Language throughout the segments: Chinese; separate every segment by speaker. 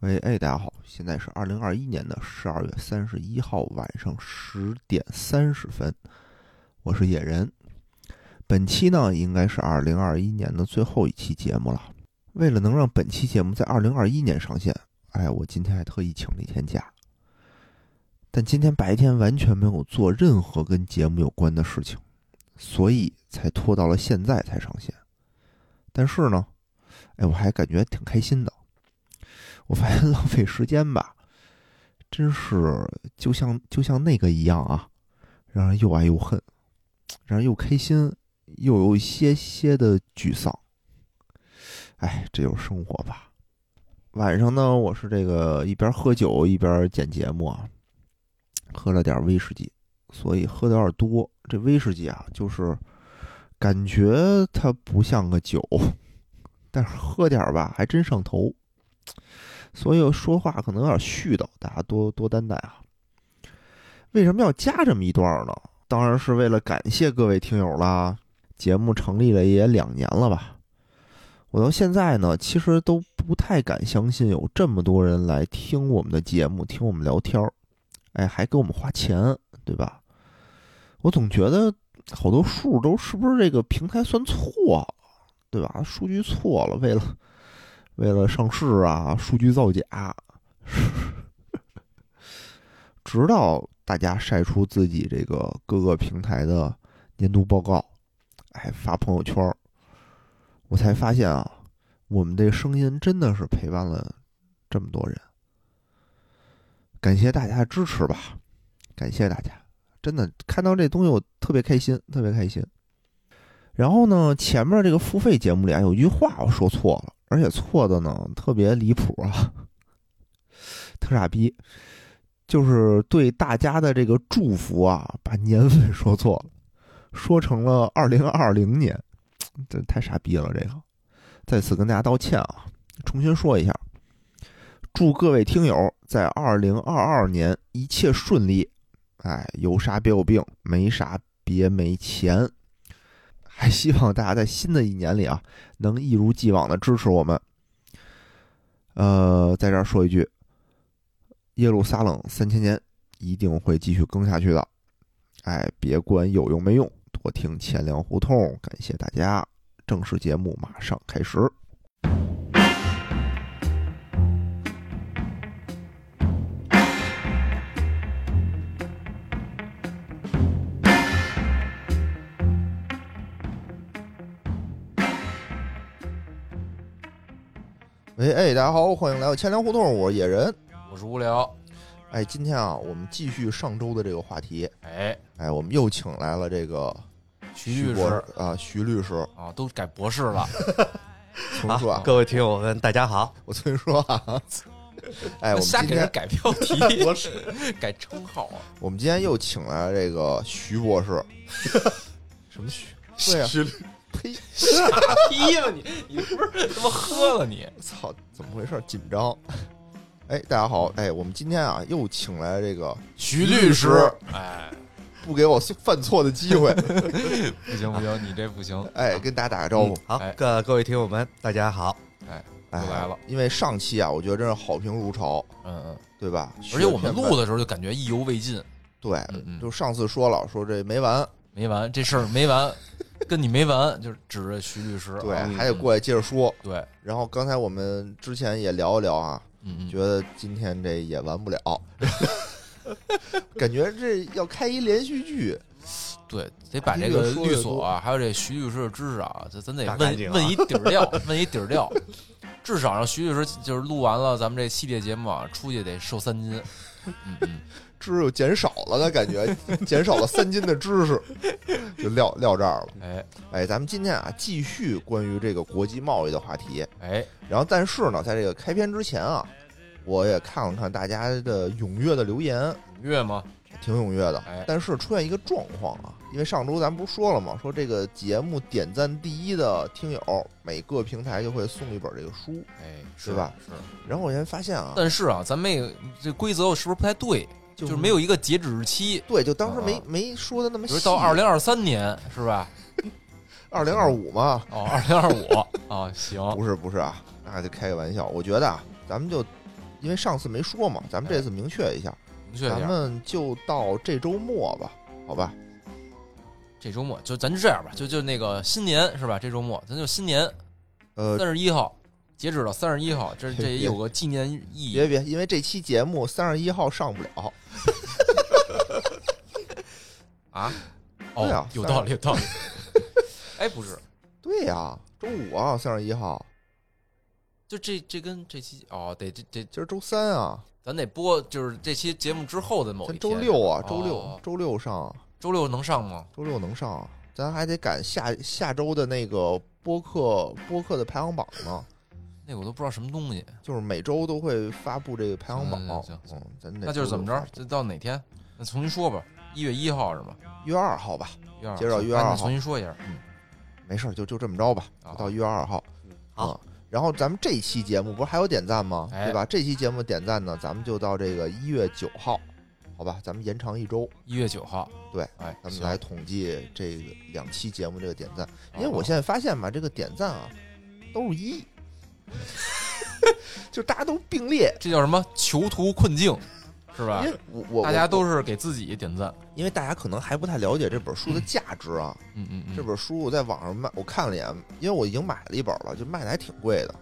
Speaker 1: 喂，哎，大家好，现在是二零二一年的十二月三十一号晚上十点三十分，我是野人。本期呢，应该是二零二一年的最后一期节目了。为了能让本期节目在二零二一年上线，哎，我今天还特意请了一天假。但今天白天完全没有做任何跟节目有关的事情，所以才拖到了现在才上线。但是呢，哎，我还感觉挺开心的。我发现 浪费时间吧，真是就像就像那个一样啊，让人又爱又恨，让人又开心，又有一些些的沮丧。哎，这就是生活吧。晚上呢，我是这个一边喝酒一边剪节目啊，喝了点威士忌，所以喝的有点多。这威士忌啊，就是感觉它不像个酒， 但是喝点儿吧，还真上头。所以说话可能有点絮叨，大家多多担待啊。为什么要加这么一段呢？当然是为了感谢各位听友啦。节目成立了也两年了吧，我到现在呢，其实都不太敢相信有这么多人来听我们的节目，听我们聊天儿，哎，还给我们花钱，对吧？我总觉得好多数都是不是这个平台算错了，对吧？数据错了，为了为了上市啊，数据造假， 直到大家晒出自己这个各个平台的年度报告，哎，发朋友圈儿，我才发现啊，我们这声音真的是陪伴了这么多人，感谢大家的支持吧，感谢大家，真的看到这东西我特别开心，特别开心。然后呢，前面这个付费节目里啊，有一句话我说错了，而且错的呢特别离谱啊，特傻逼，就是对大家的这个祝福啊，把年份说错了，说成了二零二零年，这太傻逼了，这个，在此跟大家道歉啊，重新说一下，祝各位听友在二零二二年一切顺利，哎，有啥别有病，没啥别没钱。还希望大家在新的一年里啊，能一如既往的支持我们。呃，在这儿说一句，耶路撒冷三千年一定会继续更下去的。哎，别管有用没用，多听钱粮胡同。感谢大家，正式节目马上开始。喂，哎，大家好，欢迎来到钱粮胡同，我是野人。
Speaker 2: 我是无聊。
Speaker 1: 哎，今天啊，我们继续上周的这个话题。
Speaker 2: 哎，
Speaker 1: 哎，我们又请来了这个
Speaker 2: 徐律
Speaker 1: 博
Speaker 2: 师
Speaker 1: 啊，徐律师。
Speaker 2: 啊，都改博士了。
Speaker 1: 重说啊，
Speaker 3: 各位听友们，大家好，
Speaker 1: 我重新说啊。哎，我们
Speaker 2: 瞎
Speaker 1: 今
Speaker 2: 给人
Speaker 1: 天
Speaker 2: 改标题，
Speaker 1: 博士，
Speaker 2: 改称号啊。
Speaker 1: 我们今天又请来了这个徐博 士。什么 徐？对呀、
Speaker 3: 徐
Speaker 1: 呸！
Speaker 2: 啊逼吧你！你是不是他妈喝 了你？
Speaker 1: 操，怎么回事？紧张。哎，大家好，哎，我们今天啊又请来这个
Speaker 2: 徐
Speaker 1: 律
Speaker 2: 师
Speaker 1: 师，
Speaker 2: 哎，
Speaker 1: 不给我犯错的机会，
Speaker 2: 不行不行，你这不行。
Speaker 1: 哎，跟大家打个招呼
Speaker 3: 嗯。好
Speaker 2: 哎，
Speaker 3: 各各位听友们，大家好。
Speaker 1: 哎，
Speaker 2: 又来了，
Speaker 1: 因为上期啊，我觉得真是好评如潮，
Speaker 2: 嗯嗯。
Speaker 1: 对吧？
Speaker 2: 而且我们录
Speaker 1: 的
Speaker 2: 的时候就感觉意犹未尽，
Speaker 1: 对，
Speaker 2: 嗯嗯
Speaker 1: 就上次说了，说这没完，
Speaker 2: 没完，这事儿没完，跟你没完，就是指着徐律师啊。
Speaker 1: 对，
Speaker 2: 嗯
Speaker 1: 还得过来接着说。
Speaker 2: 对，
Speaker 1: 然后刚才我们之前也聊一聊啊，
Speaker 2: 嗯
Speaker 1: 觉
Speaker 2: 嗯。
Speaker 1: 得今天这也完不了，感觉这要开一连续剧。
Speaker 2: 对，得把这
Speaker 1: 越
Speaker 2: 个
Speaker 1: 哎说
Speaker 2: 律
Speaker 1: 越
Speaker 2: 所啊，还有这徐律师的知识啊，咱咱得
Speaker 3: 大干净
Speaker 2: 问
Speaker 3: 啊
Speaker 2: 问一底儿料， 问一底儿料，至少让徐律师就是录完了咱们这系列节目啊，出去得瘦三斤。嗯嗯，
Speaker 1: 知识减少了的感 觉，减少了三斤的知识，就撂撂这儿了。
Speaker 2: 哎
Speaker 1: 哎，咱们今天啊，继续关于这个国际贸易的话题。
Speaker 2: 哎，
Speaker 1: 然后，但是呢，在这个开篇之前啊，我也看了看大家的踊跃的留言，
Speaker 2: 五月吗？
Speaker 1: 挺踊跃的
Speaker 2: 哎。
Speaker 1: 但是出现一个状况啊，因为上周咱不是说了吗？说这个节目点赞第一的听友，每个平台就会送一本这个书。
Speaker 2: 哎，
Speaker 1: 对吧？
Speaker 2: 是。
Speaker 1: 然后我先发现啊，
Speaker 2: 但是啊，咱们也这规则是不是不太对？
Speaker 1: 就
Speaker 2: 就是没有一个截止日期，
Speaker 1: 对，就当时没
Speaker 2: 啊
Speaker 1: 没说的那么
Speaker 2: 比
Speaker 1: 细
Speaker 2: 如。到二零二三年是吧？
Speaker 1: 二零二五嘛，
Speaker 2: 哦，二零二五啊，行，
Speaker 1: 不是不是啊，那就开个玩笑。我觉得啊，咱们就因为上次没说嘛，咱们这次明确一下，
Speaker 2: 明确一
Speaker 1: 咱
Speaker 2: 下，
Speaker 1: 们就到这周末吧，好吧？
Speaker 2: 这周末就咱就这样吧，就就那个新年是吧？这周末咱就新年
Speaker 1: 呃，
Speaker 2: 三十一号截止到三十一号，这这
Speaker 1: 别
Speaker 2: 也有个纪念意
Speaker 1: 别
Speaker 2: 义。
Speaker 1: 别，因为这期节目三十一号上不了，对
Speaker 2: 啊？哦
Speaker 1: 啊，
Speaker 2: 有道理，有道理。 哎，不是，
Speaker 1: 对呀、周五啊，三十一号，
Speaker 2: 就这这跟这期哦，得这这
Speaker 1: 今儿周三啊，
Speaker 2: 咱得播，就是这期节目之后的某一
Speaker 1: 咱
Speaker 2: 天。
Speaker 1: 周六啊，周六、
Speaker 2: 哦
Speaker 1: 周六上啊，
Speaker 2: 周六能上吗？
Speaker 1: 周六能上啊，咱还得赶下下周的那个播客播客的排行榜呢，
Speaker 2: 那我都不知道什么东西。
Speaker 1: 就是每周都会发布这个排行榜，
Speaker 2: 行行行
Speaker 1: 嗯，咱得
Speaker 2: 那就是怎么
Speaker 1: 周六
Speaker 2: 着？这到哪天？那重新说吧。一月一号是吗？
Speaker 1: 发约二号吧，
Speaker 2: 月二号。
Speaker 1: 接着约
Speaker 2: 哎
Speaker 1: 二
Speaker 2: 你
Speaker 1: 号
Speaker 2: 重新说一下。
Speaker 1: 没事儿，就就这么着吧，
Speaker 2: 啊
Speaker 1: 到一月二号。
Speaker 3: 好
Speaker 1: 嗯然后咱们这期节目不是还有点赞吗？
Speaker 2: 哎
Speaker 1: 对吧？这期节目点赞呢，咱们就到这个一月九号，好吧？咱们延长一周，
Speaker 2: 一月九号。
Speaker 1: 对，
Speaker 2: 哎，
Speaker 1: 咱们
Speaker 2: 行
Speaker 1: 来统计这个两期节目这个点赞。因为
Speaker 2: 哦
Speaker 1: 我现在发现吧，这个点赞啊，都是一， 就大家都并列，
Speaker 2: 这叫什么囚徒困境，是吧
Speaker 1: 因？为我我
Speaker 2: 啊大家
Speaker 1: 我
Speaker 2: 都是给自己点赞。
Speaker 1: 因为大家可能还不太了解这本书的价值啊。
Speaker 2: 嗯嗯嗯，
Speaker 1: 这本书我在网上卖，我看了一眼，因为我已经买了一本了，就卖的还挺贵的，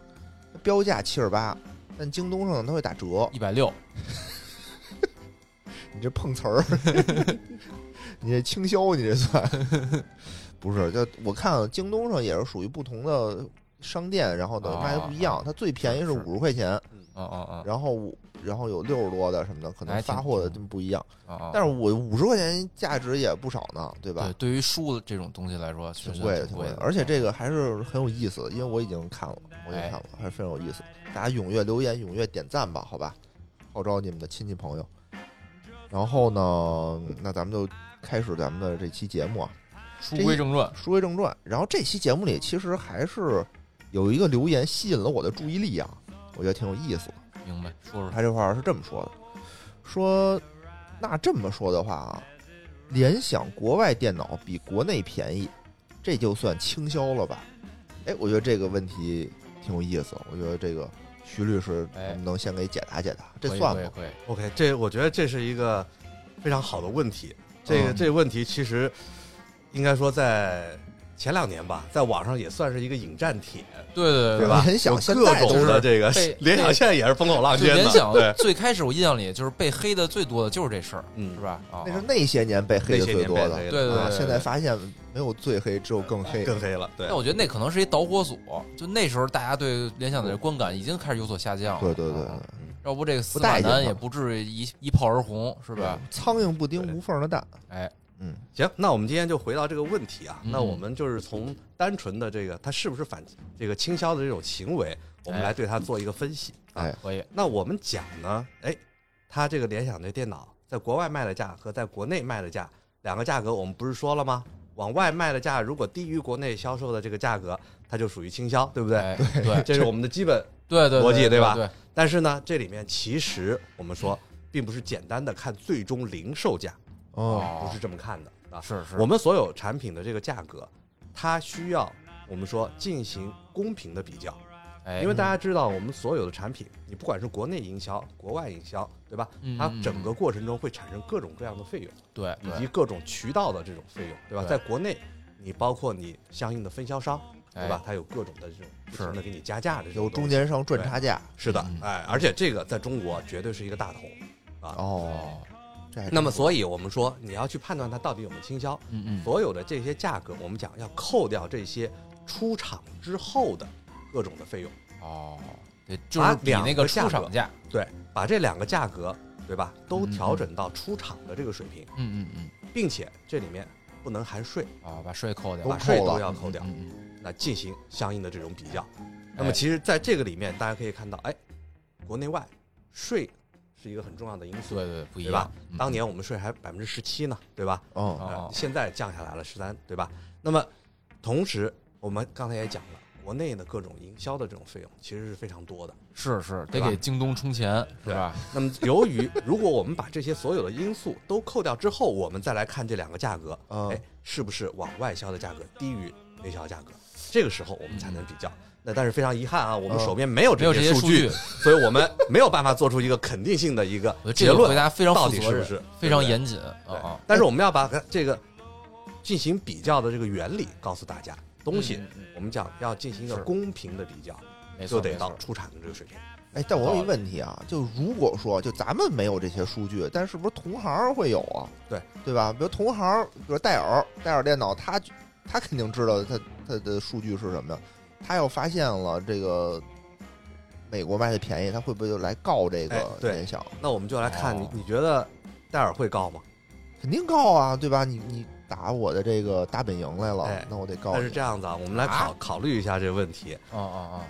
Speaker 1: 标价七十八，但京东上呢它会打折。
Speaker 2: 一百六，哦
Speaker 1: 你这碰瓷儿， 你这倾销，你这 算不是？就我看京东上也是属于不同的商店，然后呢
Speaker 2: 啊
Speaker 1: 卖的不一样，它最便宜是
Speaker 2: 是
Speaker 1: 五十块钱，
Speaker 2: 啊啊啊
Speaker 1: 然后五然后有六十多的什么的，可能
Speaker 2: 还挺
Speaker 1: 发货的真不一样。
Speaker 2: 啊啊！
Speaker 1: 但是我五十块钱价值也不少呢，对吧
Speaker 2: 对？对于书的这种东西来说，确
Speaker 1: 挺
Speaker 2: 实
Speaker 1: 贵的，
Speaker 2: 挺
Speaker 1: 挺
Speaker 2: 贵
Speaker 1: 贵
Speaker 2: 的嗯
Speaker 1: 的，，而且这个还是很有意思的，因为我已经看了，我已经
Speaker 2: 哎
Speaker 1: 看了，还是非常有意思。大家踊跃留言，踊跃点赞吧，好吧，号召你们的亲戚朋友。然后呢，那咱们就开始咱们的这期节目啊。
Speaker 2: 书归正传，
Speaker 1: 书归正传，然后这期节目里其实还是有一个留言吸引了我的注意力啊，我觉得挺有意思的。
Speaker 2: 明白？说说
Speaker 1: 他这块儿是这么说的，说那这么说的话啊，联想国外电脑比国内便宜，这就算倾销了吧？哎，我觉得这个问题挺有意思，我觉得这个徐律师
Speaker 2: 哎
Speaker 1: 能不能先给解答解答？这
Speaker 2: 可以
Speaker 1: 算
Speaker 2: 可以
Speaker 1: 吗？
Speaker 2: 可以，
Speaker 3: ，OK，这我觉得这是一个非常好的问题。这个、
Speaker 1: 嗯
Speaker 3: 这个问题其实应该说在前两年吧，在网上也算是一个引战帖，
Speaker 2: 对对
Speaker 3: 对
Speaker 2: 对
Speaker 3: 吧？
Speaker 1: 联想
Speaker 3: 有
Speaker 1: 现
Speaker 3: 各
Speaker 1: 在
Speaker 3: 种
Speaker 1: 就是
Speaker 3: 的这个
Speaker 2: 被
Speaker 3: 联想现在也是风口浪
Speaker 2: 就
Speaker 3: 尖的，
Speaker 2: 联想
Speaker 3: 对，
Speaker 2: 最开始我印象里就是被黑的最多的就是这事儿，
Speaker 3: 嗯
Speaker 2: 是？吧？啊，
Speaker 1: 那是那些年被黑
Speaker 3: 那
Speaker 1: 的
Speaker 3: 些
Speaker 1: 最
Speaker 3: 年
Speaker 1: 多
Speaker 3: 被
Speaker 1: 的，
Speaker 3: 黑了
Speaker 2: 对对
Speaker 1: 啊，
Speaker 2: 对，
Speaker 1: 现在发现没有最黑，只有更黑。
Speaker 3: 更黑了，对
Speaker 2: 但。我觉得那可能是一导火索，就那时候大家对联想的观感已经开始有所下降了。
Speaker 1: 对对对，
Speaker 2: 啊
Speaker 1: 对
Speaker 2: 要不这个司
Speaker 1: 不待
Speaker 2: 马
Speaker 1: 见
Speaker 2: 南
Speaker 1: 他
Speaker 2: 也不至于一一炮而红，是吧？？
Speaker 1: 苍蝇不叮
Speaker 3: 对
Speaker 1: 无缝的蛋。
Speaker 2: 哎，
Speaker 1: 嗯，
Speaker 3: 行，那我们今天就回到这个问题啊。
Speaker 2: 嗯
Speaker 3: 那我们就是从单纯的这个它是不是反这个倾销的这种行为，我们
Speaker 2: 哎
Speaker 3: 来对它做一个分析啊。
Speaker 1: 哎
Speaker 2: 可以，
Speaker 3: 那我们讲呢，哎，它这个联想这电脑在国外卖的价和在国内卖的价两个价格，我们不是说了吗？往外卖的价如果低于国内销售的这个价格，它就属于倾销，对不对？
Speaker 2: 哎对对
Speaker 3: 这是我们的基本。
Speaker 2: 对对，
Speaker 3: 逻辑
Speaker 2: 对
Speaker 3: 对吧
Speaker 2: 对，
Speaker 3: 但是呢，这里面其实我们说，并不是简单的看最终零售价，
Speaker 1: 哦，
Speaker 3: 不是这么看的啊。
Speaker 2: 是哦是，
Speaker 3: 我们所有产品的这个价格，它需要我们说进行公平的比较。
Speaker 2: 哎
Speaker 3: 因为大家知道，我们所有的产品，你不管是国内营销、国外营销，对吧
Speaker 2: 嗯？
Speaker 3: 它整个过程中会产生各种各样的费用，
Speaker 2: 对
Speaker 3: 以
Speaker 2: 对
Speaker 3: 及各种渠道的这种费用，对吧？
Speaker 2: 对
Speaker 3: 在国内，你包括你相应的分销商，对吧
Speaker 2: 哎？
Speaker 3: 它有各种的这种不
Speaker 2: 是
Speaker 3: 同的给你加价的这种
Speaker 1: 有中
Speaker 3: 东西。
Speaker 1: 间商赚差价。
Speaker 3: 是的
Speaker 2: 嗯，
Speaker 3: 哎，而且这个在中国绝对是一个大头。啊
Speaker 1: 哦，
Speaker 2: 哦，
Speaker 1: 这还
Speaker 3: 那么，所以我们说，你要去判断它到底有没有倾销，
Speaker 2: 嗯嗯，
Speaker 3: 所有的这些价格，我们讲要扣掉这些出厂之后的各种的费用。
Speaker 2: 哦，对，就是
Speaker 3: 把
Speaker 2: 比那
Speaker 3: 两
Speaker 2: 个
Speaker 3: 个价
Speaker 2: 出
Speaker 3: 格
Speaker 2: 厂价，
Speaker 3: 对，把这两个价格，对吧，都
Speaker 2: 嗯
Speaker 3: 调整到出厂的这个水平，
Speaker 2: 嗯嗯嗯，
Speaker 3: 并且这里面不能含税，
Speaker 2: 啊，把税扣掉，
Speaker 1: 都
Speaker 3: 把
Speaker 1: 扣
Speaker 3: 税
Speaker 1: 了
Speaker 3: 都要扣掉，
Speaker 2: 嗯嗯
Speaker 3: 那进行相应的这种比较。那
Speaker 2: 哎
Speaker 3: 么其实在这个里面，大家可以看到，哎，国内外税是一个很重要的因
Speaker 2: 嗯，
Speaker 3: 素。
Speaker 2: 对对，不一
Speaker 3: 对吧
Speaker 2: 样，嗯
Speaker 3: 当年我们税还百分之十七呢，对吧？
Speaker 1: 哦，
Speaker 2: 哦
Speaker 3: 呃现在降下来了十三，对吧？那么同时，我们刚才也讲了，国内的各种营销的这种费用其实是非常多的。
Speaker 2: 是是得
Speaker 3: 对吧
Speaker 2: 给京东充钱，是
Speaker 3: 对
Speaker 2: 吧？
Speaker 3: 那么，由于如果我们把这些所有的因素都扣掉之后，我们再来看这两个价格，
Speaker 1: 嗯
Speaker 2: 啊
Speaker 3: 哎，是不是往外销的价格低于内销价格？这个时候我们才能比较。那但是非常遗憾啊，我们
Speaker 2: 嗯
Speaker 3: 手边没有
Speaker 2: 没有
Speaker 3: 这
Speaker 2: 这些
Speaker 3: 数
Speaker 2: 数据，
Speaker 3: 所以我们没有办法做出一个肯定性的一个
Speaker 2: 我觉得这
Speaker 3: 结
Speaker 2: 个回
Speaker 3: 论，
Speaker 2: 答非常
Speaker 3: 到
Speaker 2: 负
Speaker 3: 底
Speaker 2: 责
Speaker 3: 是不
Speaker 2: 任，
Speaker 3: 是
Speaker 2: 非常
Speaker 3: 对
Speaker 2: 严谨啊
Speaker 3: 对
Speaker 2: 啊！
Speaker 3: 但是我们要把它这个进行比较的这个原理告诉大家，东西
Speaker 2: 嗯嗯嗯
Speaker 3: 我们讲要进行一个
Speaker 2: 是
Speaker 3: 公平的比较，
Speaker 2: 没错
Speaker 3: 就得
Speaker 2: 没错
Speaker 3: 到出厂的这个水平。
Speaker 1: 哎，但我有一问题啊，就如果说就咱们没有这些数据，但是不是同行会有啊？
Speaker 3: 对
Speaker 1: 对吧？比如同行，比如戴尔，戴尔电脑，他他肯定知道他他的数据是什么呀？他要发现了这个美国卖的便宜，他会不会就来告这
Speaker 3: 哎
Speaker 1: 个
Speaker 3: 对
Speaker 1: 联想？
Speaker 3: 那我们就来看你
Speaker 2: 哦，
Speaker 3: 你觉得戴尔会告吗？
Speaker 1: 肯定告啊，对吧？你你打我的这个大本营来了，
Speaker 3: 哎
Speaker 1: 那我得告
Speaker 3: 但
Speaker 1: 你。
Speaker 3: 是这样子啊，我们来考考虑一下这个问题。
Speaker 2: 哦哦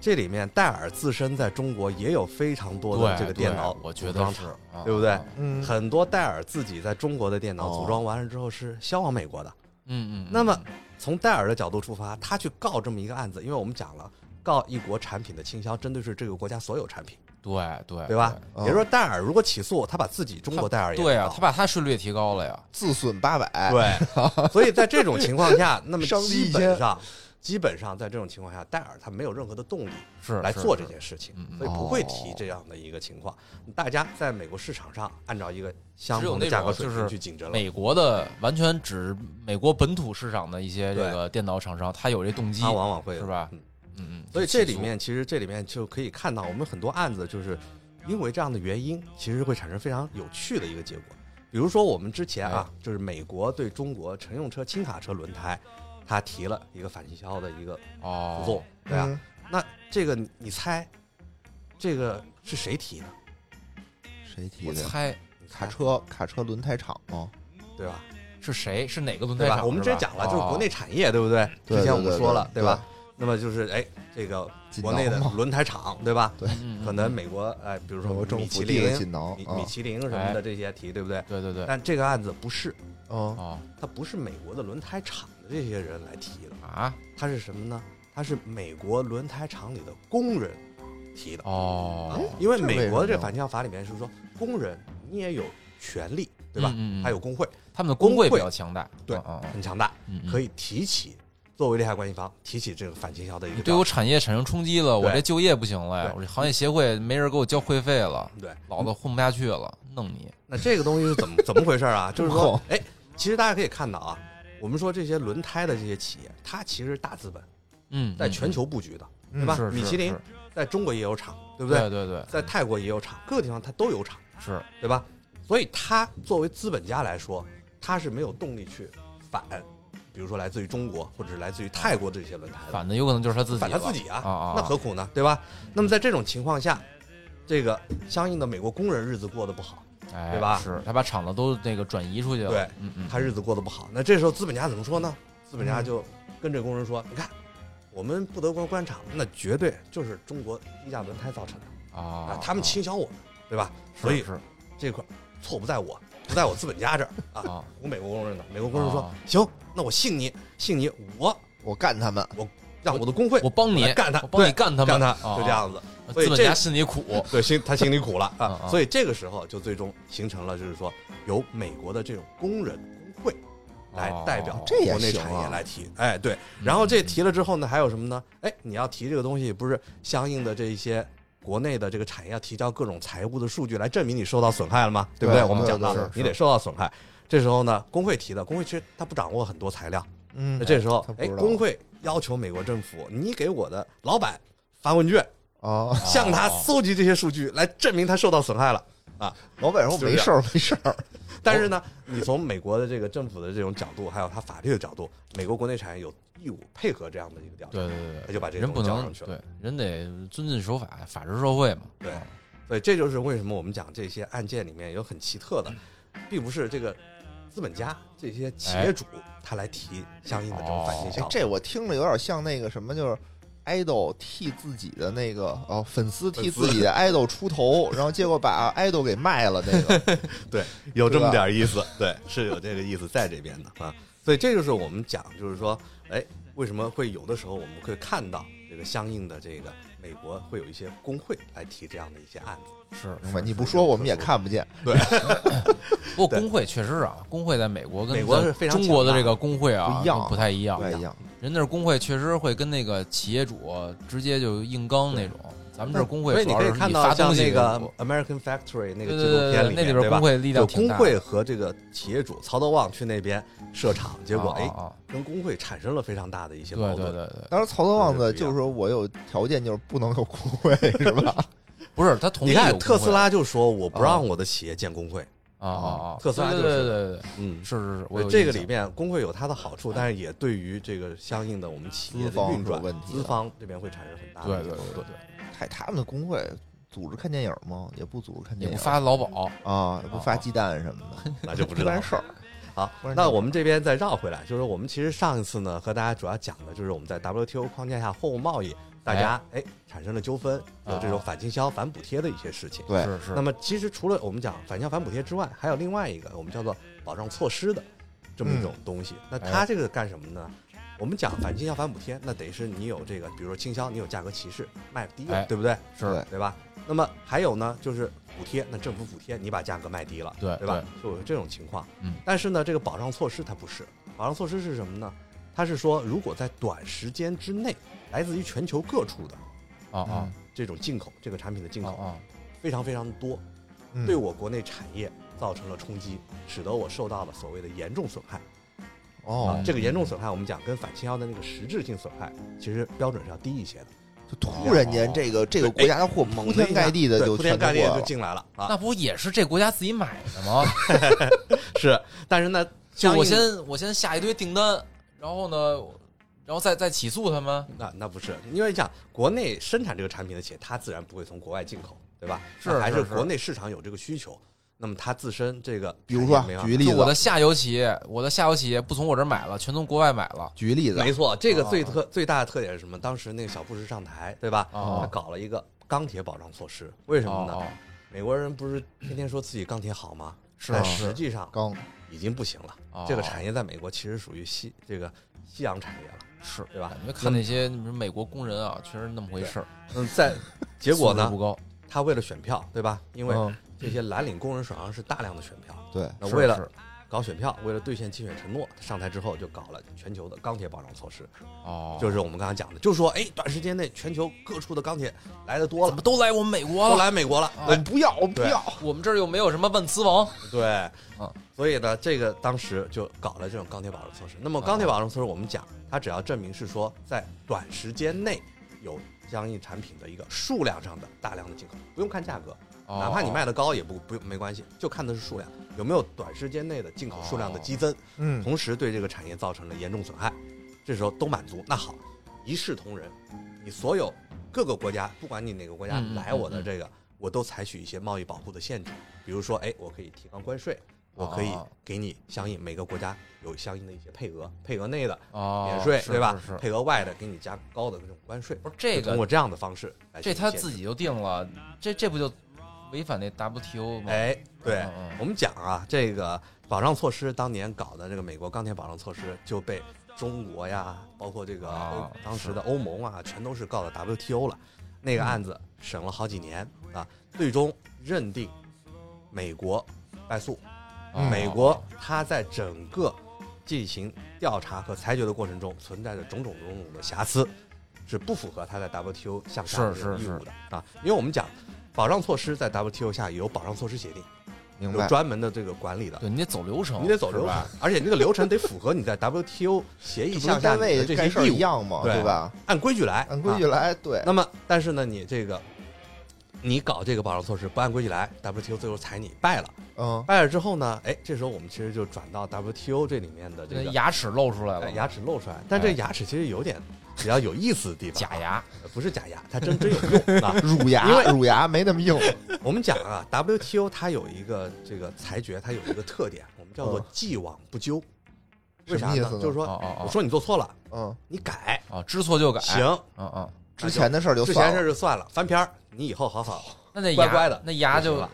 Speaker 3: 这里面戴尔自身在中国也有非常
Speaker 2: 哦，
Speaker 3: 多的
Speaker 2: 对
Speaker 3: 这个电脑
Speaker 2: 对我觉
Speaker 3: 组装
Speaker 2: 得是
Speaker 3: 厂，，
Speaker 2: 啊
Speaker 3: 对不对
Speaker 2: 啊
Speaker 1: 嗯，
Speaker 3: 很多戴尔自己在中国的电脑
Speaker 1: 哦
Speaker 3: 组装完了之后是销往美国的。
Speaker 2: 嗯嗯。
Speaker 3: 那么
Speaker 2: 嗯
Speaker 3: 从戴尔的角度出发，他去告这么一个案子，因为我们讲了，告一国产品的倾销，针对是这个国家所有产品。
Speaker 2: 对对
Speaker 3: 对吧？
Speaker 1: 嗯
Speaker 2: 哦
Speaker 3: 也就是说，戴尔如果起诉，他把自己中国戴尔也
Speaker 2: 对啊，
Speaker 3: 告
Speaker 2: 他把他税率也提高了呀。
Speaker 1: 自损八百，
Speaker 2: 啊
Speaker 3: 对，所以在这种情况下， 那么
Speaker 1: 伤敌
Speaker 3: 基
Speaker 1: 一
Speaker 3: 本
Speaker 1: 千
Speaker 3: 上，基本上在这种情况下，戴尔他没有任何的动力
Speaker 2: 是
Speaker 3: 来做这
Speaker 2: 些。
Speaker 3: 件事情
Speaker 2: 嗯嗯，
Speaker 3: 所以不会
Speaker 1: 哦
Speaker 3: 提这样的一个情况。大家在美国市场上按照一个相
Speaker 2: 只有
Speaker 3: 同的
Speaker 2: 那
Speaker 3: 价
Speaker 2: 种
Speaker 3: 格水
Speaker 2: 就
Speaker 3: 平
Speaker 2: 是
Speaker 3: 去竞争了。
Speaker 2: 美国的完全指美国本土市场的一些这个电脑厂商，他有这动机，
Speaker 3: 他往往会
Speaker 2: 是吧
Speaker 3: 嗯，
Speaker 2: 嗯嗯。
Speaker 3: 所以这里面其实这里面就可以看到，我们很多案子就是因为这样的原因，其实会产生非常有趣的一个结果。比如说我们之前
Speaker 2: 哎
Speaker 3: 啊，就是美国对中国乘用车轻卡车轮胎，他提了一个反倾销的一个
Speaker 2: 哦
Speaker 3: 诉，讼，对啊吧、
Speaker 1: 嗯
Speaker 3: 那这个你你猜，这个是谁提的？
Speaker 1: 谁提
Speaker 2: 我
Speaker 1: 的呀？
Speaker 2: 猜
Speaker 3: 你
Speaker 1: 卡
Speaker 3: 猜
Speaker 1: 车卡车轮胎厂哦吗？
Speaker 3: 对吧？
Speaker 2: 是谁？是哪个轮胎
Speaker 3: 对
Speaker 2: 厂？
Speaker 3: 吧？我们之前讲了，就是
Speaker 2: 哦
Speaker 3: 国内产业，对不对？
Speaker 1: 对
Speaker 3: 之前我们说了，
Speaker 1: 对对对
Speaker 3: 吧？那么就是哎，这个
Speaker 1: 锦
Speaker 3: 国内的
Speaker 1: 囊嘛
Speaker 3: 轮胎厂，对吧？
Speaker 2: 哦，嗯嗯嗯
Speaker 3: 可能美国哎，比
Speaker 1: 美
Speaker 3: 如说
Speaker 1: 国
Speaker 3: 米
Speaker 1: 政
Speaker 3: 其
Speaker 1: 府
Speaker 3: 林
Speaker 1: 递的锦囊
Speaker 3: 米
Speaker 1: 啊
Speaker 3: 米，其林什么的这些题，对不对？
Speaker 2: 对对对，
Speaker 3: 但这个案子不是，
Speaker 1: 嗯，
Speaker 2: 哦
Speaker 3: 它不是美国的轮胎厂的这些人来提的，
Speaker 2: 啊
Speaker 3: 它是什么呢？它是美国轮胎厂里的工人提的。哎
Speaker 2: 哦，
Speaker 3: 因为
Speaker 1: 这为
Speaker 3: 美国
Speaker 1: 什么
Speaker 3: 的这
Speaker 1: 呀
Speaker 3: 反倾销法里面是说，工人你也有权利，对吧？
Speaker 2: 嗯嗯嗯
Speaker 3: 还有工会
Speaker 2: 他们的工会
Speaker 3: 工会
Speaker 2: 比较强大，
Speaker 3: 对
Speaker 2: 嗯嗯
Speaker 3: 很强大，
Speaker 2: 嗯嗯
Speaker 3: 可以提起作为利害关系方提起这个反倾销的一
Speaker 2: 你
Speaker 3: 个
Speaker 2: 对
Speaker 3: 调
Speaker 2: 我
Speaker 3: 查。
Speaker 2: 产业产生冲击了，我
Speaker 3: 对
Speaker 2: 这就业不行了呀，
Speaker 3: 对
Speaker 2: 我这行业协会没人给我交会费了，
Speaker 3: 对，
Speaker 2: 老子混不下去了，弄你，
Speaker 3: 那这个东西是怎么怎么回事 啊？就是
Speaker 1: 真
Speaker 2: 哦
Speaker 3: 说
Speaker 1: 厚，
Speaker 3: 哎，其实大家可以看到啊，我们说这些轮胎的这些企业，它其实是大资本
Speaker 2: 嗯，
Speaker 3: 在
Speaker 2: 嗯
Speaker 3: 全球布局的，
Speaker 1: 嗯
Speaker 3: 对吧？
Speaker 2: 是是
Speaker 3: 米其林
Speaker 2: 是
Speaker 3: 在中国也有厂，对不对？
Speaker 2: 对对对，
Speaker 3: 在泰国也有厂，各个地方它都有厂，
Speaker 2: 是
Speaker 3: 对吧？所以它作为资本家来说，它是没有动力去反，比如说来自于中国或者是来自于泰国的这些轮胎的，
Speaker 2: 反的有可能就是他自己，
Speaker 3: 反他自，己啊，
Speaker 2: 啊啊啊
Speaker 3: 那何苦呢？对吧？那么在这种情况下，这个相应的美国工人日子过得不好，
Speaker 2: 哎，
Speaker 3: 对吧
Speaker 2: 是他把厂子都那个转移出去了，
Speaker 3: 对，
Speaker 2: 嗯嗯，
Speaker 3: 他日子过得不好，那这时候资本家怎么说呢？资本家就跟这工人说：“你看，我们不得不官厂，那绝对就是中国低价轮胎造成的
Speaker 2: 啊
Speaker 3: 啊，，他们
Speaker 2: 其
Speaker 3: 倾销我们，对吧？所以
Speaker 2: 是
Speaker 3: 这块儿错不在我，不在我资本 家这儿啊。”
Speaker 2: 啊，
Speaker 3: 我美国工人的，美国工人说
Speaker 2: 啊：“
Speaker 3: 行，那我信你，信你，我
Speaker 1: 我干他们，
Speaker 3: 让我的工会
Speaker 2: 我帮你
Speaker 3: 来干他
Speaker 2: 我帮你
Speaker 3: 对
Speaker 2: 干他
Speaker 3: 干
Speaker 2: 们，
Speaker 3: 他，
Speaker 2: 啊
Speaker 3: 就这，样子。
Speaker 2: 啊
Speaker 3: 所以
Speaker 2: 资本
Speaker 3: 这
Speaker 2: 家心里苦，
Speaker 3: 对，心他心里苦了
Speaker 2: 啊
Speaker 1: 嗯
Speaker 3: 啊
Speaker 2: 啊，
Speaker 3: 所以这个时候就最终形成了，就是说由美国的这种工人工会来代表
Speaker 2: 哦
Speaker 1: 这也
Speaker 3: 国内
Speaker 1: 行
Speaker 3: 产业
Speaker 1: 啊
Speaker 3: 来提，哎，对。然后这提了之后呢，还有什么呢？哎，你要提这个东西，不是相应的这一些国内的这个产业要提交各种财务的数据来证明你受到损害了吗？对不
Speaker 1: 对
Speaker 3: 对？我们
Speaker 1: 对
Speaker 3: 讲到
Speaker 1: 对是
Speaker 3: 你得受到损害。这时候呢，工会提的，工会其实他不掌握很多材料。
Speaker 1: 嗯
Speaker 3: 那，这时候
Speaker 1: 他，不
Speaker 3: 哎，
Speaker 1: 知道
Speaker 3: 工会要求美国政府，你给我的老板发问卷，
Speaker 1: 啊，
Speaker 3: 向他
Speaker 2: 哦
Speaker 3: 搜集这些数据来证明他受到损害了。
Speaker 1: 老板说没事儿，没事儿，
Speaker 3: 但是呢，哦你从美国的这个政府的这种角度，还有他法律的角度，美国国内产业有义务配合这样的一个调查，
Speaker 2: 对对对
Speaker 3: 他
Speaker 2: 对，
Speaker 3: 就把这
Speaker 2: 人
Speaker 3: 东
Speaker 2: 不
Speaker 3: 西交
Speaker 2: 能
Speaker 3: 上去了。
Speaker 2: 对人得遵纪守法，法治社会嘛，
Speaker 3: 对，所以这就是为什么我们讲这些案件里面有很奇特的，并不是这个资本家这些企业主他来提相哎哦应的这种反倾
Speaker 1: 哎
Speaker 3: 销，
Speaker 1: 这我听着有点像那个什么，就是 idol 替自己的那个哦，粉丝替自己的 idol 出头，然后结果把 idol 给卖了，那个
Speaker 3: 有这么点意思，对，是有这个意思在这边的啊。所以这就是我们讲，就是说，哎，为什么会有的时候我们会看到这个相应的这个美国会有一些工会来提这样的一些案子。
Speaker 2: 是，
Speaker 1: 明白？你不说我们也看不见。
Speaker 2: 不过
Speaker 3: 对
Speaker 2: 工会确实啊，工会在美国跟
Speaker 3: 美国
Speaker 2: 咱
Speaker 3: 是非常
Speaker 2: 中国的
Speaker 3: 强大
Speaker 2: 这个工会啊
Speaker 1: 不一样啊
Speaker 2: 不太一样
Speaker 1: 不，太一样。
Speaker 2: 人那儿工会确实会跟那个企业主直接就硬刚那种，咱们这儿工会
Speaker 3: 所以
Speaker 2: 主
Speaker 3: 你
Speaker 2: 要
Speaker 3: 可以
Speaker 2: 是
Speaker 3: 看
Speaker 2: 发
Speaker 3: 到像
Speaker 2: 东西
Speaker 3: 那
Speaker 2: 给
Speaker 3: 个
Speaker 2: 我
Speaker 3: American Factory 那
Speaker 2: 对对
Speaker 3: 个纪录
Speaker 2: 对
Speaker 3: 片
Speaker 2: 对，那
Speaker 3: 面，
Speaker 2: 边
Speaker 3: 对吧
Speaker 2: 工？会力量
Speaker 3: 有
Speaker 2: 挺
Speaker 3: 工
Speaker 2: 大的，
Speaker 3: 会和这个企业主曹德旺去那边设厂，结果
Speaker 2: 啊
Speaker 3: 哎，
Speaker 2: 啊啊
Speaker 3: 跟工会产生了非常大的一些
Speaker 2: 对
Speaker 3: 矛
Speaker 2: 对对
Speaker 3: 盾。
Speaker 2: 对，
Speaker 1: 当然，曹德旺的
Speaker 3: 对对不一样
Speaker 1: 就是说我有条件，就是不能有工会，是吧？
Speaker 2: 不是他同意
Speaker 3: 你
Speaker 2: 有
Speaker 3: 看
Speaker 2: 工
Speaker 3: 特斯
Speaker 2: 会
Speaker 3: 拉就说我不
Speaker 2: 啊
Speaker 3: 让我的企业建工会，
Speaker 2: 啊啊啊，
Speaker 3: 特斯拉
Speaker 2: 对
Speaker 3: 就
Speaker 2: 对
Speaker 3: 是
Speaker 2: 对对对，
Speaker 3: 嗯，
Speaker 2: 是是是，我
Speaker 3: 所以
Speaker 2: 有
Speaker 3: 这
Speaker 2: 印
Speaker 3: 个
Speaker 2: 象
Speaker 3: 里面工会有它的好处，但是也对于这个相应的我们企业
Speaker 1: 资
Speaker 3: 的
Speaker 1: 方
Speaker 3: 运转
Speaker 1: 有问题的
Speaker 3: 资方这边会产生很大
Speaker 2: 对
Speaker 3: 的一
Speaker 2: 对对
Speaker 3: 些矛
Speaker 2: 对
Speaker 3: 盾。
Speaker 2: 对，
Speaker 1: 还他们的工会组织看电影吗？也不组织看
Speaker 2: 也
Speaker 1: 电
Speaker 2: 不
Speaker 1: 影，
Speaker 2: 发劳保，
Speaker 1: 啊，也不发
Speaker 2: 啊
Speaker 1: 鸡蛋什么的，
Speaker 3: 那就不
Speaker 1: 不
Speaker 3: 知道
Speaker 1: 干
Speaker 3: 了。
Speaker 1: 事儿。
Speaker 3: 好
Speaker 1: 不然，
Speaker 3: 那
Speaker 1: 就
Speaker 3: 我们这边再绕回来，就是我们其实上一次呢和大家主要讲的就是我们在 WTO 框架下货物贸易，大家哎产生了纠纷，
Speaker 2: 啊
Speaker 3: 有这种反倾销、反补贴的一些事情。
Speaker 1: 对
Speaker 2: 是是
Speaker 3: 那，么其实除了我们讲反向反补贴之外，还有另外一个我们叫做保障措施的这么一种东西。那
Speaker 2: 哎
Speaker 3: 它这个干什么呢？我们讲反倾销反补贴，那得是你有这个，比如说倾销，你有价格歧视，卖低了，
Speaker 2: 哎
Speaker 3: 对不对？
Speaker 1: 对
Speaker 2: 是，
Speaker 3: 对吧？那么还有呢，就是补贴，那政府补贴，你把价格卖低了，
Speaker 2: 对
Speaker 3: 对吧？就有这种情况。
Speaker 2: 嗯，
Speaker 3: 但是呢，这个保障措施它不是，保障措施是什么呢？它是说，如果在短时间之内，来自于全球各处的
Speaker 2: 啊啊
Speaker 3: 这种进口，这个产品的进
Speaker 2: 啊
Speaker 3: 口
Speaker 2: 啊，
Speaker 3: 非常非常多，
Speaker 1: 嗯
Speaker 3: 对我国内产业造成了冲击，使得我受到了所谓的严重损害。
Speaker 1: 哦
Speaker 3: 啊，，这个严重损害，我们讲跟反倾销的那个实质性损害，其实标准是要低一些的。
Speaker 1: 就突然间这个这个国家的货铺
Speaker 3: 猛的一
Speaker 1: 天
Speaker 3: 下
Speaker 1: 盖地的
Speaker 3: 对
Speaker 1: 就
Speaker 3: 哎铺天
Speaker 1: 全
Speaker 3: 盖地
Speaker 1: 过
Speaker 3: 地
Speaker 1: 来
Speaker 3: 就
Speaker 1: 了，
Speaker 3: 进来了啊！
Speaker 2: 那不也是这国家自己买的 吗？
Speaker 3: 是，但是呢，
Speaker 2: 就
Speaker 3: 相
Speaker 2: 我
Speaker 3: 应
Speaker 2: 先我先下一堆订单，然后呢，然后再再起诉他们，
Speaker 3: 那那不是，因为讲国内生产这个产品的企业，它自然不会从国外进口，对吧？
Speaker 2: 是
Speaker 3: 那还
Speaker 2: 是
Speaker 3: 是
Speaker 2: 是
Speaker 3: 国内市场有这个需求，那么它自身这个
Speaker 1: 比如说
Speaker 3: 产业没办法
Speaker 1: 举个例
Speaker 2: 就我
Speaker 1: 子
Speaker 2: 的，下游企业，我的下游企业不从我这儿买了，全从国外买了
Speaker 1: 举个例子，
Speaker 3: 没错，这个最
Speaker 2: 啊
Speaker 3: 特、最大的特点是什么？当时那个小布什上台，对吧？
Speaker 2: 啊
Speaker 3: 他搞了一个钢铁保障措施，为什么呢？
Speaker 2: 哦哦
Speaker 3: 美国人不是天天说自己钢铁好吗？
Speaker 2: 是
Speaker 3: 但
Speaker 2: 啊
Speaker 3: 实际上
Speaker 1: 刚
Speaker 3: 已经不行了。
Speaker 2: 哦
Speaker 3: 这个产业在美国其实属于夕这个夕阳产业了。
Speaker 2: 是
Speaker 3: 对吧
Speaker 2: 感觉看那些你说美国工人啊，确实那么回事儿。
Speaker 3: 嗯， 在结果
Speaker 2: 素质
Speaker 3: 呢
Speaker 2: 不，高，
Speaker 3: 他为了选票，对吧？因为
Speaker 1: 嗯
Speaker 3: 这些蓝领工人手上是大量的选票，
Speaker 1: 对，
Speaker 3: 那
Speaker 2: 是
Speaker 3: 为了
Speaker 2: 是
Speaker 3: 搞选票，为了兑现竞选承诺，上台之后就搞了全球的钢铁保障措施，
Speaker 2: 哦，
Speaker 3: 就是我们刚刚讲的，就说哎，短时间内全球各处的钢铁来的多
Speaker 2: 怎
Speaker 3: 了
Speaker 2: 么，啊都来我们美国
Speaker 3: 都
Speaker 2: 了，
Speaker 3: 来美国了，
Speaker 1: 我不要，我不
Speaker 3: 对
Speaker 1: 要，
Speaker 2: 我们这儿又没有什么万磁王，
Speaker 3: 对，
Speaker 2: 嗯，
Speaker 3: 所以呢，这个当时就搞了这种钢铁保障措施。
Speaker 2: 嗯
Speaker 3: 那么钢铁保障措施，我们讲，它只要证明是说在短时间内有相应产品的一个数量上的大量的进口，不用看价格，
Speaker 2: 哦
Speaker 3: 哪怕你卖的高也不不用没关系，就看的是数量有没有短时间内的进口数量
Speaker 2: 哦
Speaker 3: 的激增，
Speaker 1: 嗯，
Speaker 3: 同时对这个产业造成了严重损害，这时候都满足，那好，一视同仁，你所有各个国家，不管你哪个国家
Speaker 2: 嗯嗯
Speaker 3: 来我的这个，我都采取一些贸易保护的限制，比如说，哎，我可以提高关税，我可以
Speaker 2: 哦
Speaker 3: 给你相应每个国家有相应的一些配额，配额内的
Speaker 2: 哦
Speaker 3: 免税，
Speaker 2: 是
Speaker 3: 对吧
Speaker 2: 是？是
Speaker 3: 配额外的给你加高的这种关税，
Speaker 2: 不是这
Speaker 3: 就通过
Speaker 2: 个，
Speaker 3: 这样的方式来进
Speaker 2: 这
Speaker 3: 行
Speaker 2: 他
Speaker 3: 限制
Speaker 2: 自己就定了，这这不就违反那 WTO 吗？
Speaker 3: 哎，对
Speaker 2: 嗯嗯，
Speaker 3: 我们讲啊，这个保障措施当年搞的这个美国钢铁保障措施就被中国呀，包括这个
Speaker 2: 啊
Speaker 3: 欧当时的欧盟啊，全都是告到 WTO 了。那个案子审了好几年啊，最终认定美国败诉，
Speaker 2: 哦
Speaker 3: 美国它在整个进行调查和裁决的过程中存在着种种种种的瑕疵，是不符合它在 WTO 向下的
Speaker 2: 是
Speaker 3: 这种
Speaker 2: 是
Speaker 3: 义
Speaker 2: 是
Speaker 3: 务的啊。因为我们讲保障措施在 WTO 下有保障措施协定。
Speaker 1: 明
Speaker 3: 有
Speaker 1: 白，
Speaker 3: 专门的这个管理的，
Speaker 2: 对你得走流程，
Speaker 3: 你得走流
Speaker 2: 是
Speaker 3: 程
Speaker 2: 吧，
Speaker 3: 而且这个流程得符合你在 WTO 协
Speaker 1: 这
Speaker 3: 议
Speaker 1: 不
Speaker 3: 项
Speaker 1: 跟
Speaker 3: 下
Speaker 1: 单
Speaker 3: 你的
Speaker 1: 位
Speaker 3: 这
Speaker 1: 干事
Speaker 3: 些
Speaker 1: 儿
Speaker 3: 义
Speaker 1: 一
Speaker 3: 务，
Speaker 1: 样嘛，
Speaker 3: 对
Speaker 1: 对吧？
Speaker 3: 按规矩来，
Speaker 1: 按规矩
Speaker 3: 啊。
Speaker 1: 来，对，
Speaker 3: 那么，但是呢，你这个你搞这个保障措施不按规矩来，WTO 最后裁你败了，
Speaker 1: 嗯，！
Speaker 3: 败了之后呢，哎，这时候我们其实就转到 WTO 这里面的这
Speaker 2: 这
Speaker 3: 个。
Speaker 2: 牙齿露出来
Speaker 3: 哎
Speaker 2: 了，
Speaker 3: 牙齿露出来，但这
Speaker 2: 哎
Speaker 3: 牙齿其实有点比较有意思的地方，
Speaker 2: 假牙，
Speaker 3: 呃不是假牙，它真真有用啊
Speaker 1: 乳牙
Speaker 3: 因为，
Speaker 1: 乳牙没那么硬，
Speaker 3: 我们讲啊，WTO 它有一个这个裁决，它有一个特点，我们叫做
Speaker 1: 嗯
Speaker 3: 既往不咎。为
Speaker 1: 什
Speaker 3: 啥
Speaker 1: 么意
Speaker 3: 呢
Speaker 1: 思？呢
Speaker 3: 就是说
Speaker 2: 哦，哦
Speaker 3: 我
Speaker 2: 哦
Speaker 3: 说你做错了，
Speaker 1: 嗯，
Speaker 3: 你改
Speaker 2: 哦，知错就改，
Speaker 3: 行，，
Speaker 2: 嗯嗯，
Speaker 1: 之前的事儿就
Speaker 3: 之前
Speaker 1: 算
Speaker 3: 事
Speaker 1: 了，
Speaker 3: 儿就算了，翻篇儿，你以后好好
Speaker 2: 那那牙
Speaker 3: 乖乖的
Speaker 2: 那牙
Speaker 3: 就
Speaker 2: 就
Speaker 3: 行了。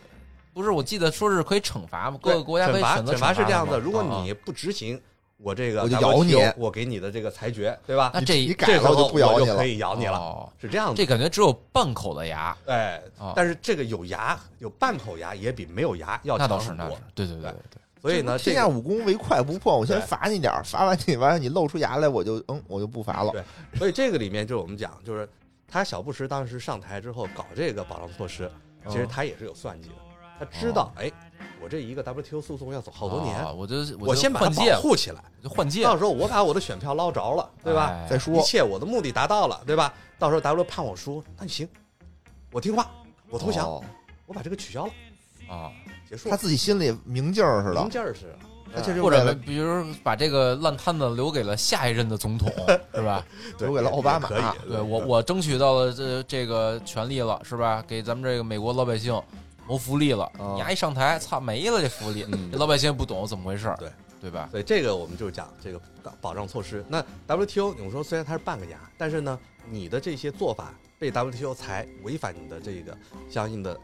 Speaker 2: 不是，我记得说是可以惩罚嘛，各
Speaker 3: 对
Speaker 2: 个国家可
Speaker 3: 惩
Speaker 2: 以
Speaker 3: 罚
Speaker 2: 选择
Speaker 3: 惩罚是
Speaker 2: 的
Speaker 3: 这样
Speaker 2: 嘛
Speaker 3: 的，如果
Speaker 2: 啊啊
Speaker 3: 你不执行我这个
Speaker 1: 哦我就咬你
Speaker 3: WTO 我给你的这个裁决，对吧？
Speaker 2: 哦那这
Speaker 1: 你
Speaker 2: 一
Speaker 1: 改
Speaker 3: 这时
Speaker 1: 了
Speaker 3: 候
Speaker 1: 就不咬你
Speaker 3: 我就
Speaker 1: 了
Speaker 3: 可。以咬你了，
Speaker 2: 哦
Speaker 3: 是这样
Speaker 2: 这
Speaker 3: 的。
Speaker 2: 感觉只有半口的牙，
Speaker 3: 哎
Speaker 2: 哦，
Speaker 3: 但是这个有牙有半口牙也比没有牙要
Speaker 2: 那
Speaker 3: 强
Speaker 2: 倒是，
Speaker 3: 很
Speaker 2: 那
Speaker 3: 多
Speaker 2: 是，，对对对
Speaker 3: 对
Speaker 2: 对，
Speaker 3: 所以啊呢，这
Speaker 1: 天
Speaker 3: 个
Speaker 1: 下武功唯快不破，我先
Speaker 3: 对
Speaker 1: 罚你点儿，罚完你完了你露出牙来，我就嗯，我就不罚了。
Speaker 3: 对所以这个里面就是我们讲，就是他小布什当时上台之后搞这个保障措施，
Speaker 1: 嗯哦
Speaker 3: 其实他也是有算计的，他知道，哎，我这一个 WTO 诉讼要走好多
Speaker 2: 啊
Speaker 3: 年，
Speaker 2: 我就
Speaker 3: 我
Speaker 2: 就
Speaker 3: 先把它
Speaker 2: 换届
Speaker 3: 保，护起来，
Speaker 2: 就换届，
Speaker 3: 到时候我把我的选票捞着了，对吧？
Speaker 2: 哎
Speaker 1: 再
Speaker 3: 一
Speaker 1: 说，
Speaker 3: 切我的目的达到了，对吧？到时候 W 判我输，那你行，我听话，我
Speaker 1: 我
Speaker 3: 投降，
Speaker 2: 哦
Speaker 3: 我把这个取消了，
Speaker 2: 啊，
Speaker 3: 结束
Speaker 1: 哦他
Speaker 3: 了。
Speaker 1: 自己心里明镜儿似
Speaker 3: 零
Speaker 1: 的，
Speaker 3: 件儿是，啊
Speaker 1: 他其实
Speaker 2: 或
Speaker 1: 为
Speaker 2: 者
Speaker 1: 了
Speaker 2: 比如把这个烂摊子留给了下一任的 总统，是吧？
Speaker 3: 对
Speaker 1: 留给了奥巴马啊
Speaker 3: 也可以，
Speaker 2: 对
Speaker 1: 嗯
Speaker 2: 我，我争取到了这这个权利了，是吧？给咱们这个美国老百姓谋福利了。
Speaker 1: 哦
Speaker 2: 你丫一上台，操，没了这福利，
Speaker 3: 嗯
Speaker 2: 这老百姓也不懂怎么回事儿，
Speaker 3: 对
Speaker 2: 对吧？
Speaker 3: 所以这个我们就讲这个保障措施。那 WTO，我们说虽然它是半个牙，但是呢，你的这些做法被 WTO 裁，违反你的这个相应的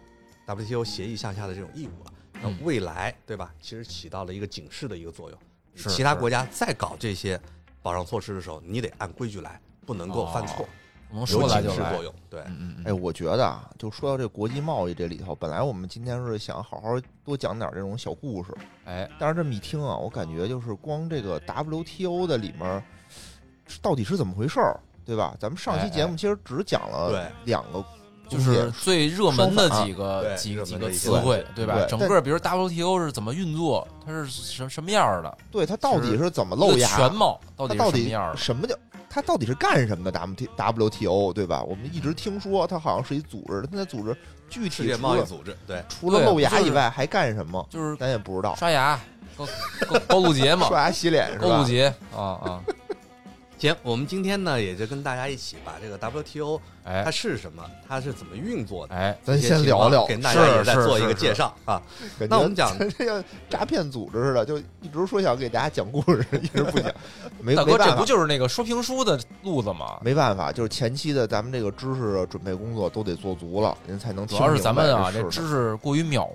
Speaker 3: WTO 协议项下的这种义务了。那
Speaker 2: 嗯
Speaker 3: 未来对吧，其实起到了一个警示的一个作用。
Speaker 2: 是
Speaker 3: 其他
Speaker 2: 是
Speaker 3: 国家再搞这些保障措施的时候，你得按规矩来，不能够犯错，
Speaker 2: 我能
Speaker 3: 有
Speaker 2: 哦说来
Speaker 3: 警
Speaker 2: 就
Speaker 3: 示
Speaker 2: 来
Speaker 3: 作。用。对，
Speaker 2: 嗯嗯嗯，
Speaker 1: 哎，我觉得啊，就说到这国际贸易这里头，本来我们今天是想好好多讲点这种小故事，
Speaker 2: 哎，
Speaker 1: 但是这么一听啊，我感觉就是光这个 WTO 的里面儿到底是怎么回事儿，对吧？咱们上
Speaker 2: 哎哎
Speaker 1: 期节目其实只讲了
Speaker 3: 对
Speaker 1: 两个
Speaker 2: 就
Speaker 1: 东西，
Speaker 2: 是最热门的
Speaker 1: 双反啊
Speaker 2: 几个
Speaker 3: 对
Speaker 2: 几
Speaker 3: 热
Speaker 2: 几
Speaker 3: 门的
Speaker 2: 个
Speaker 3: 一些
Speaker 2: 词汇，对吧？
Speaker 1: 对
Speaker 2: 整
Speaker 1: 但
Speaker 2: 个比如 WTO 是怎么运作，它是什什么样儿的？
Speaker 1: 对它到底
Speaker 2: 是
Speaker 1: 是怎么
Speaker 2: 一
Speaker 1: 露
Speaker 2: 个
Speaker 1: 牙，
Speaker 2: 全貌到
Speaker 1: 它
Speaker 2: 底是
Speaker 1: 到
Speaker 2: 什么
Speaker 1: 底
Speaker 2: 样儿的？
Speaker 1: 什么叫它到底是干什么的 WT WTO 对吧？我们一直听说它好像是一组织，它那组织具
Speaker 3: 世
Speaker 1: 体
Speaker 3: 界
Speaker 1: 除
Speaker 3: 贸易
Speaker 1: 了
Speaker 3: 组织对
Speaker 1: 除了
Speaker 2: 对啊
Speaker 1: 露牙
Speaker 2: 就是
Speaker 1: 以外还干什么，
Speaker 2: 就是
Speaker 1: 咱也不知道。
Speaker 2: 刷牙、 高高高露洁嘛，
Speaker 1: 刷牙洗脸是
Speaker 2: 高露
Speaker 1: 吧？
Speaker 2: 洁啊啊，
Speaker 3: 行，我们今天呢也就跟大家一起把这个 WTO 它
Speaker 2: 哎
Speaker 3: 是什么，它是怎么运作的。
Speaker 2: 哎，
Speaker 1: 咱先聊聊，
Speaker 3: 跟大家也再
Speaker 2: 是是
Speaker 3: 做一个
Speaker 2: 是
Speaker 3: 介绍啊。
Speaker 1: 感
Speaker 3: 那
Speaker 1: 觉
Speaker 3: 我们 讲
Speaker 1: 这像诈骗组织似的，就一直说想给大家讲故事，一直不讲，没
Speaker 2: 大
Speaker 1: 没
Speaker 2: 哥，
Speaker 1: 办
Speaker 2: 这
Speaker 1: 法
Speaker 2: 不，就是那个说评书的路子吗？
Speaker 1: 没办法，就是前期的咱们这个知识准备工作都得做足了，您才能
Speaker 2: 主
Speaker 1: 听
Speaker 2: 要
Speaker 1: 明
Speaker 2: 是
Speaker 1: 白
Speaker 2: 咱们啊，
Speaker 1: 这
Speaker 2: 这
Speaker 1: 事
Speaker 2: 知
Speaker 1: 儿
Speaker 2: 识过于渺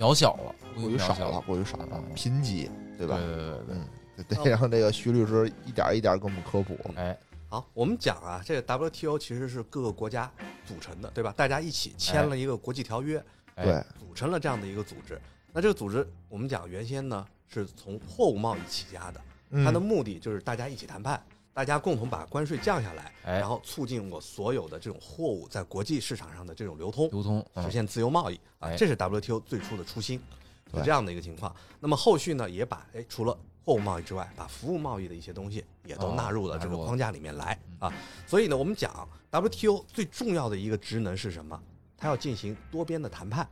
Speaker 2: 渺小了，
Speaker 1: 过于
Speaker 2: 于渺
Speaker 1: 少
Speaker 2: 小
Speaker 1: 了，，过于少了
Speaker 2: 嗯，
Speaker 1: 贫瘠，对
Speaker 2: 对
Speaker 1: 吧？
Speaker 2: 对对对
Speaker 1: 嗯，得让这个徐律师一点一点给我们科普。
Speaker 2: 对，哎，
Speaker 3: 好，我们讲啊，这个 WTO 其实是各个国家组成的，对吧？大家一起签了一个国际条约，
Speaker 2: 哎
Speaker 1: 对，
Speaker 3: 组成了这样的一个组织。那这个组织，我们讲原先呢是从货物贸易起家的，它的
Speaker 1: 嗯，
Speaker 3: 目的就是大家一起谈判，大家共同把关税降下来，
Speaker 2: 哎
Speaker 3: 然后促进我所有的这种货物在国际市场上的这种流通。
Speaker 2: 流通，嗯
Speaker 3: 实现自由贸易啊
Speaker 2: 哎，
Speaker 3: 这是 WTO 最初的初心，是
Speaker 1: 对
Speaker 3: 这样的一个情况。那么后续呢，也把哎除了货物贸易之外，把服务贸易的一些东西也都
Speaker 2: 哦
Speaker 3: 纳入了
Speaker 2: 纳
Speaker 3: 这个
Speaker 2: 入了嗯
Speaker 3: 框架里面来啊。所以呢，我们讲 WTO 最重要的一个职能是什么？它要进行多边的谈判，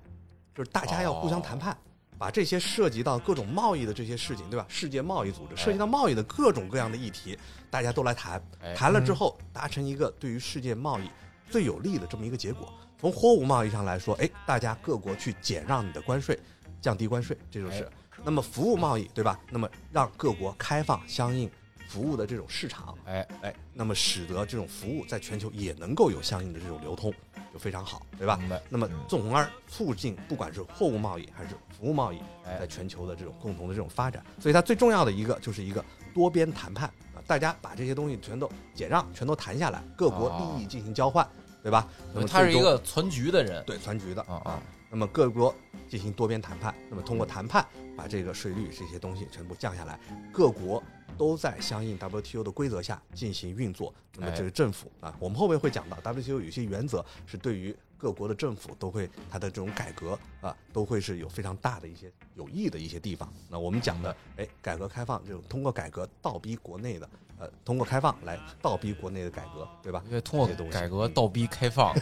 Speaker 3: 就是大家要互相谈
Speaker 2: 哦
Speaker 3: 判。把这些涉及到各种贸易的这些事情，对吧？世界贸易组织
Speaker 2: 哎
Speaker 3: 涉及到贸易的各种各样的议题，大家都来谈
Speaker 2: 哎，
Speaker 3: 谈了之后达成一个对于世界贸易最有利的这么一个结果。从货物贸易上来说，哎，大家各国去减让你的关税，降低关税，这就是
Speaker 2: 哎。
Speaker 3: 那么服务贸易，对吧？那么让各国开放相应服务的这种市场，
Speaker 2: 哎
Speaker 3: 哎，那么使得这种服务在全球也能够有相应的这种流通，就非常好，对吧？
Speaker 2: 明白
Speaker 3: 那么
Speaker 1: 嗯
Speaker 3: 从而促进不管是货物贸易还是服务贸易，
Speaker 2: 哎
Speaker 3: 在全球的这种共同的这种发展。所以它最重要的一个就是一个多边谈判啊，大家把这些东西全都减让，全都谈下来，各国
Speaker 2: 哦
Speaker 3: 利益进行交换，对吧？那么
Speaker 2: 他是
Speaker 3: 最
Speaker 2: 一
Speaker 3: 终
Speaker 2: 个存局的人，
Speaker 3: 对全局的
Speaker 2: 啊啊，
Speaker 3: 那么各国进行多边谈判，那么通过谈判把这个税率这些东西全部降下来，各国都在相应 WTO 的规则下进行运作。那么这个政府啊，我们后面会讲到 WTO 有一些原则是对于各国的政府都会它的这种改革啊，都会是有非常大的一些有益的一些地方。那我们讲的，哎，改革开放这种通过改革倒逼国内的，呃，通过开放来倒逼国内的改革，对吧？
Speaker 2: 因为通过
Speaker 3: 这些东西
Speaker 2: 改革倒逼开放，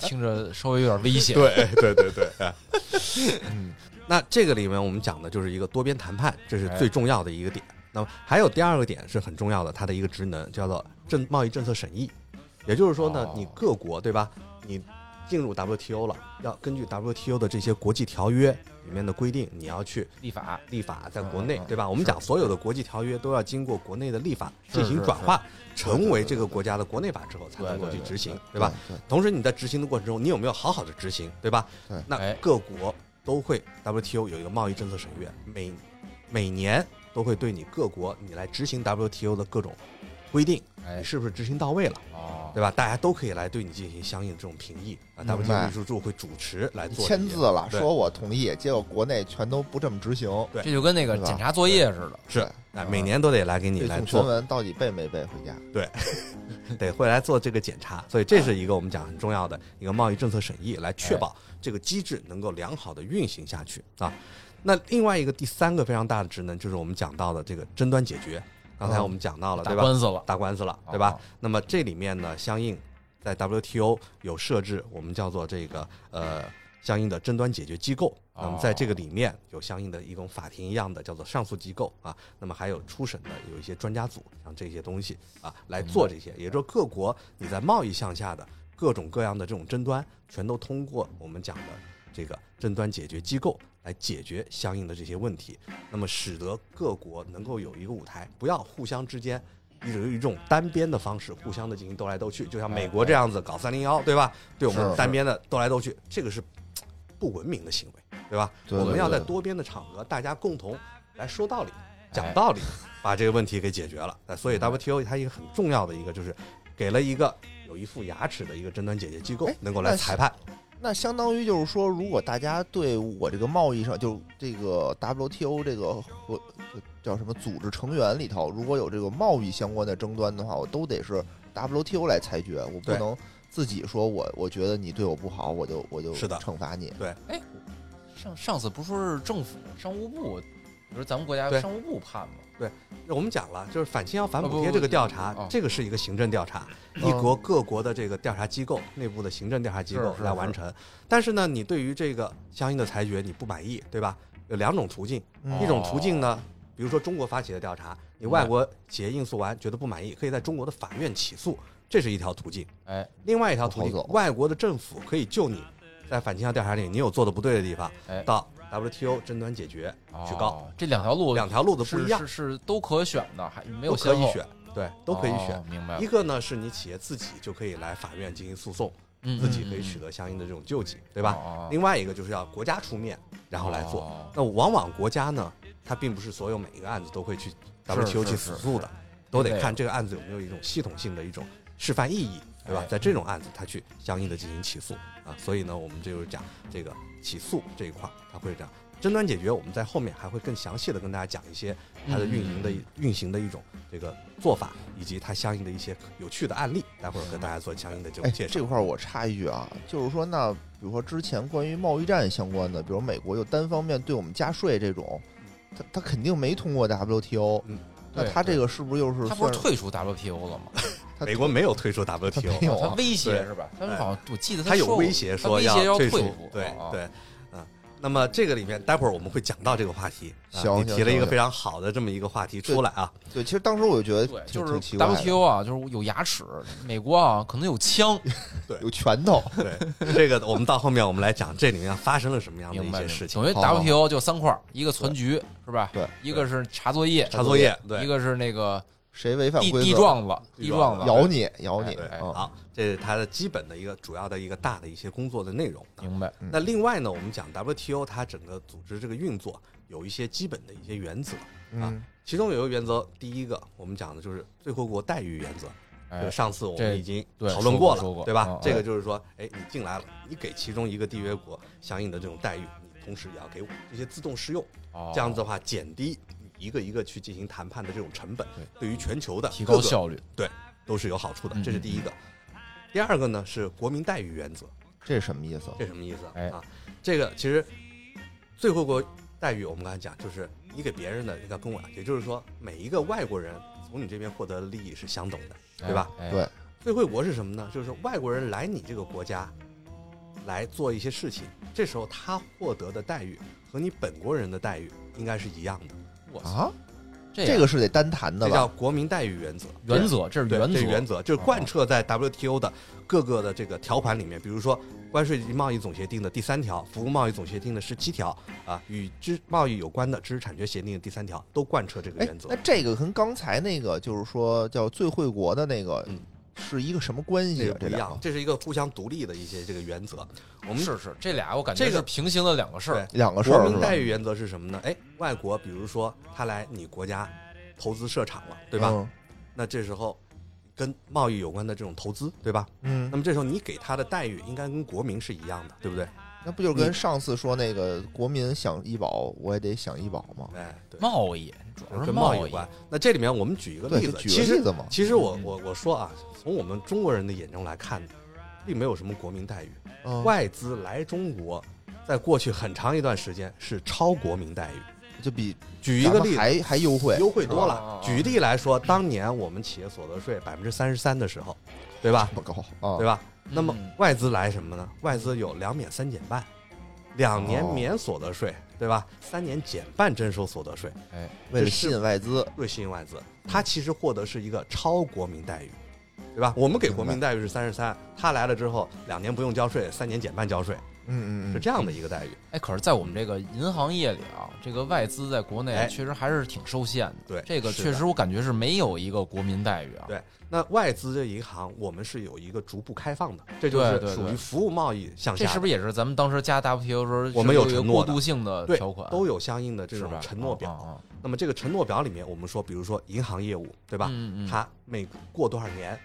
Speaker 2: 听着稍微有点危险。
Speaker 3: 对对对对，哎
Speaker 1: 嗯，
Speaker 3: 那这个里面我们讲的就是一个多边谈判，这
Speaker 2: 哎
Speaker 3: 是最重要的一个点。那么还有第二个点是很重要的，它的一个职能叫做政贸易政策审议，也就是说呢
Speaker 2: 哦，
Speaker 3: 你各国对吧？你进入 WTO 了，要根据 WTO 的这些国际条约里面的规定，你要去
Speaker 2: 立法，
Speaker 3: 立法，在
Speaker 2: 嗯
Speaker 3: 国内
Speaker 2: 嗯嗯
Speaker 3: 对吧？我们讲所有的国际条约都要经过国内的立法
Speaker 2: 是
Speaker 3: 进行
Speaker 2: 是
Speaker 3: 转
Speaker 2: 是
Speaker 3: 化，成为
Speaker 1: 对对
Speaker 3: 这个国家的国内法之后，才
Speaker 2: 对
Speaker 3: 能够
Speaker 2: 对
Speaker 3: 去
Speaker 2: 对
Speaker 3: 执行，对吧？？
Speaker 1: 对，
Speaker 3: 同时你在执行的过程中，你有没有好好的执行，对吧？
Speaker 1: 对
Speaker 3: 那
Speaker 2: 哎
Speaker 3: 各国都会 WTO 有一个贸易政策审阅，每每年都会对你各国你来执行 WTO 的各种规定，
Speaker 2: 哎
Speaker 3: 你，是不是执行到位了，
Speaker 2: 哦，
Speaker 3: 对吧？大家都可以来对你进行相应的这种评议啊。
Speaker 1: 明白
Speaker 3: WTO 秘书处会主持来
Speaker 4: 你
Speaker 3: 做
Speaker 4: 签
Speaker 3: 这些
Speaker 4: 字了，
Speaker 3: 对
Speaker 4: 说我同意，结果国内全都不这么执行。
Speaker 3: 对
Speaker 2: 这就跟那个
Speaker 1: 对吧
Speaker 2: 检查作业似的，
Speaker 3: 是
Speaker 4: 对，
Speaker 3: 哎，每年都得来给你
Speaker 4: 这
Speaker 3: 来
Speaker 4: 送
Speaker 3: 做
Speaker 4: 全文到底背没背回家？
Speaker 3: 得会来做这个检查，所以这是一个我们讲很重要的一个贸易政策审议，来
Speaker 2: 哎
Speaker 3: 确保这个机制能够良好的运行下去啊。那另外一个第三个非常大的职能就是我们讲到的这个争端解决，刚才我们讲到了，
Speaker 2: 哦打
Speaker 3: 对吧？
Speaker 2: 官司了，
Speaker 3: 打官司了，对
Speaker 2: 哦
Speaker 3: 吧？？那么这里面呢，相应在 WTO 有设置我们叫做这个呃相应的争端解决机构。
Speaker 2: 哦
Speaker 3: 那么在这个里面有相应的一种法庭一样的叫做上诉机构啊，那么还有初审的有一些专家组，像这些东西啊来做这些，也就是说各国你在贸易项下的各种各样的这种争端，全都通过我们讲的这个争端解决机构来解决相应的这些问题，那么使得各国能够有一个舞台，不要互相之间。一种有一种单边的方式，互相的进行斗来斗去，就像美国这样子搞三零幺，对吧？对我
Speaker 4: 是
Speaker 3: 们
Speaker 4: 是
Speaker 3: 单边的斗来斗去，这个是不文明的行为，对吧？
Speaker 1: 对
Speaker 3: 我们
Speaker 1: 对
Speaker 3: 要在
Speaker 1: 对
Speaker 3: 多边的场合，大家共同来说道理、讲
Speaker 2: 哎
Speaker 3: 道理，把这个问题给解决了。呃所以
Speaker 2: 明白
Speaker 3: WTO 它一个很重要的一个就是给了一个有一副牙齿的一个争端解决机构
Speaker 4: 哎，
Speaker 3: 能够来
Speaker 4: 那
Speaker 3: 裁判。
Speaker 4: 那相当于就是说，如果大家对我这个贸易上，就是这个 WTO 这个和就叫什么组织成员里头，如果有这个贸易相关的争端的话，我都得是 WTO 来裁决，我不
Speaker 3: 对
Speaker 4: 能自己说我我觉得你对我不好，我就我就是
Speaker 3: 的哦
Speaker 4: 惩罚你。
Speaker 2: 上上次不是说是政府商务部，你说咱们国家
Speaker 3: 对
Speaker 2: 商务部判吗？
Speaker 3: 我们讲了，就是反倾销反
Speaker 2: 哦不
Speaker 3: 补贴
Speaker 2: 不
Speaker 3: 这个
Speaker 2: 不
Speaker 3: 调查
Speaker 2: 哦，
Speaker 3: 这个是一个行政调查，
Speaker 4: 嗯
Speaker 3: 一国各国的这个调查机构内部的行政调查机构
Speaker 2: 是是
Speaker 3: 来完成。但是呢，你对于这个相应的裁决你不满意，对吧？有两种途径，
Speaker 4: 嗯
Speaker 2: 哦
Speaker 3: 一种途径呢，比如说中国发起的调查，你
Speaker 2: 明白
Speaker 3: 外国企业应诉完觉得不满意，可以在中国的法院起诉，这是一条途径。
Speaker 2: 哎，
Speaker 3: 另外一条途
Speaker 4: 不
Speaker 3: 径
Speaker 4: 好，走
Speaker 3: 外国的政府可以就你在反倾销调查里你有做的不对的地方
Speaker 2: 哎，
Speaker 3: 到 WTO 争端解决去告。
Speaker 2: 哦，这两条路
Speaker 3: 两条路子不
Speaker 2: 是
Speaker 3: 一样
Speaker 2: 是，是都可选的，还没
Speaker 3: 没
Speaker 2: 有
Speaker 3: 可
Speaker 2: 先
Speaker 3: 以
Speaker 2: 后，
Speaker 3: 选，对，都可以选。
Speaker 2: 哦，明白
Speaker 3: 一
Speaker 2: 了，
Speaker 3: 个呢是你企业自己就可以来法院进行诉讼，
Speaker 2: 嗯
Speaker 3: 自己可以取得相应的这种救济，对
Speaker 2: 对
Speaker 3: 吧？？
Speaker 2: 哦
Speaker 3: 另外一个就是要国家出面，然后来做。
Speaker 2: 哦
Speaker 3: 那往往国家呢，它并不是所有每一个案子都会去
Speaker 2: 是
Speaker 3: WTO
Speaker 2: 是
Speaker 3: 去
Speaker 2: 是
Speaker 3: 起诉的，都得
Speaker 2: 对
Speaker 3: 看这个案子有没有一种系统性的一种示范意义，对吧
Speaker 2: 哎？
Speaker 3: 在这种案子，它去相应的进行起诉啊。所以呢，我们这就是讲这个起诉这一块儿，它会这样。争端解决，我们在后面还会更详细的跟大家讲一些它的运
Speaker 2: 嗯
Speaker 3: 营的一运行的一种这个做法，以及它相应的一些有趣的案例，待会儿跟大家做相应的这
Speaker 4: 哎，
Speaker 3: 种介绍。
Speaker 4: 这块儿我插一句啊，就是说，那比如说之前关于贸易战相关的，比如美国又单方面对我们加税这种，他他肯定没通过 WTO，、
Speaker 3: 嗯
Speaker 4: 那
Speaker 2: 对
Speaker 4: 他这个是不是又是
Speaker 2: 他不
Speaker 4: 算
Speaker 2: 是退出 WTO 了吗？
Speaker 4: 他
Speaker 3: 美国没有退出 WTO，
Speaker 4: 没有
Speaker 2: 他
Speaker 4: 啊？
Speaker 2: 威胁
Speaker 3: 对哎
Speaker 2: 是吧？他们好像我记得
Speaker 3: 他有
Speaker 2: 说过
Speaker 3: 威胁
Speaker 2: 他
Speaker 3: 说
Speaker 2: 威胁要
Speaker 3: 退
Speaker 2: 退出
Speaker 3: 对
Speaker 2: 哦哦
Speaker 3: 对，嗯。那么这个里面，待会儿我们会讲到这个话题。啊
Speaker 4: 行
Speaker 3: 你
Speaker 4: 行
Speaker 3: 提了一
Speaker 4: 行
Speaker 3: 个
Speaker 4: 行
Speaker 3: 非常好的这么一个话题出来啊，
Speaker 4: 对，其实当时我就觉得
Speaker 2: 对，
Speaker 4: 挺
Speaker 2: 就
Speaker 4: 挺
Speaker 2: 是
Speaker 4: 奇怪的
Speaker 2: WTO 啊，就是有牙齿，美国啊可能有枪，
Speaker 4: 有拳头，
Speaker 3: 对这个我们到后面我们来讲这里面发生了什么样的
Speaker 2: 明
Speaker 3: 一
Speaker 2: 白
Speaker 3: 些
Speaker 2: 明白
Speaker 3: 事情。
Speaker 2: 等于
Speaker 4: 好好好
Speaker 2: WTO 就三块儿，一个存局是吧？
Speaker 4: 对，
Speaker 2: 一个是查作业，
Speaker 3: 查作业，对
Speaker 2: 一，个是那个
Speaker 4: 谁违反
Speaker 2: 地
Speaker 4: 规
Speaker 2: 地
Speaker 4: 则，
Speaker 2: 状子，
Speaker 3: 地
Speaker 2: 地
Speaker 3: 状
Speaker 2: 状
Speaker 3: 子
Speaker 2: 子
Speaker 4: 咬你咬你
Speaker 2: 哎哎
Speaker 4: 啊！
Speaker 3: 好，这是它的基本的一个主要的一个大的一些工作的内容。啊
Speaker 2: 明白，
Speaker 4: 嗯
Speaker 3: 那另外呢，我们讲 WTO 它整个组织这个运作有一些基本的一些原则，
Speaker 4: 嗯，
Speaker 3: 其中有一个原则，第一个我们讲的就是最后国待遇原则，
Speaker 2: 哎
Speaker 3: 就上次我们已经
Speaker 2: 对
Speaker 3: 讨论过
Speaker 2: 说过说过
Speaker 3: 了，对吧
Speaker 2: 嗯？
Speaker 3: 这个就是说，哎，你进来了，你给其中一个缔约国相应的这种待遇，你同时也要给我，这些自动适用，
Speaker 2: 哦
Speaker 3: 这样子的话减低你一个一个去进行谈判的这种成本，对于全球的
Speaker 2: 提
Speaker 3: 各
Speaker 2: 高
Speaker 3: 个
Speaker 2: 效率，
Speaker 3: 都是有好处的
Speaker 2: 嗯，
Speaker 3: 这是第一个。第二个呢是国民待遇原则，
Speaker 4: 这是什么意思？
Speaker 3: 这什么意思啊？
Speaker 2: 哎
Speaker 3: 啊，这个其实最惠国待遇，我们刚才讲，就是你给别人的，你看跟我，也就是说，每一个外国人从你这边获得的利益是相等的。对吧
Speaker 2: 哎？哎
Speaker 4: 对
Speaker 3: 最惠国是什么呢？就是外国人来你这个国家来做一些事情，这时候他获得的待遇和你本国人的待遇应该是一样的，
Speaker 2: 我操，
Speaker 4: 啊，
Speaker 2: 这
Speaker 4: 这
Speaker 2: 这
Speaker 4: 个是得单谈的
Speaker 3: 这
Speaker 4: 吧
Speaker 3: 叫？国民待遇原则。
Speaker 2: 原则，这是
Speaker 3: 对，
Speaker 2: 原
Speaker 3: 这
Speaker 2: 则，
Speaker 3: 是原则
Speaker 4: 啊
Speaker 3: 就是贯彻在 WTO 的各个的这个条款里面，比如说关税及贸易总协定的第三条、服务贸易总协定的十七条啊，与知贸易有关的知识产权协定的第三条都贯彻这个
Speaker 4: 哎
Speaker 3: 原，则
Speaker 4: 那。这个跟刚才那个就是说叫最惠国的那个
Speaker 3: 嗯，
Speaker 4: 是一个什么关
Speaker 3: 这
Speaker 4: 系啊？
Speaker 3: 个不
Speaker 4: 这
Speaker 3: 一
Speaker 4: 两
Speaker 3: 样
Speaker 4: 个，
Speaker 3: 这是一个互相独立的一些这个原则。我们
Speaker 2: 是是，这俩我感觉
Speaker 3: 这个
Speaker 2: 是平行的两个事儿
Speaker 3: 对。
Speaker 4: 两个事
Speaker 3: 国
Speaker 4: 儿
Speaker 3: 民
Speaker 4: 啊是吧
Speaker 3: 待？遇原则是什么呢？哎，外国比如说他来你国家投资设厂了，对吧？
Speaker 4: 嗯？
Speaker 3: 那这时候跟贸易有关的这种投资，对吧？
Speaker 4: 嗯，
Speaker 3: 那么这时候你给他的待遇应该跟国民是一样的，对不对？
Speaker 4: 那不就是
Speaker 3: 你
Speaker 4: 跟上次说那个国民想医保，我也得想医保吗？
Speaker 3: 哎，对，
Speaker 2: 贸易主要是
Speaker 3: 跟贸易
Speaker 2: 易
Speaker 3: 有关。那这里面我们举一个
Speaker 4: 对，
Speaker 3: 例
Speaker 4: 就
Speaker 3: 子，
Speaker 4: 举
Speaker 3: 其
Speaker 4: 个例
Speaker 3: 实
Speaker 4: 子嘛。
Speaker 3: 其实我
Speaker 2: 嗯
Speaker 3: 我我说啊，从我们中国人的眼中来看，并没有什么国民待遇。
Speaker 4: 嗯，
Speaker 3: 外资来中国，在过去很长一段时间是超国民待遇。
Speaker 4: 就比
Speaker 3: 举一
Speaker 4: 咱
Speaker 3: 个
Speaker 4: 们
Speaker 3: 例子，
Speaker 4: 还还优惠，
Speaker 3: 优惠多
Speaker 2: 啊啊
Speaker 3: 了
Speaker 2: 啊。
Speaker 3: 举例来说，当年我们企业所得税百分之三十三的时候，对吧？
Speaker 4: 不高啊
Speaker 3: 对？吧？
Speaker 2: 嗯
Speaker 3: 那么外资来什么呢？外资有两免三减半，两年
Speaker 4: 哦
Speaker 3: 免所得税，对吧？三年减半征收所得税，
Speaker 4: 哎为了
Speaker 3: 这是
Speaker 4: 吸引外资，
Speaker 3: 瑞吸引外资，他其实获得是一个超国民待遇，对吧？我们给国民待遇是三十三，他来了之后两年不用交税，三年减半交税，
Speaker 4: 嗯嗯
Speaker 3: 是
Speaker 4: 嗯，
Speaker 3: 这样的一个待遇。
Speaker 2: 哎，可是，在我们这个银行业里啊，这个外资在国内
Speaker 3: 嗯哎
Speaker 2: 确实还是挺受限的。
Speaker 3: 对
Speaker 2: 这个
Speaker 3: 是
Speaker 2: 确
Speaker 3: 的
Speaker 2: 实我感觉是没有一个国民待遇啊。
Speaker 3: 对那外资的银行，我们是有一个逐步开放的，这就
Speaker 2: 对对对
Speaker 3: 是属于服务贸易向下
Speaker 2: 这
Speaker 3: 的，
Speaker 2: 是不是也是咱们当时加 WTO 时候
Speaker 3: 我们有
Speaker 2: 是一个
Speaker 3: 承诺
Speaker 2: 过
Speaker 3: 的
Speaker 2: 渡性的
Speaker 3: 对
Speaker 2: 条款，
Speaker 3: 都有相应的这
Speaker 2: 是
Speaker 3: 种
Speaker 2: 吧？
Speaker 3: 承诺表。
Speaker 2: 啊，
Speaker 3: 那么这个承诺表里面，我们说，比如说银行业务，对
Speaker 2: 对
Speaker 3: 吧？
Speaker 2: 嗯嗯，
Speaker 3: 它每过多少年，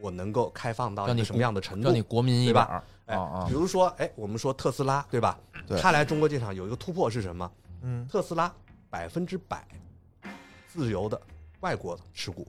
Speaker 3: 我能够开放到
Speaker 2: 让
Speaker 3: 一
Speaker 2: 你
Speaker 3: 个什么样的程
Speaker 2: 让你
Speaker 3: 度？
Speaker 2: 国民一点
Speaker 3: 对吧
Speaker 2: 儿。
Speaker 3: 哎
Speaker 2: 啊啊
Speaker 3: 比，如说，哎，我们说特斯拉，对吧？
Speaker 4: 对
Speaker 3: 它来中国这场有一个突破是什么？
Speaker 4: 嗯，
Speaker 3: 特斯拉百分之百自由的外国持股，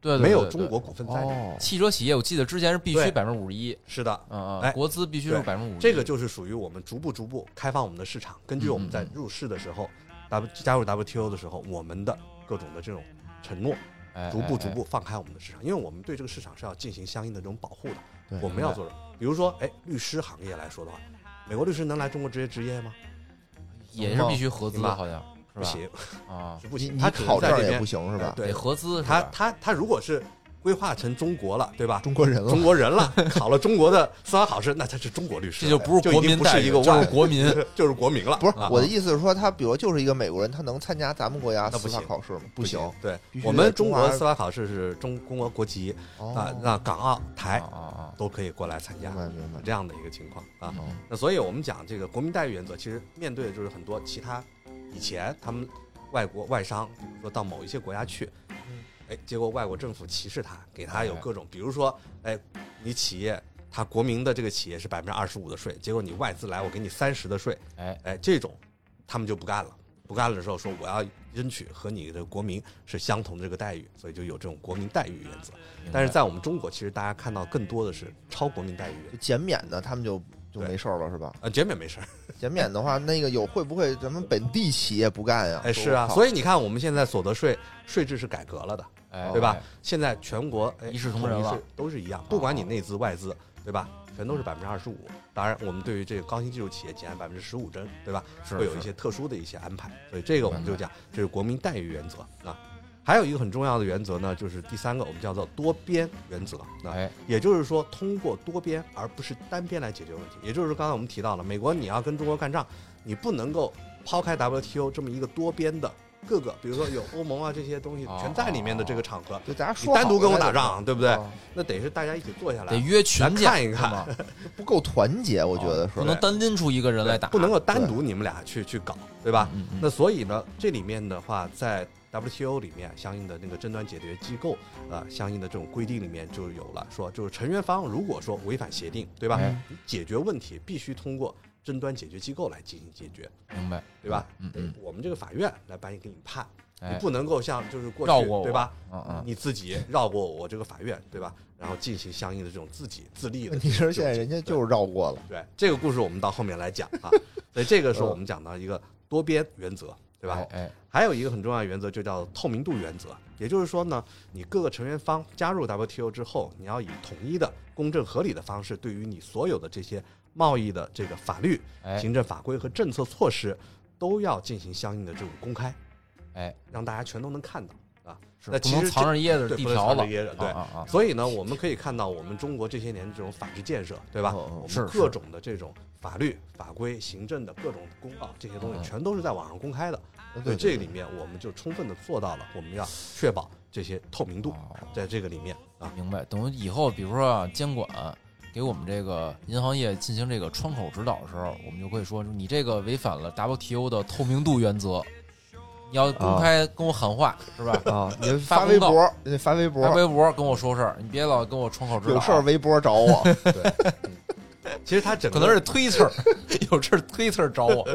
Speaker 2: 对，对
Speaker 3: 没有
Speaker 2: 对
Speaker 3: 中
Speaker 2: 对
Speaker 3: 国股份在里面。
Speaker 4: 哦，
Speaker 2: 汽车企业，我记得之前是必须
Speaker 3: 对
Speaker 2: 百分之五十一，
Speaker 3: 是的，
Speaker 2: 嗯
Speaker 3: 哎
Speaker 2: 嗯，国资必须是
Speaker 3: 对
Speaker 2: 百分之五十一。
Speaker 3: 这个就是属于我们逐步逐步开放我们的市场，根据我们在入市的时候，W 加入 WTO 的时候，我们的各种的这种承诺，
Speaker 2: 哎
Speaker 3: 逐步逐，
Speaker 2: 哎
Speaker 3: 步放开我们的市场，因为我们对这个市场是要进行相应的这种保护
Speaker 4: 对
Speaker 3: 的。我们要做的，比如说，哎，律师行业来说的话，美国律师能来中国直接执业吗？
Speaker 2: 哎也是必须合资
Speaker 3: 明
Speaker 2: 的，
Speaker 3: 白
Speaker 2: 好像是
Speaker 3: 不
Speaker 2: 吧？
Speaker 3: 行，
Speaker 2: 啊，
Speaker 3: 是不
Speaker 4: 你
Speaker 3: 行。
Speaker 4: 你
Speaker 3: 他只
Speaker 4: 考证
Speaker 3: 能在
Speaker 4: 儿
Speaker 3: 这
Speaker 4: 也
Speaker 3: 边啊
Speaker 4: 不，行是吧？
Speaker 3: 对
Speaker 2: 得合资是
Speaker 3: 他
Speaker 2: 吧
Speaker 3: 他他如果是规划成中国了，对吧？
Speaker 4: 中国人了
Speaker 3: 中，国人了，考了中国的司法考试，那他是中国律师
Speaker 2: 这
Speaker 3: 了，
Speaker 2: 就不是
Speaker 3: 就
Speaker 2: 国
Speaker 3: 已经
Speaker 2: 民
Speaker 3: 不是
Speaker 2: 待
Speaker 3: 一
Speaker 2: 遇，
Speaker 3: 个
Speaker 2: 这
Speaker 3: 外
Speaker 2: 是国 民。
Speaker 3: 就是国民了。
Speaker 4: 不是
Speaker 2: 啊
Speaker 4: 我的意思是说，他比如就是一个美国人，他能参加咱们国家
Speaker 3: 那
Speaker 4: 司
Speaker 3: 不
Speaker 4: 法
Speaker 3: 行
Speaker 4: 考试吗？不行，
Speaker 3: 对
Speaker 4: 必须
Speaker 3: 我
Speaker 4: 得
Speaker 3: 们
Speaker 4: 中
Speaker 3: 中
Speaker 4: 华
Speaker 3: 国司法考试是中中国国籍啊
Speaker 4: 哦，
Speaker 3: 那哎港澳
Speaker 2: 啊
Speaker 3: 台
Speaker 2: 啊啊！
Speaker 3: 都可以过来参加
Speaker 4: 明白明白，
Speaker 3: 这样的一个情况啊。
Speaker 2: 嗯
Speaker 3: 那所以我们讲这个国民待遇原则，其实面对的就是很多其他以前他们外国外商，比如说到某一些国家去，
Speaker 4: 嗯
Speaker 3: 哎，结果外国政府歧视他，给他有各种，比如说，哎，你企业。他国民的这个企业是百分之二十五的税，结果你外资来，我给你三十的税，
Speaker 2: 哎，
Speaker 3: 哎，这种他们就不干了，不干了的时候说我要争取和你的国民是相同的这个待遇，所以就有这种国民待遇原则。
Speaker 2: 明
Speaker 3: 但是
Speaker 2: 白
Speaker 3: 在我们中国，其实大家看到更多的是超国民待遇原则
Speaker 4: 就减免的他们就就
Speaker 3: 对
Speaker 4: 没事儿了是吧？
Speaker 3: 啊，减免没事儿，
Speaker 4: 减免的话，那个有会不会咱们本地企业不干呀？
Speaker 3: 哎，是啊，
Speaker 4: 以
Speaker 3: 所以你看我们现在所得税税制是改革了的，
Speaker 2: 哎
Speaker 3: 对吧？现在全国哎
Speaker 2: 一视同
Speaker 3: 统
Speaker 2: 仁
Speaker 3: 一
Speaker 2: 了哦
Speaker 3: 是都是一样，不管你内资外资，对吧？全都是百分之二十五。当然，我们对于这个高新技术企业减百分之十五征，对吧？
Speaker 2: 是
Speaker 3: 会有
Speaker 2: 是
Speaker 3: 一些特殊的一些安排。所以这个我们
Speaker 2: 明
Speaker 3: 就
Speaker 2: 白
Speaker 3: 讲，这是国民待遇原则啊。还有一个很重要的原则呢，就是第三个，我们叫做多边原则啊。
Speaker 2: 哎，
Speaker 3: 也就是说，通过多边而不是单边来解决问题。也就是刚才我们提到了，美国你要跟中国干仗，你不能够抛开 WTO 这么一个多边的各个，比如说有欧盟啊这些东西
Speaker 2: 哦
Speaker 3: 全在里面的这个场合，
Speaker 4: 就大家
Speaker 3: 你
Speaker 4: 说
Speaker 3: 单独
Speaker 4: 好
Speaker 3: 跟我
Speaker 4: 了
Speaker 3: 打
Speaker 4: 就
Speaker 3: 仗，对不对？
Speaker 4: 啊
Speaker 3: 那得是大家一起坐下
Speaker 2: 得
Speaker 3: 来，
Speaker 2: 约群
Speaker 3: 来
Speaker 2: 见
Speaker 3: 看一
Speaker 2: 是
Speaker 3: 看
Speaker 2: 吗
Speaker 4: 不够团结，我觉得
Speaker 3: 啊
Speaker 4: 是
Speaker 2: 不能单拎出一个人来打，
Speaker 3: 不能够单独你们俩去去搞，对吧？
Speaker 2: 嗯嗯嗯
Speaker 3: 那所以呢，这里面的话，在 WTO 里面相应的那个争端解决机构啊、呃相应的这种规定里面就有了，说就是成员方如果说违反协定，对吧？
Speaker 2: 哎
Speaker 3: 你解决问题必须通过争端解决机构来进行解决，
Speaker 2: 明白，
Speaker 3: 对吧？
Speaker 2: 嗯
Speaker 3: 对
Speaker 2: 嗯，
Speaker 3: 我们这个法院来帮你给你判，
Speaker 2: 哎
Speaker 3: 你不能够像就是过
Speaker 2: 绕
Speaker 3: 去
Speaker 2: 过我，
Speaker 3: 对吧？？
Speaker 2: 嗯嗯，
Speaker 3: 你自己绕过我这个法院，对吧？然后进行相应的这种自己自立的
Speaker 4: 问
Speaker 3: 这种
Speaker 4: 题是
Speaker 3: 纠结。
Speaker 4: 现在人家就是绕过了，
Speaker 3: 对这个故事，我们到后面来讲 啊。所以这个是
Speaker 2: 呃
Speaker 3: 我们讲到一个多边原则，对吧
Speaker 2: 哎？哎，
Speaker 3: 还有一个很重要的原则就叫透明度原则，也就是说呢，你各个成员方加入 WTO 之后，你要以统一的、公正合理的方式，对于你所有的这些贸易的这个法律、
Speaker 2: 哎
Speaker 3: 行政法规和政策措施，都要进行相应的这种公开，
Speaker 2: 哎，
Speaker 3: 让大家全都能看到。
Speaker 2: 是
Speaker 3: 那
Speaker 2: 不
Speaker 3: 其
Speaker 2: 能
Speaker 3: 实
Speaker 2: 藏
Speaker 3: 这
Speaker 2: 着掖着
Speaker 3: 对
Speaker 2: 地
Speaker 3: 不能
Speaker 2: 条
Speaker 3: 藏
Speaker 2: 了
Speaker 3: 着掖着，对
Speaker 2: 啊啊啊，
Speaker 3: 所以呢，我们可以看到我们中国这些年的这种法治建设，对吧？
Speaker 4: 嗯嗯
Speaker 2: 哦
Speaker 3: 我
Speaker 2: 是
Speaker 3: 们各种的这种法律、法规、行政的各种公告，这些东
Speaker 2: 嗯嗯
Speaker 3: 西全都是在网上公开的。
Speaker 4: 对
Speaker 3: 所以
Speaker 4: 对
Speaker 3: 这
Speaker 4: 对
Speaker 3: 里面我们就充分的做到了，我们要确保这些透明度
Speaker 2: 哦
Speaker 3: 在这个里面啊。
Speaker 2: 明白，等于以后比如说啊，监管给我们这个银行业进行这个窗口指导的时候，我们就可以说你这个违反了 WTO 的透明度原则，你要公开
Speaker 3: 啊
Speaker 2: 跟我喊话、是吧？
Speaker 4: 啊，你
Speaker 2: 发
Speaker 4: 发
Speaker 2: 公
Speaker 4: 微
Speaker 2: 告
Speaker 4: 博，你发微
Speaker 2: 发
Speaker 4: 博，
Speaker 2: 微博跟我说事儿，你别老跟我窗口指导，
Speaker 4: 有事
Speaker 3: 啊
Speaker 4: 儿微博找 我。
Speaker 3: 其实它整
Speaker 2: 可
Speaker 3: 个
Speaker 2: 能是推特，有事儿 推特找 我。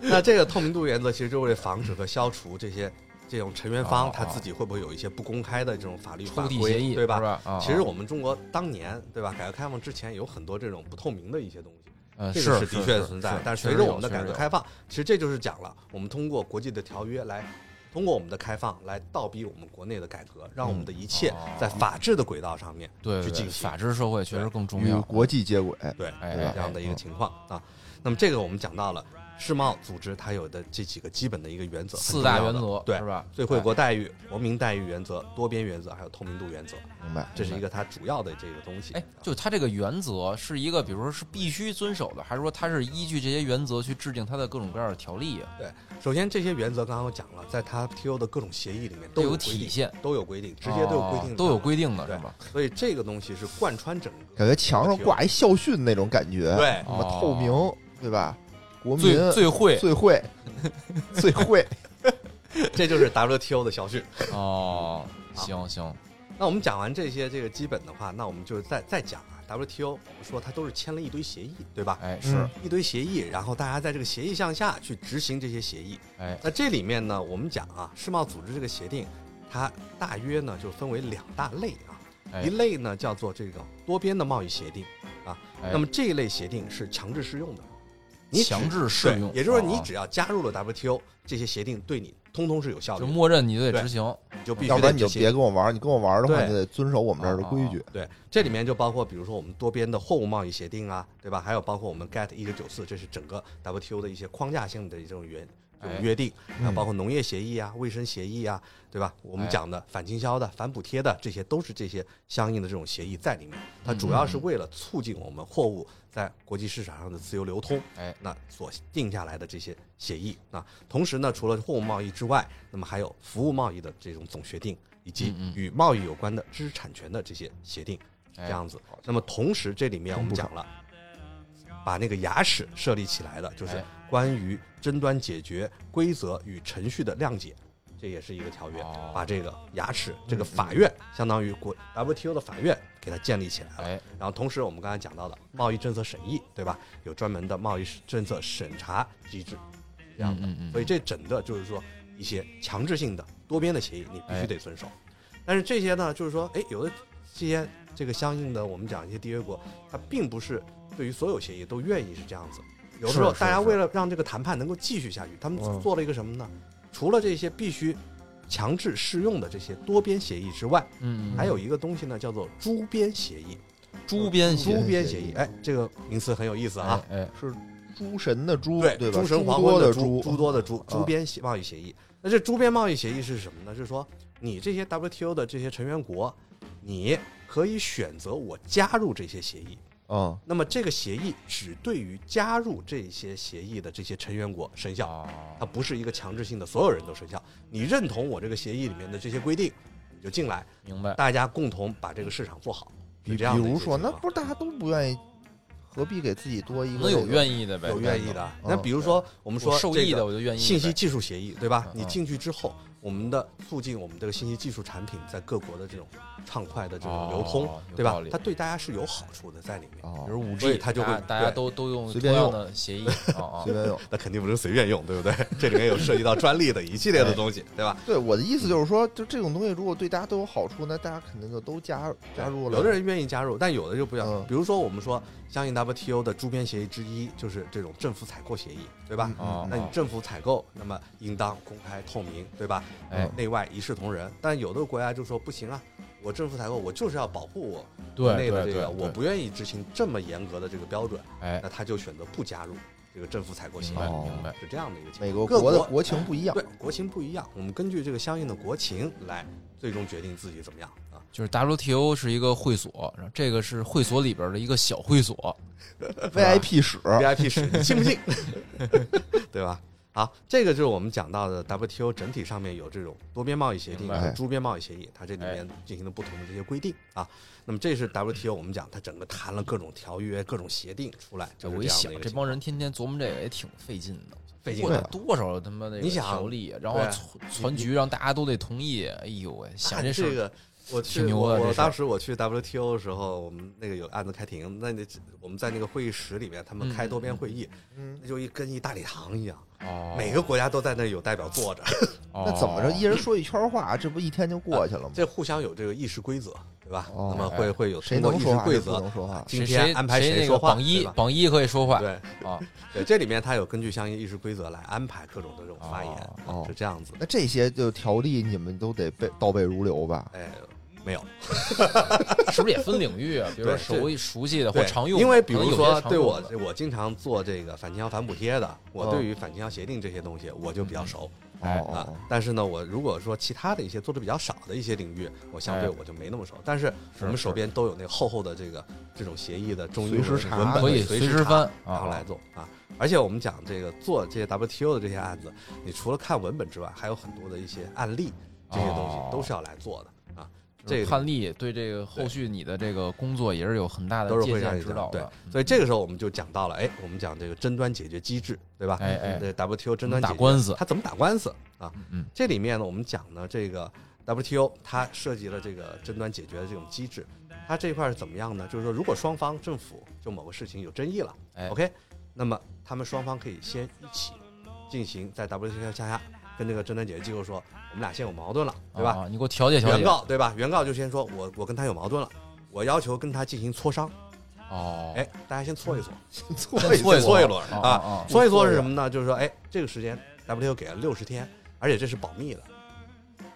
Speaker 3: 那这个透明度原则其实就为了防止和消除这些这种成员
Speaker 2: 哦
Speaker 3: 方
Speaker 2: 哦
Speaker 3: 他自己会不会有一些不公开的这种法律
Speaker 2: 出
Speaker 3: 法
Speaker 2: 地协
Speaker 3: 规，
Speaker 2: 议
Speaker 3: 对
Speaker 2: 吧？
Speaker 3: 吧？
Speaker 2: 吧？啊，
Speaker 3: 其实我们中国当年对吧，改革开放之前有很多这种不透明的一些东西，
Speaker 2: 呃
Speaker 3: 这
Speaker 2: 是
Speaker 3: 个的确存在。但
Speaker 2: 是
Speaker 3: 随着我们的改革，
Speaker 2: 确实有确实有
Speaker 3: 开放，其实这就是讲了，我们通过国际的条约来。通过我们的开放来倒逼我们国内的改革，让我们的一切
Speaker 2: 哦
Speaker 3: 在法治的轨道上面
Speaker 2: 对
Speaker 3: 去
Speaker 2: 对对
Speaker 3: 进行
Speaker 2: 法治社会确实更重
Speaker 4: 与
Speaker 2: 要。
Speaker 4: 国际接轨，
Speaker 3: 对
Speaker 2: 哎
Speaker 4: 对吧
Speaker 3: 这样的一个情况啊。那么这个我们讲到了世贸组织它有的这几个基本的一个原则，
Speaker 2: 四大
Speaker 3: 很重
Speaker 2: 原
Speaker 3: 要的
Speaker 2: 则
Speaker 3: 对
Speaker 2: 是吧？哎
Speaker 3: 最惠国待遇、国民待遇原则、多边原则，还有透明度原则，
Speaker 4: 明白？
Speaker 3: 这是一个它主要的这个东西。啊
Speaker 2: 哎，就它这个原则是一个，比如说是必须遵守的，还是说它是依据这些原则去制定它的各种各样的条例啊？
Speaker 3: 首先这些原则刚刚我讲了，在它 TO 的各种协议里面都
Speaker 2: 有
Speaker 3: 规
Speaker 2: 体
Speaker 3: 定，
Speaker 2: 现，
Speaker 3: 都有规定，直接都有规定
Speaker 2: 哦
Speaker 3: 的，
Speaker 2: 都有规定的
Speaker 3: 对
Speaker 2: 是吧？
Speaker 3: 所以这个东西是贯穿整 个。
Speaker 4: 感觉墙上挂一校训那种感觉，
Speaker 3: 对
Speaker 4: 什么透明，对吧？国民
Speaker 2: 最最会
Speaker 4: 最 会最会，
Speaker 3: 这就是 WTO 的小训。
Speaker 2: 哦，行行，
Speaker 3: 那我们讲完这些这个基本的话，那我们就再再讲啊，WTO 我们说它都是签了一堆协议，对吧？
Speaker 2: 哎是
Speaker 4: 嗯，
Speaker 3: 一堆协议，然后大家在这个协议项下去执行这些协议。
Speaker 2: 哎
Speaker 3: 那这里面呢，我们讲啊，世贸组织这个协定，它大约呢就分为两大类
Speaker 2: 哎
Speaker 3: 啊，一类呢叫做这个多边的贸易协定啊，
Speaker 2: 哎
Speaker 3: 那么这一类协定是强制适用的，你只
Speaker 2: 强制适用，
Speaker 3: 对也就是说你
Speaker 2: 哦
Speaker 3: 只要加入了 WTO，这些协定对你通通是有效
Speaker 2: 哦就
Speaker 3: 率的，
Speaker 2: 默认你就得
Speaker 3: 对
Speaker 2: 执行，
Speaker 3: 你就必须
Speaker 4: 要不然
Speaker 3: 得
Speaker 4: 你就
Speaker 3: 执行
Speaker 4: 别跟我玩儿，你跟我玩儿的话，
Speaker 3: 对啊
Speaker 4: 你就得遵守我们这儿的规矩。
Speaker 3: 对，这里面就包括比如说我们多边的货物贸易协定啊，对吧？还有包括我们 GATT 一九九四，这是整个 WTO 的一些框架性的这种原这
Speaker 2: 哎
Speaker 3: 种约定，还有
Speaker 4: 嗯
Speaker 3: 啊包括农业协议啊、卫生协议啊，对吧？我们
Speaker 2: 哎
Speaker 3: 讲的反倾销的、反补贴的，这些都是这些相应的这种协议在里面。它主要
Speaker 2: 嗯
Speaker 3: 是为了促进我们货物在国际市场上的自由流通，
Speaker 2: 哎
Speaker 3: 那所定下来的这些协议啊。同时呢，除了货物贸易之外，那么还有服务贸易的这种总协定，以及
Speaker 2: 嗯嗯
Speaker 3: 与贸易有关的知识产权的这些协定，
Speaker 2: 哎
Speaker 3: 这样子。那么同时，这里面我们讲了，把那个牙齿设立起来了，就是
Speaker 2: 哎
Speaker 3: 关于争端解决规则与程序的谅解。这也是一个条约
Speaker 2: 哦，
Speaker 3: 把这个牙齿这个法院，相当于国 WTO 的法院，给它建立起来了。
Speaker 2: 哎
Speaker 3: 然后同时我们刚才讲到的贸易政策审议，对吧？有专门的贸易政策审查机制，这样的。
Speaker 2: 嗯嗯嗯
Speaker 3: 所以这整个就是说一些强制性的多边的协议，你必须得遵守。但是这些呢，就是说，哎，有的这些这个相应的，我们讲一些缔约国，它并不是对于所有协议都愿意是这样子。有的时候，
Speaker 2: 是是
Speaker 3: 大家
Speaker 2: 是
Speaker 3: 为了让这个谈判能够继续下去，他们
Speaker 4: 嗯
Speaker 3: 做了一个什么呢？除了这些必须强制适用的这些多边协议之外，
Speaker 2: 嗯，嗯
Speaker 3: 还有一个东西呢，叫做诸边协议。
Speaker 2: 猪鞭
Speaker 4: 协
Speaker 2: 协
Speaker 4: 议
Speaker 3: 诸边协议，哎，这个名词很有意思啊。
Speaker 2: 哎哎
Speaker 4: 是诸神的诸，对吧？
Speaker 3: 诸神黄
Speaker 4: 多
Speaker 3: 昏
Speaker 4: 的啊
Speaker 3: 诸，诸
Speaker 4: 诸，
Speaker 3: 多的诸，诸边协贸易协议。那这诸边贸易协议是什么呢？就是说，你这些 WTO 的这些成员国，你可以选择我加入这些协议。
Speaker 4: 嗯，
Speaker 3: 那么这个协议只对于加入这些协议的这些成员国生效，啊它
Speaker 2: 哦
Speaker 3: 不是一个强制性的，所有人都生效。你认同我这个协议里面的这些规定，你就进来，
Speaker 2: 明白，
Speaker 3: 大家共同把这个市场做好。
Speaker 4: 比比
Speaker 3: 是这样的一个
Speaker 4: 如说，
Speaker 3: 情
Speaker 4: 那
Speaker 3: 况
Speaker 4: 不是大家都不愿意，何必给自己多一
Speaker 2: 能
Speaker 4: 个
Speaker 2: 有
Speaker 4: 这个
Speaker 2: 愿意的呗，
Speaker 3: 有愿意的。那
Speaker 4: 嗯
Speaker 3: 比如说，我们
Speaker 2: 我
Speaker 3: 说
Speaker 2: 受
Speaker 3: 这
Speaker 2: 益
Speaker 3: 个
Speaker 2: 的我就愿意呗，
Speaker 3: 信息技术协议，对吧
Speaker 2: 嗯？
Speaker 3: 你进去之后，我们的促进我们这个信息技术产品在各国的这种畅快的这种流通，
Speaker 2: 哦有
Speaker 3: 对
Speaker 2: 道
Speaker 3: 吧
Speaker 2: 理？
Speaker 3: 它对大家是有好处的在里面，
Speaker 2: 比
Speaker 4: 哦，
Speaker 2: 如五
Speaker 3: 所
Speaker 2: G，
Speaker 3: 以它就会
Speaker 2: 大家
Speaker 3: 对
Speaker 2: 都都用
Speaker 4: 随便
Speaker 2: 同样
Speaker 4: 用
Speaker 2: 的协议啊啊
Speaker 4: 随，便 用。
Speaker 3: 那肯定不是随便用，对不 对？这里面有涉及到专利的一系列的东西，对吧？
Speaker 4: 对，我的意思就是说，就这种东西，如果对大家都有好处，那大家肯定就都加加入了。
Speaker 3: 有的人愿意加入，但有的就不要。
Speaker 4: 嗯
Speaker 3: 比如说，我们说相应 WTO 的周边协议之一就是这种政府采购协议，对吧？
Speaker 4: 嗯
Speaker 2: 哦
Speaker 3: 那你政府采购，那么应当公开透明，对吧？
Speaker 2: 哎，
Speaker 3: 内外一视同仁。但有的国家就说不行啊，我政府采购，我就是要保护我国
Speaker 2: 对
Speaker 3: 内的
Speaker 2: 对
Speaker 3: 这
Speaker 2: 对，
Speaker 3: 个，我
Speaker 2: 对
Speaker 3: 不愿意执行这么严格的这个标准，
Speaker 2: 哎
Speaker 3: 那他就选择不加入这个政府采购协
Speaker 2: 明白
Speaker 3: 议，
Speaker 4: 哦
Speaker 2: 明白，
Speaker 3: 是这样的一个情
Speaker 4: 每个
Speaker 3: 各
Speaker 4: 国的
Speaker 3: 国
Speaker 4: 国情不一样
Speaker 3: 况。，对，国情不一样，我们根据这个相应的国情来最终决定自己怎么样啊。
Speaker 2: 就是 WTO 是一个会所，然后这个是会所里边的一个小会所，
Speaker 4: VIP 室
Speaker 2: 啊
Speaker 3: VIP 室，你信不信？对吧？好，这个就是我们讲到的 WTO 整体上面有这种多边贸易协定
Speaker 2: 明白哎
Speaker 3: 和诸边贸易协议，它这里面进行了不同的这些规定啊。那么这是 WTO，我们讲它整个谈了各种条约、各种协定出来，
Speaker 2: 这
Speaker 3: 就是
Speaker 2: 我
Speaker 3: 这
Speaker 2: 一
Speaker 3: 样的
Speaker 2: 想
Speaker 3: 一，个
Speaker 2: 这
Speaker 3: 情
Speaker 2: 帮
Speaker 3: 况
Speaker 2: 人天天琢磨这个也挺费劲的，
Speaker 3: 费劲
Speaker 2: 过了
Speaker 3: 的
Speaker 2: 多少他妈的
Speaker 3: 你想
Speaker 2: 条例，啊然后
Speaker 3: 对啊
Speaker 2: 攒攒局让大家都得同意，哎呦喂，想
Speaker 3: 那
Speaker 2: 这
Speaker 3: 你
Speaker 2: 事儿
Speaker 3: 个。我去，
Speaker 2: 挺牛
Speaker 3: 我
Speaker 2: 的这
Speaker 3: 我
Speaker 2: 事儿
Speaker 3: 当时我去 WTO 的时候，我们那个有案子开庭，那那我们在那个会议室里面，他
Speaker 2: 嗯
Speaker 3: 们开
Speaker 2: 嗯
Speaker 3: 多边
Speaker 2: 嗯
Speaker 3: 会议，
Speaker 4: 嗯，
Speaker 3: 那就一跟一大礼堂一样，
Speaker 2: 哦，
Speaker 3: 每个国家都在那儿有代表坐着，
Speaker 2: 那
Speaker 4: 那怎么着，一人说一圈话，这不一天就过去了吗？
Speaker 3: 哦这互相有这个议事规则，对吧？
Speaker 4: 哦
Speaker 3: 那么会会有
Speaker 4: 谁
Speaker 3: 通过
Speaker 4: 能
Speaker 3: 议
Speaker 4: 说
Speaker 3: 事
Speaker 4: 话
Speaker 3: 规
Speaker 4: 谁不
Speaker 3: 则，
Speaker 4: 能说话？
Speaker 3: 今
Speaker 2: 谁
Speaker 3: 天安排
Speaker 2: 谁那
Speaker 3: 说
Speaker 2: 个
Speaker 3: 话，
Speaker 2: 榜一
Speaker 3: 对吧
Speaker 2: 榜一可以说话
Speaker 3: 对
Speaker 2: 啊，
Speaker 3: 对，这里面它有根据相应议事规则来安排各种的这种发言，
Speaker 4: 哦
Speaker 3: 是这样子的。
Speaker 4: 那这些就条例你们都得背倒背如流吧？
Speaker 3: 哎，没有，
Speaker 2: 是不是也分领域啊？比如说熟
Speaker 3: 对
Speaker 2: 熟悉的或
Speaker 3: 对，
Speaker 2: 常用的，
Speaker 3: 因为比如
Speaker 2: 可能有
Speaker 3: 说
Speaker 2: 些常
Speaker 3: 对
Speaker 2: 用
Speaker 3: 我
Speaker 2: 的
Speaker 3: 我经常做这个反倾销反补贴的，我
Speaker 4: 嗯
Speaker 3: 对于反倾销协定这些东西我就比较熟
Speaker 2: 哎
Speaker 4: 哦
Speaker 3: 啊。但是呢，我如果说其他的一些做的比较少的一些领域，我相对
Speaker 2: 哎
Speaker 3: 我就没那么熟。但是我们
Speaker 2: 是
Speaker 3: 手边都有那个厚厚的这个这种协议的中
Speaker 4: 随
Speaker 3: 英
Speaker 4: 时
Speaker 3: 文
Speaker 4: 查
Speaker 3: 文本
Speaker 2: 可以
Speaker 3: 随
Speaker 2: 随
Speaker 3: 时
Speaker 2: 时
Speaker 3: 查
Speaker 2: 翻
Speaker 3: 然后
Speaker 2: 啊
Speaker 3: 来做啊。而且我们讲这个做这些 WTO 的这些案子，你除了看文本之外，还有很多的一些案例，这些东
Speaker 2: 哦
Speaker 3: 西都是要来做的啊。
Speaker 2: 就是
Speaker 3: 这个
Speaker 2: 判例对这个后续你的这个工作也是有很大的
Speaker 3: 都是
Speaker 2: 借
Speaker 3: 会让
Speaker 2: 鉴
Speaker 3: 你
Speaker 2: 指导
Speaker 3: 讲对
Speaker 2: 的，，
Speaker 3: 所以这个时候我们就讲到了，哎，我们讲这个争端解决机制，对吧？
Speaker 2: 哎哎
Speaker 3: 对 WTO 争
Speaker 2: 怎么
Speaker 3: 端解
Speaker 2: 打
Speaker 3: 决
Speaker 2: 官司
Speaker 3: 它怎么打官司啊？
Speaker 2: 嗯，
Speaker 3: 这里面呢，我们讲呢，这个 WTO 它涉及了这个争端解决的这种机制，它这一块是怎么样呢？就是说，如果双方政府就某个事情有争议了、
Speaker 2: 哎
Speaker 3: o k 那么他们双方可以先一起进行在 WTO 下下跟这个争端解决机构说，我们俩现在有矛盾了，对吧？
Speaker 2: 啊？你给我调解调
Speaker 3: 原
Speaker 2: 解
Speaker 3: 告对吧？原告就先说我我跟他有矛盾了，我要求跟他进行磋商，
Speaker 2: 哦，
Speaker 3: 哎，大家先搓一搓，
Speaker 4: 错
Speaker 2: 先搓
Speaker 3: 一搓
Speaker 2: 搓
Speaker 3: 一轮儿啊
Speaker 2: 啊，
Speaker 3: 所以说是什么呢？就是说，哎，这个时间 WTO 给了六十天，而且这是保密的，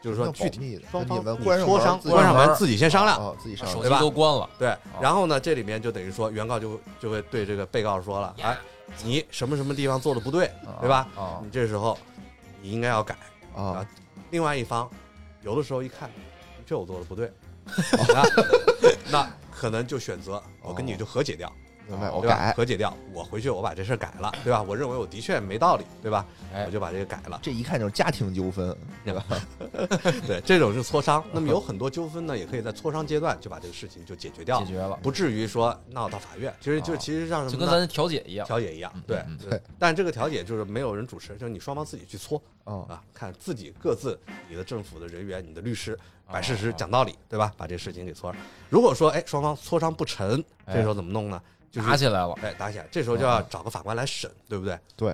Speaker 3: 就是说具体
Speaker 4: 密的，
Speaker 3: 双
Speaker 4: 就
Speaker 3: 方
Speaker 4: 你们
Speaker 3: 你
Speaker 4: 关上
Speaker 3: 磋
Speaker 4: 门
Speaker 3: 商，
Speaker 4: 自己
Speaker 3: 关上
Speaker 2: 门
Speaker 3: 门自己先商量。
Speaker 4: 啊，自己商
Speaker 2: 手
Speaker 4: 量
Speaker 2: 机
Speaker 3: 对吧
Speaker 2: 都关了，
Speaker 3: 对，然后呢，这里面就等于说原告就就会对这个被告说了，哎，你什么什么地方做的不对，对吧？
Speaker 2: 啊
Speaker 3: 你这时候你应该要改。
Speaker 4: 啊，
Speaker 3: 另外一方有的时候一看，的确我做 的不对，啊那可能就选择我跟你就和解掉。
Speaker 4: 明哦白？我
Speaker 3: 对吧？
Speaker 4: 改
Speaker 3: 和解掉，我回去我把这事儿改了，对吧？我认为我的确没道理，对吧？
Speaker 2: 哎
Speaker 3: 我就把这个改了，
Speaker 4: 这一看就是家庭纠纷，
Speaker 3: 对，这种是磋商。那么有很多纠纷呢，也可以在磋商阶段就把这个事情就解决掉
Speaker 2: 解，决了，
Speaker 3: 不至于说闹到法院。其实就
Speaker 2: 哦
Speaker 3: 其实让什
Speaker 2: 就
Speaker 3: 么
Speaker 2: 跟
Speaker 3: 呢？
Speaker 2: 咱调解一样，
Speaker 3: 调解一样
Speaker 2: 嗯，
Speaker 3: 对
Speaker 2: 嗯
Speaker 4: 对。
Speaker 3: 但这个调解就是没有人主持，就是你双方自己去搓
Speaker 2: 哦
Speaker 4: 啊，
Speaker 3: 啊，看自己各自你的政府的人员、你的律师摆事实、
Speaker 2: 哦
Speaker 3: 讲道理，对吧？把这事情给搓了。如果说哎双方磋商不成，
Speaker 2: 哎
Speaker 3: 这时候怎么弄呢？就是
Speaker 2: 打起来哦了，
Speaker 3: 哎打起来，这时候就要找个法官来审，对不对？
Speaker 4: 对，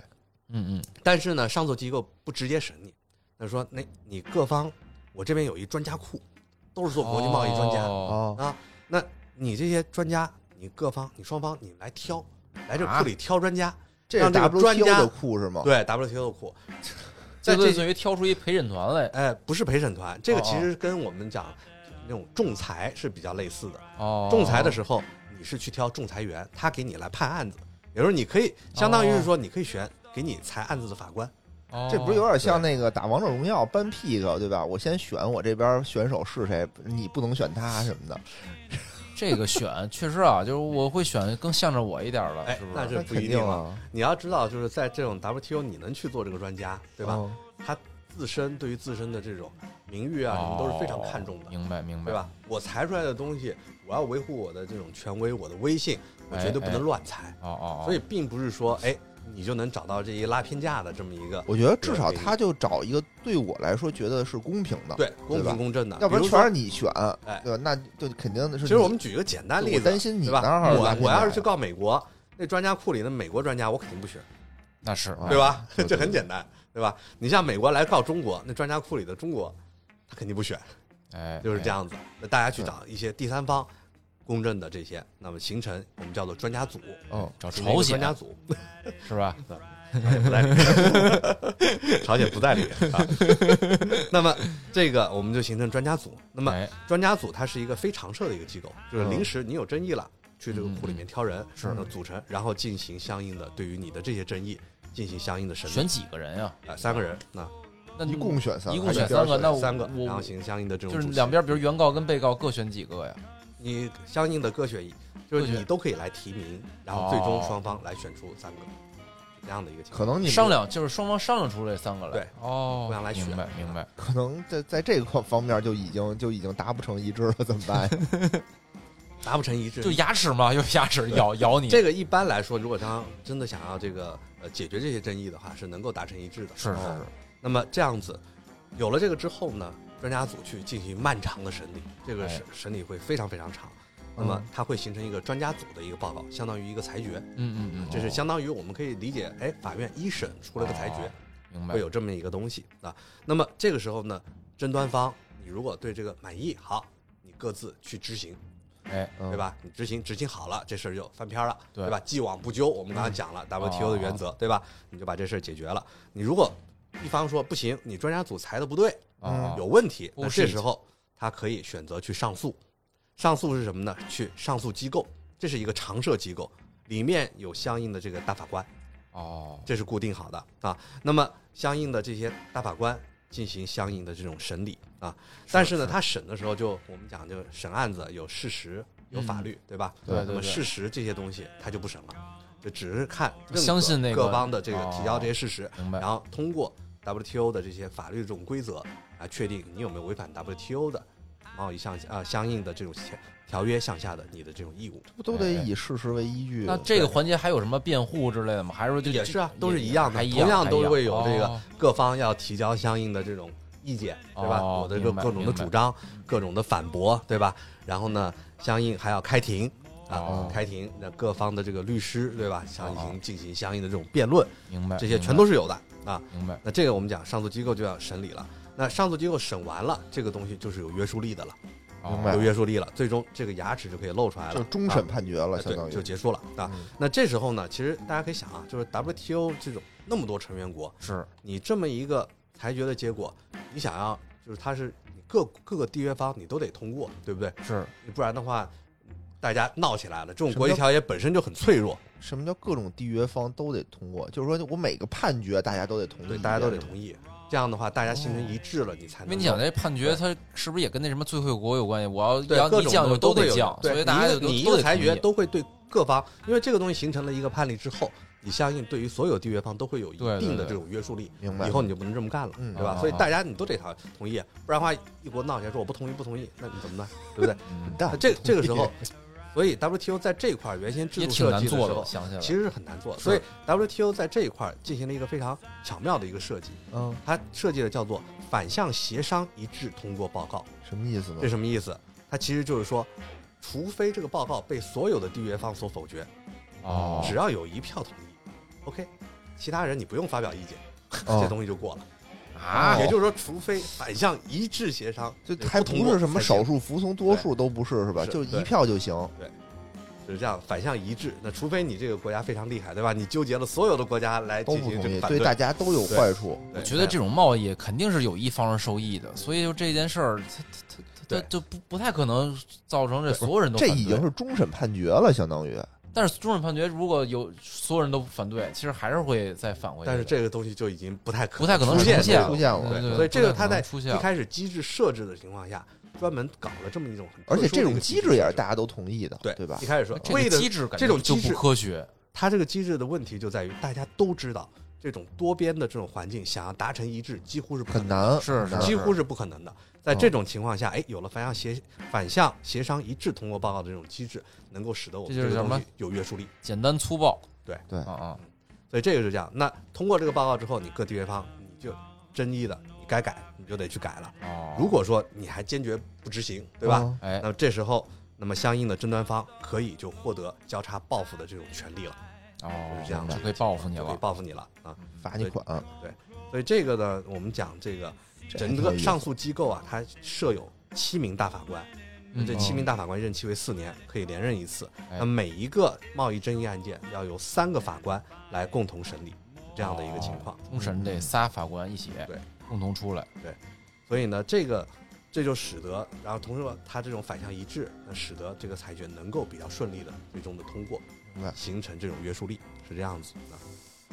Speaker 2: 嗯嗯，
Speaker 3: 但是呢，上诉机构不直接审你，他说那你各方，我这边有一专家库，都是做国际贸易专家，
Speaker 2: 哦
Speaker 4: 啊，
Speaker 3: 啊，那你这些专家，你各方，你双方，你来挑，来这
Speaker 2: 啊哦
Speaker 3: 库里挑专家，
Speaker 4: 这是
Speaker 3: 让这个
Speaker 4: WTO
Speaker 3: 专家
Speaker 4: 的库是吗？
Speaker 3: 对 WTO 的库，
Speaker 2: 这
Speaker 3: 在
Speaker 2: 类
Speaker 3: 这
Speaker 2: 似于挑出一陪审团来，
Speaker 3: 哎、不是陪审团，这个
Speaker 2: 哦
Speaker 3: 其实跟我们讲那种仲裁是比较类似的。
Speaker 2: 哦，
Speaker 3: 仲裁的时候，你是去挑仲裁员，他给你来判案子，也就是你可以相当于是说你可以选给你裁案子的法官，
Speaker 2: 哦，
Speaker 4: 这不是有点像那个打王者荣耀搬 pick 对吧？我先选我这边选手是谁，你不能选他什么的，
Speaker 2: 这个选，确实啊，就是我会选更向着我一点儿的，
Speaker 3: 哎
Speaker 2: 是不
Speaker 3: 那
Speaker 2: 是？
Speaker 3: 这
Speaker 4: 那
Speaker 3: 不
Speaker 4: 肯
Speaker 3: 一
Speaker 4: 定
Speaker 3: 定啊。
Speaker 4: 啊，
Speaker 3: 你要知道，就是在这种 WTO，你能去做这个专家，对吧？
Speaker 4: 嗯？
Speaker 3: 自身对于自身的这种名誉啊什么都是非常看重的
Speaker 2: 哦，明白明白，
Speaker 3: 对？吧？我裁出来的东西，我要维护我的这种权威，我的威信，我绝对不能乱裁。
Speaker 2: 哦哦，哦
Speaker 3: 所以并不是说，哎，你就能找到这一拉偏架的这么一个
Speaker 4: 我觉得至少他就找一个对我来说觉得是公平的，
Speaker 3: 对公
Speaker 4: 吧
Speaker 3: 平公正的，
Speaker 4: 要不然
Speaker 3: 啊比如
Speaker 4: 全
Speaker 3: 说
Speaker 4: 是你选，
Speaker 3: 哎
Speaker 4: 对吧？那就肯定的是你。
Speaker 3: 其实我们举一个简单例
Speaker 4: 我
Speaker 3: 子
Speaker 4: 担，心你
Speaker 3: 对
Speaker 4: 那
Speaker 3: 吧？
Speaker 4: 儿拉
Speaker 3: 我
Speaker 4: 偏
Speaker 3: 我要是
Speaker 4: 架
Speaker 3: 去告美国，那专家库里的美国专家，我肯定不选，
Speaker 2: 那是
Speaker 4: 啊
Speaker 3: 对吧？
Speaker 4: 对 对
Speaker 3: 这很简单，对吧？你像美国来告中国，那专家库里的中国，他肯定不选。
Speaker 2: 哎，
Speaker 3: 就是这
Speaker 2: 样。
Speaker 3: 样子。那大家去找一些第三方公认的这些，那么形成我们叫做专家组，
Speaker 4: 哦，
Speaker 2: 找
Speaker 3: 形成一
Speaker 2: 朝
Speaker 3: 个
Speaker 2: 鲜
Speaker 3: 专家组，哎
Speaker 2: 是吧？
Speaker 3: 不在理 朝鲜不在理啊。 那么这个我们就形成专家组。那么
Speaker 2: 哎，
Speaker 3: 专家组它是一个非常设的一个机构，就是
Speaker 4: 嗯
Speaker 3: 临时你有争议了，去这个库里面挑人，
Speaker 2: 嗯是
Speaker 3: 然后组成，然后进行相应的对于你的这些争议进行相应的审
Speaker 2: 选
Speaker 3: 理。
Speaker 2: 几个人呀？
Speaker 3: 啊，三个人，那
Speaker 2: 那
Speaker 4: 一共选三，
Speaker 2: 一共
Speaker 4: 还是
Speaker 2: 选
Speaker 4: 边
Speaker 2: 三
Speaker 4: 选
Speaker 2: 个，那我
Speaker 3: 三个，
Speaker 2: 我
Speaker 3: 然后进行相应的这种
Speaker 2: 就是
Speaker 3: 主持
Speaker 2: 两边，比如原告跟被告各选几个呀？
Speaker 3: 你相应的各选一，就是
Speaker 2: 各选哦
Speaker 3: 你都可以来提名，然后最终双方来选出三个。那样的一个情
Speaker 4: 可
Speaker 3: 况。
Speaker 4: 能你们
Speaker 2: 商量就是双方商量出这三个来。
Speaker 3: 对，
Speaker 2: 哦，
Speaker 3: 互相来选
Speaker 2: 明白明白。
Speaker 4: 可能在在这个方面就已经就已经达不成一致了，怎么 办呀？
Speaker 3: 达不成一致，
Speaker 2: 就牙齿嘛， 有牙齿咬咬你。
Speaker 3: 这个一般来说，如果他真的想要这个呃解决这些争议的话，是能够达成一致的。
Speaker 2: 是是
Speaker 3: 哦
Speaker 2: 是，
Speaker 3: 那么这样子，有了这个之后呢，专家组去进行漫长的审理，这个
Speaker 2: 哎
Speaker 3: 审审理会非常非常长。那么它会形成一个专家组的一个报告，相当于一个裁决，
Speaker 2: 嗯嗯嗯，
Speaker 3: 这是相当于我们可以理解，哎，法院一审出了个裁决
Speaker 2: 哦，明白
Speaker 3: 会。有这么一个东西啊。那么这个时候呢，争端方你如果对这个满意，好，你各自去执行，
Speaker 2: 哎，
Speaker 4: 嗯
Speaker 3: 对？吧？你执行执行好了，这事儿就翻篇儿了，
Speaker 2: 对嗯哦
Speaker 3: 吧？既往不咎，我们刚才讲了 WTO 的原则，对吧？你就把这事儿解决了。你如果一方说不行，你专家组裁的不对，
Speaker 2: 啊，
Speaker 3: 嗯有问题，那
Speaker 2: Bullshit
Speaker 3: 这时候他可以选择去上诉。上诉是什么呢？去上诉机构，这是一个常设机构，里面有相应的这个大法官，
Speaker 2: 哦，
Speaker 3: 这是固定好的啊。那么相应的这些大法官进行相应的这种审理啊。但是呢，他审的时候就我们讲就审案子有事实有法律，对吧？
Speaker 2: 嗯对对
Speaker 3: 那么
Speaker 2: 对
Speaker 3: 事实这些东西他就不审了，就只是看认可
Speaker 2: 相信那个
Speaker 3: 各方的这个
Speaker 2: 哦
Speaker 3: 提交这些事实，
Speaker 2: 明白
Speaker 3: 然。后通过 WTO 的这些法律的这种规则来确定你有没有违反 WTO 的贸易上啊、呃相应的这种条约项下的你的这种义务。
Speaker 4: 不都
Speaker 3: 哎
Speaker 4: 得以事实为依据？
Speaker 2: 那这个环节还有什么辩护之类的吗？还是说就
Speaker 3: 也是啊都是
Speaker 2: 也
Speaker 3: 一样的
Speaker 2: 还一
Speaker 3: 同样
Speaker 2: 还
Speaker 3: 都
Speaker 2: 一
Speaker 3: 会有这个
Speaker 2: 哦
Speaker 3: 各方要提交相应的这种意见，对吧？
Speaker 2: 哦
Speaker 3: 我的各
Speaker 2: 明白嗯
Speaker 3: 各种的
Speaker 2: 明白
Speaker 3: 主张，各种的反驳，对吧？然后呢，相应还要开庭啊
Speaker 2: 哦，
Speaker 3: 开庭，那各方的这个律师，对吧？相
Speaker 2: 哦
Speaker 3: 应进行相应的这种辩论，
Speaker 2: 明白，
Speaker 3: 这些
Speaker 2: 明
Speaker 3: 全
Speaker 2: 白
Speaker 3: 都是有的啊。
Speaker 2: 明白。
Speaker 3: 那这个我们讲上诉机构就要审理了，那上诉机构审完了，这个东西就是有约束力的了，
Speaker 2: 哦
Speaker 4: 明白
Speaker 3: 有约束力了，最终这个牙齿就可以露出来了，
Speaker 4: 就是终
Speaker 3: 啊
Speaker 4: 审判决了，
Speaker 3: 哎
Speaker 4: 相
Speaker 3: 对
Speaker 4: 当于
Speaker 3: 就结束了啊。
Speaker 4: 嗯
Speaker 3: 那这时候呢，其实大家可以想啊，就是 WTO 这种那么多成员国，
Speaker 2: 是
Speaker 3: 你这么一个裁决的结果，你想要就是它是你各各个缔约方你都得通过，对不对？
Speaker 2: 是，
Speaker 3: 你不然的话，大家闹起来了，这种
Speaker 4: 什么
Speaker 3: 国际
Speaker 4: 叫
Speaker 3: 条约本身就很脆弱，
Speaker 4: 什么叫各种缔约方都得通过？就是说我每个判决大家都得同意，啊
Speaker 3: 对，大家都得同意。这样的话，大家形成
Speaker 2: 哦
Speaker 3: 一致了，你才
Speaker 2: 因为
Speaker 3: 能够。
Speaker 2: 你想这判决，它是不是也跟那什么最惠国有关系？我要
Speaker 3: 对
Speaker 2: 要
Speaker 3: 各
Speaker 2: 你
Speaker 3: 种
Speaker 2: 降就
Speaker 3: 都
Speaker 2: 得
Speaker 3: 有
Speaker 2: 降，
Speaker 3: 对
Speaker 2: 所以大家就都
Speaker 3: 你一个
Speaker 2: 都得
Speaker 3: 你一个裁
Speaker 2: 同
Speaker 3: 决
Speaker 2: 意
Speaker 3: 都会对各方，因为这个东西形成了一个判例之后，你相应对于所有缔约方都会有一
Speaker 2: 对对
Speaker 3: 定的
Speaker 2: 对
Speaker 3: 这种约束力，
Speaker 4: 明白
Speaker 3: 以后你就不能这么干了，
Speaker 4: 嗯
Speaker 3: 对吧？
Speaker 2: 啊
Speaker 3: 所以大家你都得同同意，不然的话一国闹起来说我不同意不同意，那你怎么办？对不对？
Speaker 2: 嗯
Speaker 4: 但
Speaker 3: 那这这个时候，所以 WTO 在这一块儿原先制
Speaker 2: 也
Speaker 3: 度
Speaker 2: 挺
Speaker 3: 设
Speaker 2: 难
Speaker 3: 计的时
Speaker 2: 做的，
Speaker 3: 候，
Speaker 2: 想起来了
Speaker 3: 其实是很难做的，
Speaker 2: 是
Speaker 3: 所以 WTO 在这一块儿进行了一个非常巧妙的一个设计，
Speaker 4: 嗯，
Speaker 3: 它设计的叫做反向协商一致通过报告。
Speaker 4: 什么意思呢
Speaker 3: 这？什么意思？它其实就是说，除非这个报告被所有的缔约方所否决，
Speaker 2: 哦，
Speaker 3: 只要有一票同意，OK，其他人你不用发表意见，
Speaker 4: 哦
Speaker 3: 这东西就过了。
Speaker 2: 啊
Speaker 3: 也，就是说，除非反向一致协商，
Speaker 4: 就
Speaker 3: 对
Speaker 4: 还
Speaker 3: 不通
Speaker 4: 不
Speaker 3: 过
Speaker 4: 是什么
Speaker 3: 才行
Speaker 4: 少数服从多数都不是是吧？
Speaker 3: 是
Speaker 4: 就一
Speaker 3: 对
Speaker 4: 票就行。
Speaker 3: 就是这样反向一致。那除非你这个国家非常厉害，对吧？你纠结了所有的国家来
Speaker 4: 都
Speaker 3: 进
Speaker 4: 不
Speaker 3: 行
Speaker 4: 同
Speaker 3: 这
Speaker 4: 意
Speaker 3: 个，反
Speaker 4: 对大家都有
Speaker 3: 对
Speaker 4: 坏处。
Speaker 3: 我
Speaker 2: 我觉得这种贸易肯定是有一方是受益的，所以就这件事儿，它它它它
Speaker 3: 对
Speaker 2: 就不不太可能造成这所有人都
Speaker 4: 这
Speaker 2: 反
Speaker 4: 已
Speaker 2: 对
Speaker 4: 经是终审判决了，相当于
Speaker 2: 但是终审判决如果有所有人都反对，其实还是会再返回去的。
Speaker 3: 但是这个东西就已经不太可
Speaker 2: 不太可能
Speaker 3: 出
Speaker 2: 出
Speaker 3: 现
Speaker 2: 现
Speaker 4: 出
Speaker 2: 了，嗯
Speaker 4: 现了。
Speaker 2: 对对
Speaker 3: 所以这个
Speaker 2: 不太
Speaker 3: 他
Speaker 2: 可能
Speaker 3: 在
Speaker 2: 出现
Speaker 3: 一
Speaker 2: 了
Speaker 3: 开始机制设置的情况下，专门搞了这么一种很特
Speaker 4: 而且
Speaker 3: 殊
Speaker 4: 这
Speaker 3: 的一
Speaker 4: 种
Speaker 3: 个
Speaker 4: 机制也是
Speaker 3: 设置
Speaker 4: 大家都同意的，
Speaker 3: 对
Speaker 4: 对吧
Speaker 3: 一？开始说
Speaker 2: 这
Speaker 3: 为
Speaker 2: 个
Speaker 3: 了
Speaker 2: 机制感觉
Speaker 3: 这种
Speaker 2: 就
Speaker 3: 机
Speaker 2: 不
Speaker 3: 制
Speaker 2: 科学，
Speaker 3: 它这个机制的问题就在于大家都知道，这种多边的这种环境想要达成一致几乎是不可
Speaker 4: 很
Speaker 3: 能的，
Speaker 4: 难，
Speaker 2: 是
Speaker 4: 很难
Speaker 3: 几乎是不可能的。在这种情况下，哎，有了反向协反向协商一致通过报告的这种机制，能够使得我们
Speaker 2: 这就是
Speaker 3: 个
Speaker 2: 什么
Speaker 3: 东西有约束力。
Speaker 2: 简单粗暴。
Speaker 3: 对
Speaker 4: 对
Speaker 2: 啊啊，
Speaker 3: 所以这个是这样。那通过这个报告之后，你各地约方你就争议的，你该改你就得去改了。
Speaker 2: 哦
Speaker 3: 如果说你还坚决不执行，对吧？
Speaker 4: 嗯
Speaker 2: 哎
Speaker 3: 那么这时候，那么相应的争端方可以就获得交叉报复的这种权利了，
Speaker 2: 哦，
Speaker 3: 就是这样的
Speaker 2: 就可以报复你
Speaker 3: 就可以
Speaker 2: 了。嗯
Speaker 3: 报复你了啊。
Speaker 4: 罚你款，
Speaker 3: 所以这个呢，我们讲这个
Speaker 4: 这
Speaker 3: 整
Speaker 4: 还挺有
Speaker 3: 个
Speaker 4: 意思
Speaker 3: 上诉机构啊，它设有七名大法官，
Speaker 2: 嗯
Speaker 3: 这七名大法官任期为四年，可以连任一次。
Speaker 2: 哎
Speaker 3: 那每一个贸易争议案件要由三个法官来共同审理，这样的一个情况。
Speaker 2: 终审这仨法官一起
Speaker 3: 对
Speaker 2: 共同出来，
Speaker 3: 所以呢，这个这就使得，然后同时它这种反向一致，那使得这个裁决能够比较顺利的最终的通过
Speaker 4: 明白，
Speaker 3: 形成这种约束力，是这样子的。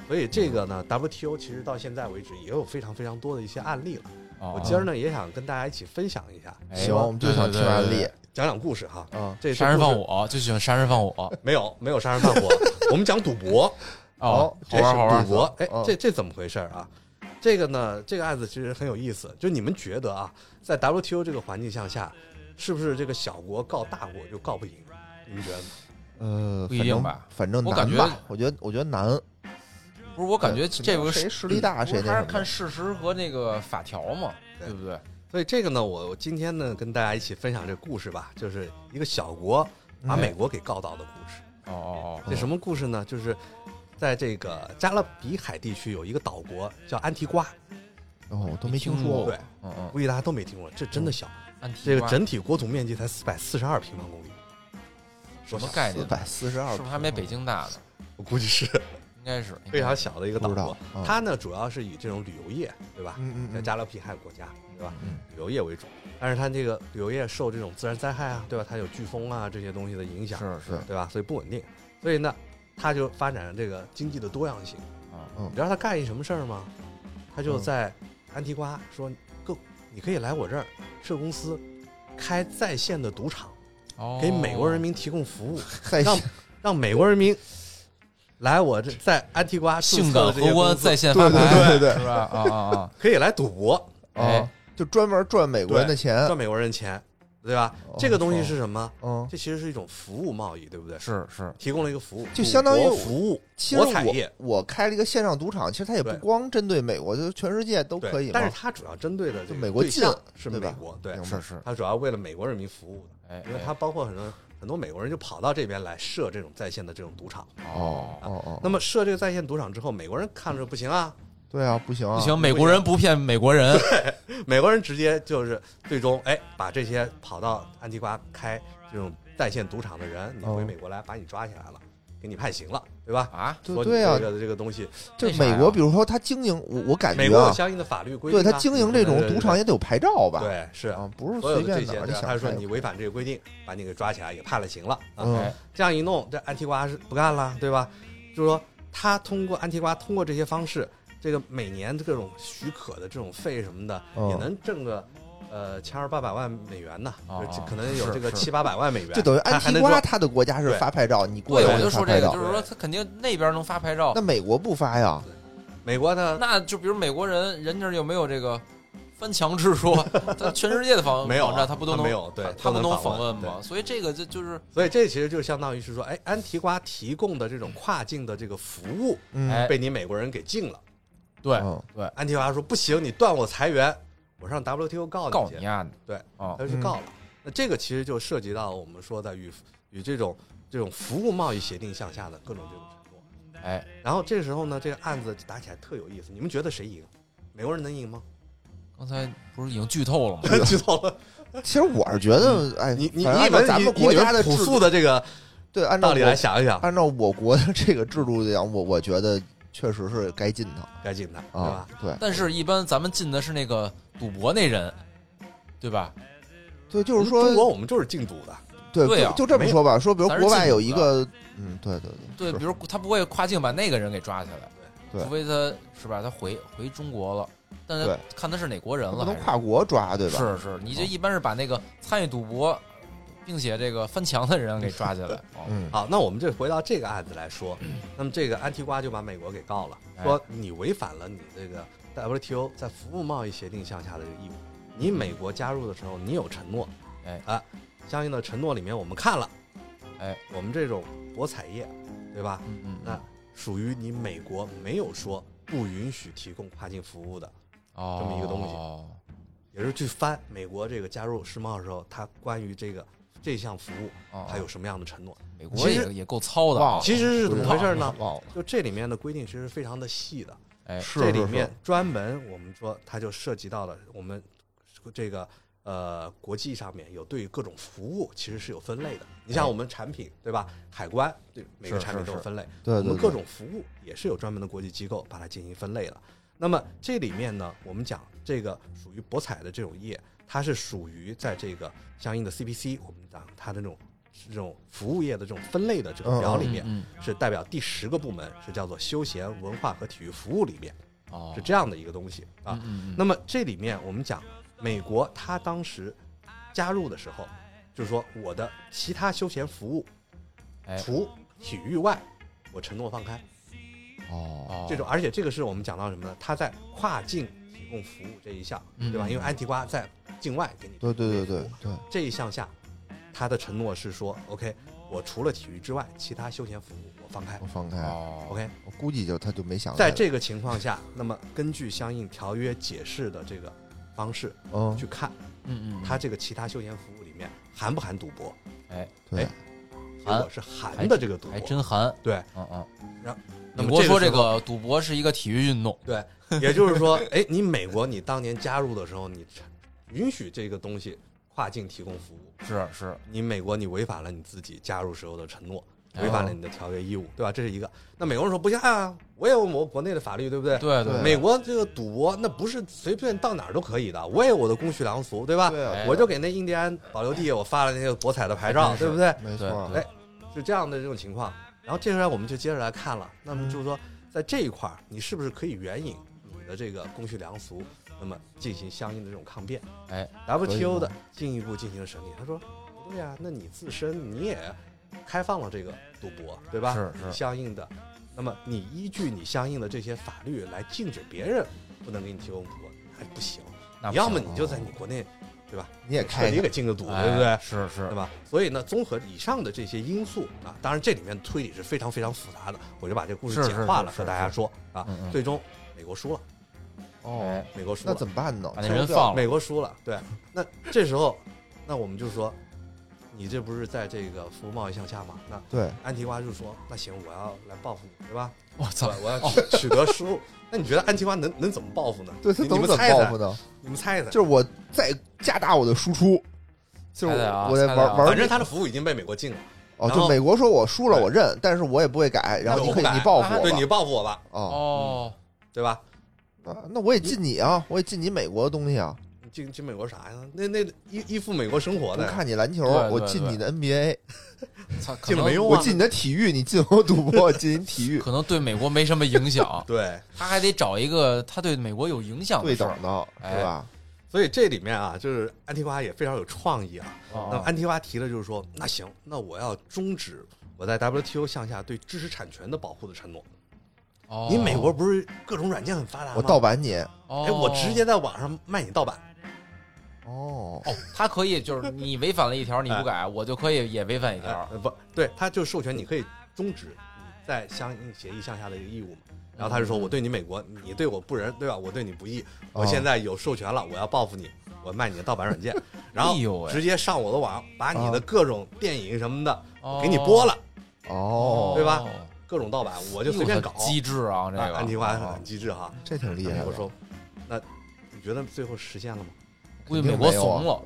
Speaker 3: 所以这个呢，WTO 其实到现在为止也有非常非常多的一些案例了。我
Speaker 2: 我
Speaker 3: 今儿呢也想跟大家一起分享一下，
Speaker 4: 行，我们就想听案例
Speaker 3: 讲讲故事哈。
Speaker 4: 啊，
Speaker 3: 这次
Speaker 2: 哎哦杀人
Speaker 3: 故
Speaker 2: 放
Speaker 3: 事
Speaker 2: 火，就喜欢杀人放火。
Speaker 3: 没有没有杀人放火，我们讲赌博。
Speaker 2: 哦，好
Speaker 3: 这是
Speaker 2: 玩好玩
Speaker 3: 赌博，哎
Speaker 4: 嗯，
Speaker 3: 这这怎么回事儿啊？这个呢，这个案子其实很有意思。就你们觉得啊，在 WTO 这个环境向下，是不是这个小国告大国就告不赢？你们觉得呢？
Speaker 4: 呃，
Speaker 2: 不一定吧
Speaker 4: 反正
Speaker 2: 我
Speaker 4: 反
Speaker 2: 感
Speaker 4: 正难
Speaker 2: 觉
Speaker 4: 吧，我觉得我觉得难。
Speaker 2: 不是我感觉这个
Speaker 4: 谁实力大谁那
Speaker 2: 还
Speaker 4: 什
Speaker 2: 是
Speaker 4: 么
Speaker 2: 看事实和那个法条嘛，对不对？
Speaker 3: 所以这个呢，我我今天呢跟大家一起分享这个故事吧，就是一个小国把
Speaker 4: 嗯
Speaker 3: 美国给告倒的故事。
Speaker 2: 哦哦哎哦，
Speaker 3: 这什么故事呢？就是在这个加勒比海地区有一个岛国叫安提瓜，
Speaker 4: 哦，我都没听
Speaker 2: 没听
Speaker 4: 说
Speaker 2: 过
Speaker 4: 过。
Speaker 3: 对，
Speaker 2: 嗯嗯，
Speaker 3: 估计大家都没听过，这真的小。
Speaker 2: 按嗯提
Speaker 3: 这个
Speaker 2: 瓜
Speaker 3: 整体国土面积才四百四十二平方公里，
Speaker 2: 什么
Speaker 3: 小
Speaker 2: 概
Speaker 4: 四
Speaker 2: 念？
Speaker 4: 百四十二，
Speaker 2: 是不是还没北？京大呢？
Speaker 3: 我估计是
Speaker 2: 应该是
Speaker 3: 非常小的一个岛
Speaker 4: 不知道
Speaker 3: 国。
Speaker 4: 嗯
Speaker 3: 它呢，主要是以这种旅游业，对吧？
Speaker 4: 嗯嗯
Speaker 3: 在
Speaker 4: 嗯，
Speaker 3: 加勒比海国家，对吧？
Speaker 4: 嗯
Speaker 3: 旅游业为主，但是它这个旅游业受这种自然灾害啊，对吧？它有飓风啊这些东西的影响，
Speaker 2: 是是
Speaker 4: 是
Speaker 3: 对吧？所以不稳定。所以呢，它就发展这个经济的多样性。
Speaker 2: 啊，
Speaker 4: 嗯
Speaker 3: 你知道他干一什么事儿吗？他就
Speaker 4: 嗯
Speaker 3: 在安提瓜说：“够，你可以来我这儿设公司，开在线的赌场，
Speaker 2: 哦，
Speaker 3: 给美国人民提供服务，
Speaker 4: 在
Speaker 3: 让让美国人民来我这在安提瓜注
Speaker 2: 性
Speaker 3: 册
Speaker 2: 感
Speaker 3: 的这些
Speaker 2: 荷官
Speaker 3: 公司
Speaker 2: 在线
Speaker 4: 对
Speaker 2: 发
Speaker 4: 对
Speaker 2: 牌，
Speaker 4: 对对
Speaker 2: 是吧？啊啊啊！
Speaker 3: 可以来赌博，
Speaker 4: 啊
Speaker 2: 哎，
Speaker 4: 就专门赚美国人的钱。
Speaker 3: 赚美国人钱，对吧？
Speaker 4: 呃哦
Speaker 3: 这个东西是什么？
Speaker 4: 嗯，
Speaker 3: 这其实是一种服务贸易，对不对？
Speaker 2: 是 是，
Speaker 3: 提供了一个服务，
Speaker 4: 就相当于
Speaker 3: 赌博服务。
Speaker 4: 其实
Speaker 3: 博彩业
Speaker 4: 我我开了一个线上赌场，其实它也不
Speaker 3: 对
Speaker 4: 光针对美国，就是全世界都
Speaker 3: 对
Speaker 4: 可以嘛。
Speaker 3: 但是它主要针对的这
Speaker 4: 就
Speaker 3: 个
Speaker 4: 美国
Speaker 3: 对象
Speaker 4: 进
Speaker 3: 是
Speaker 4: 对
Speaker 3: 美
Speaker 4: 吧
Speaker 3: 国，对，
Speaker 4: 明白
Speaker 2: 是是，
Speaker 3: 它主要为了美国人民服务的。
Speaker 2: 哎，
Speaker 3: 因为
Speaker 2: 哎
Speaker 3: 它包括很多很多美国人就跑到这边来设这种在线的这种赌场。
Speaker 2: 哦，
Speaker 4: 哦哦，
Speaker 3: 那么设这个在线赌场之后，美国人看着不行啊，
Speaker 4: 对啊，不行啊，
Speaker 2: 不行，美国人不骗美国人，
Speaker 3: 美国人直接就是最终哎把这些跑到安提瓜开这种在线赌场的人，你
Speaker 4: 哦
Speaker 3: 回美国来把你抓起来了，给你判刑了，对吧？
Speaker 2: 啊，
Speaker 4: 对
Speaker 3: 说你
Speaker 4: 对啊
Speaker 3: 这个这个东西，
Speaker 4: 就
Speaker 2: 为啥
Speaker 4: 美
Speaker 2: 呀
Speaker 4: 国，比如说他经营，我我感
Speaker 3: 美
Speaker 4: 觉
Speaker 3: 国有
Speaker 4: 啊，
Speaker 3: 相应的法律规定
Speaker 4: 对
Speaker 3: 啊。
Speaker 4: 他经营这种
Speaker 3: 对对对
Speaker 4: 赌场也得有牌照吧？
Speaker 3: 对是
Speaker 4: 啊，不是
Speaker 3: 所有
Speaker 4: 随
Speaker 3: 的
Speaker 4: 便哪
Speaker 3: 这些
Speaker 4: 儿，你
Speaker 3: 对
Speaker 4: 想
Speaker 3: 他就说
Speaker 4: 开
Speaker 3: 你违反这个规定，把你给抓起来也判了刑了啊。
Speaker 4: 嗯
Speaker 2: 哎
Speaker 3: 这样一弄，这安提瓜是不干了，对吧？就是说，他通过安提瓜通过这些方式，这个每年各种许可的这种费什么的，
Speaker 4: 嗯
Speaker 3: 也能挣个呃千二八百万美元呢，
Speaker 2: 哦
Speaker 3: 就是可能有
Speaker 2: 是
Speaker 3: 这个
Speaker 2: 是
Speaker 3: 七八百万美元，
Speaker 4: 就等于
Speaker 3: 他
Speaker 4: 安
Speaker 3: 还
Speaker 4: 提
Speaker 3: 能
Speaker 4: 瓜
Speaker 3: 赚
Speaker 4: 他的国家是
Speaker 3: 对
Speaker 4: 发牌照，你过
Speaker 2: 对，
Speaker 4: 来
Speaker 2: 我就
Speaker 4: 发
Speaker 2: 说
Speaker 4: 牌
Speaker 2: 这个，
Speaker 4: 照
Speaker 2: 就，是说他肯定那边能发牌照
Speaker 4: 那，美国不发呀？
Speaker 3: 美国呢
Speaker 2: 那就比如美国人，人家有没有这个翻墙之说？他全世界的房
Speaker 3: 没有啊
Speaker 2: 网站他不都
Speaker 3: 他
Speaker 2: 能
Speaker 3: 没有对
Speaker 2: 他不
Speaker 3: 都能
Speaker 2: 访
Speaker 3: 访
Speaker 2: 问
Speaker 3: 问
Speaker 2: 吗？所以这个就就是
Speaker 3: 所以这其实就相当于是说，哎，安提瓜提供的这种跨境的这个服务
Speaker 4: 嗯，
Speaker 2: 哎
Speaker 3: 被你美国人给禁了。
Speaker 2: 对
Speaker 4: 嗯
Speaker 3: 安提瓜说不行，你断我财源，我上 WTO 告
Speaker 2: 告
Speaker 3: 去
Speaker 2: 你。丫的，
Speaker 3: 对
Speaker 2: 啊，
Speaker 3: 他就去告了。那这个其实就涉及到我们说的与与这种这种服务贸易协定向下的各种这种承诺。
Speaker 2: 哎，
Speaker 3: 然后这个时候呢，这个案子打起来特有意思。你们觉得谁赢？美国人能赢吗？
Speaker 2: 刚才不是已经剧透了吗？
Speaker 3: 知道了。
Speaker 4: 其实我是觉得，哎，
Speaker 3: 你你
Speaker 4: 啊反正
Speaker 3: 你
Speaker 4: 按照
Speaker 3: 们
Speaker 4: 咱们国家的制
Speaker 3: 朴素
Speaker 4: 度，
Speaker 3: 的这个
Speaker 4: 对，按照
Speaker 3: 道理来
Speaker 4: 我
Speaker 3: 想一想，
Speaker 4: 按照我国的这个制度讲，我我觉得确实是该进的
Speaker 3: 该进他，对
Speaker 4: 啊
Speaker 3: 吧？，
Speaker 4: 对
Speaker 2: 但是，一般咱们进的是那个赌博那人，对吧？
Speaker 4: 对，就是
Speaker 3: 中国
Speaker 4: 说，
Speaker 3: 我们就是禁赌的，
Speaker 4: 对，
Speaker 2: 对
Speaker 4: 就
Speaker 2: 啊
Speaker 4: 就这么
Speaker 3: 没有
Speaker 4: 说吧，说比如
Speaker 2: 咱是
Speaker 4: 国外
Speaker 2: 进口
Speaker 4: 有一
Speaker 2: 的
Speaker 4: 个，嗯，对对对
Speaker 2: 对，
Speaker 4: 是
Speaker 2: 比如他不会跨境把那个人给抓起来，
Speaker 4: 对
Speaker 2: 除非他是吧？他回回中国了，但是
Speaker 4: 对
Speaker 2: 看他是哪国人
Speaker 4: 不
Speaker 2: 了，
Speaker 4: 能
Speaker 2: 还是
Speaker 4: 跨国抓，对吧？
Speaker 2: 是是，你这
Speaker 3: 嗯
Speaker 2: 一般是把那个参与赌博，并且这个翻墙的人给抓起 来。哦
Speaker 4: 嗯，
Speaker 3: 好，那我们就回到这个案子来 说，那么这个安提瓜就把美国给告了，
Speaker 2: 哎
Speaker 3: 说你违反了你这个 WTO 在服务贸易协定项下的这个义务。你美国加入的时候，你有承诺，
Speaker 2: 嗯哎
Speaker 3: 啊，相应的承诺里面我们看了，
Speaker 2: 哎，
Speaker 3: 我们这种博彩业，对吧？
Speaker 2: 嗯嗯
Speaker 3: 那属于你美国没有说不允许提供跨境服务的，
Speaker 2: 哦，
Speaker 3: 这么一个东西
Speaker 2: 西
Speaker 3: 也是去翻美国这个加入世贸的时候，它关于这个这项服务
Speaker 2: 哦
Speaker 3: 它有什么样的承诺？
Speaker 2: 美国
Speaker 3: 其
Speaker 2: 也
Speaker 3: 实
Speaker 2: 也够糙的啊，
Speaker 3: 其实是怎么回事呢？
Speaker 4: 忘了，
Speaker 3: 就这里面的规定其实非常的细的，
Speaker 2: 哎
Speaker 4: 是
Speaker 3: 这
Speaker 4: 是
Speaker 3: 里
Speaker 4: 是
Speaker 3: 面专门我们说它就涉及到了我们这个呃国际上面有对于各种服务其实是有分类的。你像我们产品对吧？海关对每个
Speaker 2: 哦是
Speaker 3: 产品
Speaker 2: 是
Speaker 3: 都有
Speaker 2: 是
Speaker 3: 分类，
Speaker 4: 对
Speaker 3: 我
Speaker 4: 对
Speaker 3: 们
Speaker 4: 对，
Speaker 3: 各种服务也是有专门的国际机构把它进行分类的。那么这里面呢，我们讲这个属于博彩的这种业，它是属于在这个相应的 CPC，我们讲它的这种这种服务业的这种分类的这个表里面，
Speaker 2: 嗯
Speaker 3: 是代表第十个部门，是叫做休闲文化和体育服务里面，
Speaker 2: 嗯哦，
Speaker 3: 是这样的一个东西啊
Speaker 2: 嗯。嗯嗯
Speaker 3: 那么这里面我们讲，美国它当时加入的时候，就是说我的其他休闲服务
Speaker 2: 哎
Speaker 3: 除体育外，我承诺放开。
Speaker 1: 哦，
Speaker 2: 哦，
Speaker 3: 这种，而且这个是我们讲到什么呢？它在跨境提供服务这一项，
Speaker 2: 嗯
Speaker 3: 对吧？因为安提瓜在境外给你
Speaker 1: 对对对对对，
Speaker 3: 这一项下，他的承诺是说，OK，我除了体育之外，其他休闲服务我放开
Speaker 1: 我放开，
Speaker 2: 哦，
Speaker 3: ，OK。
Speaker 1: 我估计就他就没想
Speaker 3: 啊在这个情况下，那么根据相应条约解释的这个方式
Speaker 1: 嗯
Speaker 3: 去看，
Speaker 2: 嗯嗯，
Speaker 3: 它这个其他休闲服务里面含不含赌博？
Speaker 1: 对
Speaker 3: 哎结果是含的这个赌
Speaker 2: 还
Speaker 3: 博。
Speaker 2: 真含，
Speaker 3: 对，
Speaker 2: 嗯嗯。
Speaker 3: 然后
Speaker 2: 美
Speaker 3: 那
Speaker 2: 国
Speaker 3: 么
Speaker 2: 说这
Speaker 3: 这个
Speaker 2: 个赌博是一个体育运动，
Speaker 3: 时候，也就是说，哎，你美国你当年加入的时候，你允许这个东西跨境提供服务，
Speaker 2: 是是，
Speaker 3: 你美国你违反了你自己加入时候的承诺，
Speaker 2: 哦
Speaker 3: 违反了你的条约义务，对吧？这是一个。那美国人说不行啊，我也有我国内的法律，对不对？
Speaker 2: 对
Speaker 1: 对
Speaker 3: 美国这个赌博那不是随便到哪儿都可以的，我也有我的公序良俗，对吧？
Speaker 1: 对啊
Speaker 2: 哎，
Speaker 3: 我就给那印第安保留地我发了那个博彩的牌照
Speaker 2: 还，真
Speaker 3: 对
Speaker 2: 是
Speaker 3: 不对？
Speaker 1: 没错，
Speaker 2: 对
Speaker 3: 哎是这样的这种情况。然后这时候我们就接着来看了，那么就是说在这一块儿，你是不是可以援引你的这个公序良俗，那么进行相应的这种抗辩？
Speaker 2: 哎
Speaker 3: ，WTO 的进一步进行了审理，他说不对啊，那你自身你也开放了这个赌博，对吧？
Speaker 2: 是是
Speaker 3: 你相应的，那么你依据你相应的这些法律来禁止别人不能给你提供赌博，还不行。
Speaker 2: 那
Speaker 3: 你要么
Speaker 2: 不哦
Speaker 3: 你就在你国内
Speaker 1: 你也
Speaker 3: 彻
Speaker 1: 开
Speaker 3: 底
Speaker 1: 开
Speaker 3: 给禁个赌，
Speaker 2: 行
Speaker 3: 对不对？
Speaker 2: 哎是是
Speaker 3: 对，吧？所以呢，综合以上的这些因素啊，当然这里面推理是非常非常复杂的，我就把这个故事
Speaker 2: 是
Speaker 3: 简化了
Speaker 2: 是是
Speaker 3: 和大家说啊
Speaker 2: 嗯嗯。
Speaker 3: 最终美国输了，
Speaker 1: 哦，
Speaker 3: 美国输
Speaker 1: 那
Speaker 3: 了，
Speaker 1: 怎么办呢？
Speaker 2: 把那人放了，
Speaker 3: 美国输了。对，那这时候，那我们就说，你这不是在这个服务贸易项下吗？那
Speaker 1: 对，
Speaker 3: 安提瓜就说，那行，我要来报复你，对吧？
Speaker 2: 我操，
Speaker 3: 我要取取得输入。 那你觉得安提瓜能能怎么报复呢？
Speaker 1: 对他
Speaker 3: 你
Speaker 1: 怎么
Speaker 3: 你
Speaker 1: 怎么
Speaker 3: 们猜
Speaker 1: 报
Speaker 3: 猜
Speaker 1: 复，呢？
Speaker 3: 你们猜猜，
Speaker 1: 就是我再加大我的输出，就是
Speaker 2: 猜猜啊
Speaker 1: 我我在
Speaker 2: 猜
Speaker 1: 玩
Speaker 2: 猜啊
Speaker 1: 玩，
Speaker 3: 反正他的服务已经被美国禁了，
Speaker 1: 哦，
Speaker 3: 然
Speaker 1: 就
Speaker 3: 后
Speaker 1: 美国说我输了我认，但是我也不会改，然后
Speaker 3: 那
Speaker 1: 你
Speaker 3: 我
Speaker 1: 可以
Speaker 3: 不改
Speaker 1: 你报复我吧，
Speaker 3: 对你报复我吧，
Speaker 1: 哦，
Speaker 2: 哦，
Speaker 3: 对吧？
Speaker 1: 那那我也进你啊，我也进你美国的东西啊，
Speaker 3: 你进进美国啥呀？那那依依附美国生活
Speaker 1: 不
Speaker 3: 的，
Speaker 1: 看你篮球，
Speaker 2: 对对
Speaker 1: 我进你的 NBA，
Speaker 2: 操，可
Speaker 3: 进了
Speaker 2: 能
Speaker 3: 没用
Speaker 1: 我
Speaker 3: 啊。，
Speaker 1: 进你的体育，你进我赌博，我进你体育，
Speaker 2: 可能对美国没什么影响
Speaker 3: 对，
Speaker 2: 他还得找一个他对美国有影响的
Speaker 1: 对
Speaker 2: 事
Speaker 1: 等
Speaker 2: 儿，
Speaker 1: 的，
Speaker 2: 哎
Speaker 1: 对吧？
Speaker 3: 所以这里面啊，就是安提瓜也非常有创意啊。那么安提瓜提的就是说，那行，那我要终止我在 WTO 项下对知识产权的保护的承诺。
Speaker 2: 哦，
Speaker 3: 哎你美国不是各种软件很发达吗？
Speaker 1: 我盗，版你，
Speaker 2: 哦，
Speaker 3: 哎，我直接在网上卖你盗版。
Speaker 1: 哦，
Speaker 2: 哦，他可以就是你违反了一条你不改，我就可以也违反一条
Speaker 3: 哎，呃不对，他就授权你可以终止你在相应协议项下的一个义务嘛。然后他就说，我对你美国，你对我不仁，对吧？我对你不义，我
Speaker 1: 哦
Speaker 3: 现在有授权了，我要报复你，我卖你的盗版软 件，然
Speaker 2: 哎呦
Speaker 3: 后
Speaker 2: 喂
Speaker 3: 直接上我的网，把你的
Speaker 1: 啊
Speaker 3: 各种电影什么的
Speaker 2: 哦
Speaker 3: 给你播，了，
Speaker 1: 哦，
Speaker 3: 对吧各种盗版，我就随便搞
Speaker 2: 哎呦。机智啊，这
Speaker 3: 啊
Speaker 2: 个
Speaker 3: 安提瓜
Speaker 2: 啊
Speaker 3: 很机智哈，
Speaker 1: 这挺厉害
Speaker 3: 美
Speaker 1: 的
Speaker 3: 国，说，那你觉得最后实现了吗？
Speaker 2: 估计美国怂了，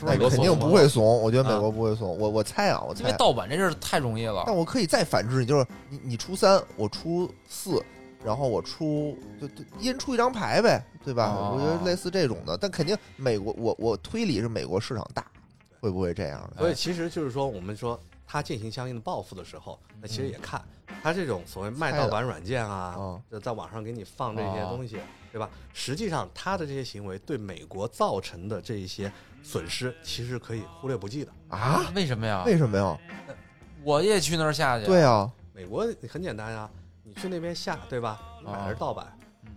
Speaker 3: 哎
Speaker 2: 是不是
Speaker 1: 那
Speaker 2: 美国
Speaker 1: 哎肯
Speaker 2: 怂
Speaker 1: 定
Speaker 2: 了
Speaker 1: 不会怂，我觉得美
Speaker 3: 啊
Speaker 1: 国不会怂，我我猜啊，我
Speaker 2: 因为
Speaker 1: 猜，
Speaker 2: 盗版这事儿太容易了
Speaker 1: 但。我可以再反制你，就是你你出三，我出四，然后我出就就一人出一张牌呗，对吧？
Speaker 2: 哦
Speaker 1: 我觉得类似这种的，但肯定美国，我我推理是美国市场大，会不会这样
Speaker 2: 哎
Speaker 1: 的？
Speaker 3: 所以其实就是说，我们说他进行相应的报复的时候，那其实也看他这种所谓卖盗版软件啊，
Speaker 2: 哦
Speaker 1: 啊，
Speaker 3: 就在网上给你放这些东西，对吧？实际上，他的这些行为对美国造成的这一些损失，其实可以忽略不计的。
Speaker 1: 啊？
Speaker 2: 为什么呀？
Speaker 1: 为什么呀？
Speaker 2: 我也去那儿下去。
Speaker 1: 对啊，
Speaker 3: 美国很简单啊，你去那边下，对吧？你买的是盗版，
Speaker 2: 嗯，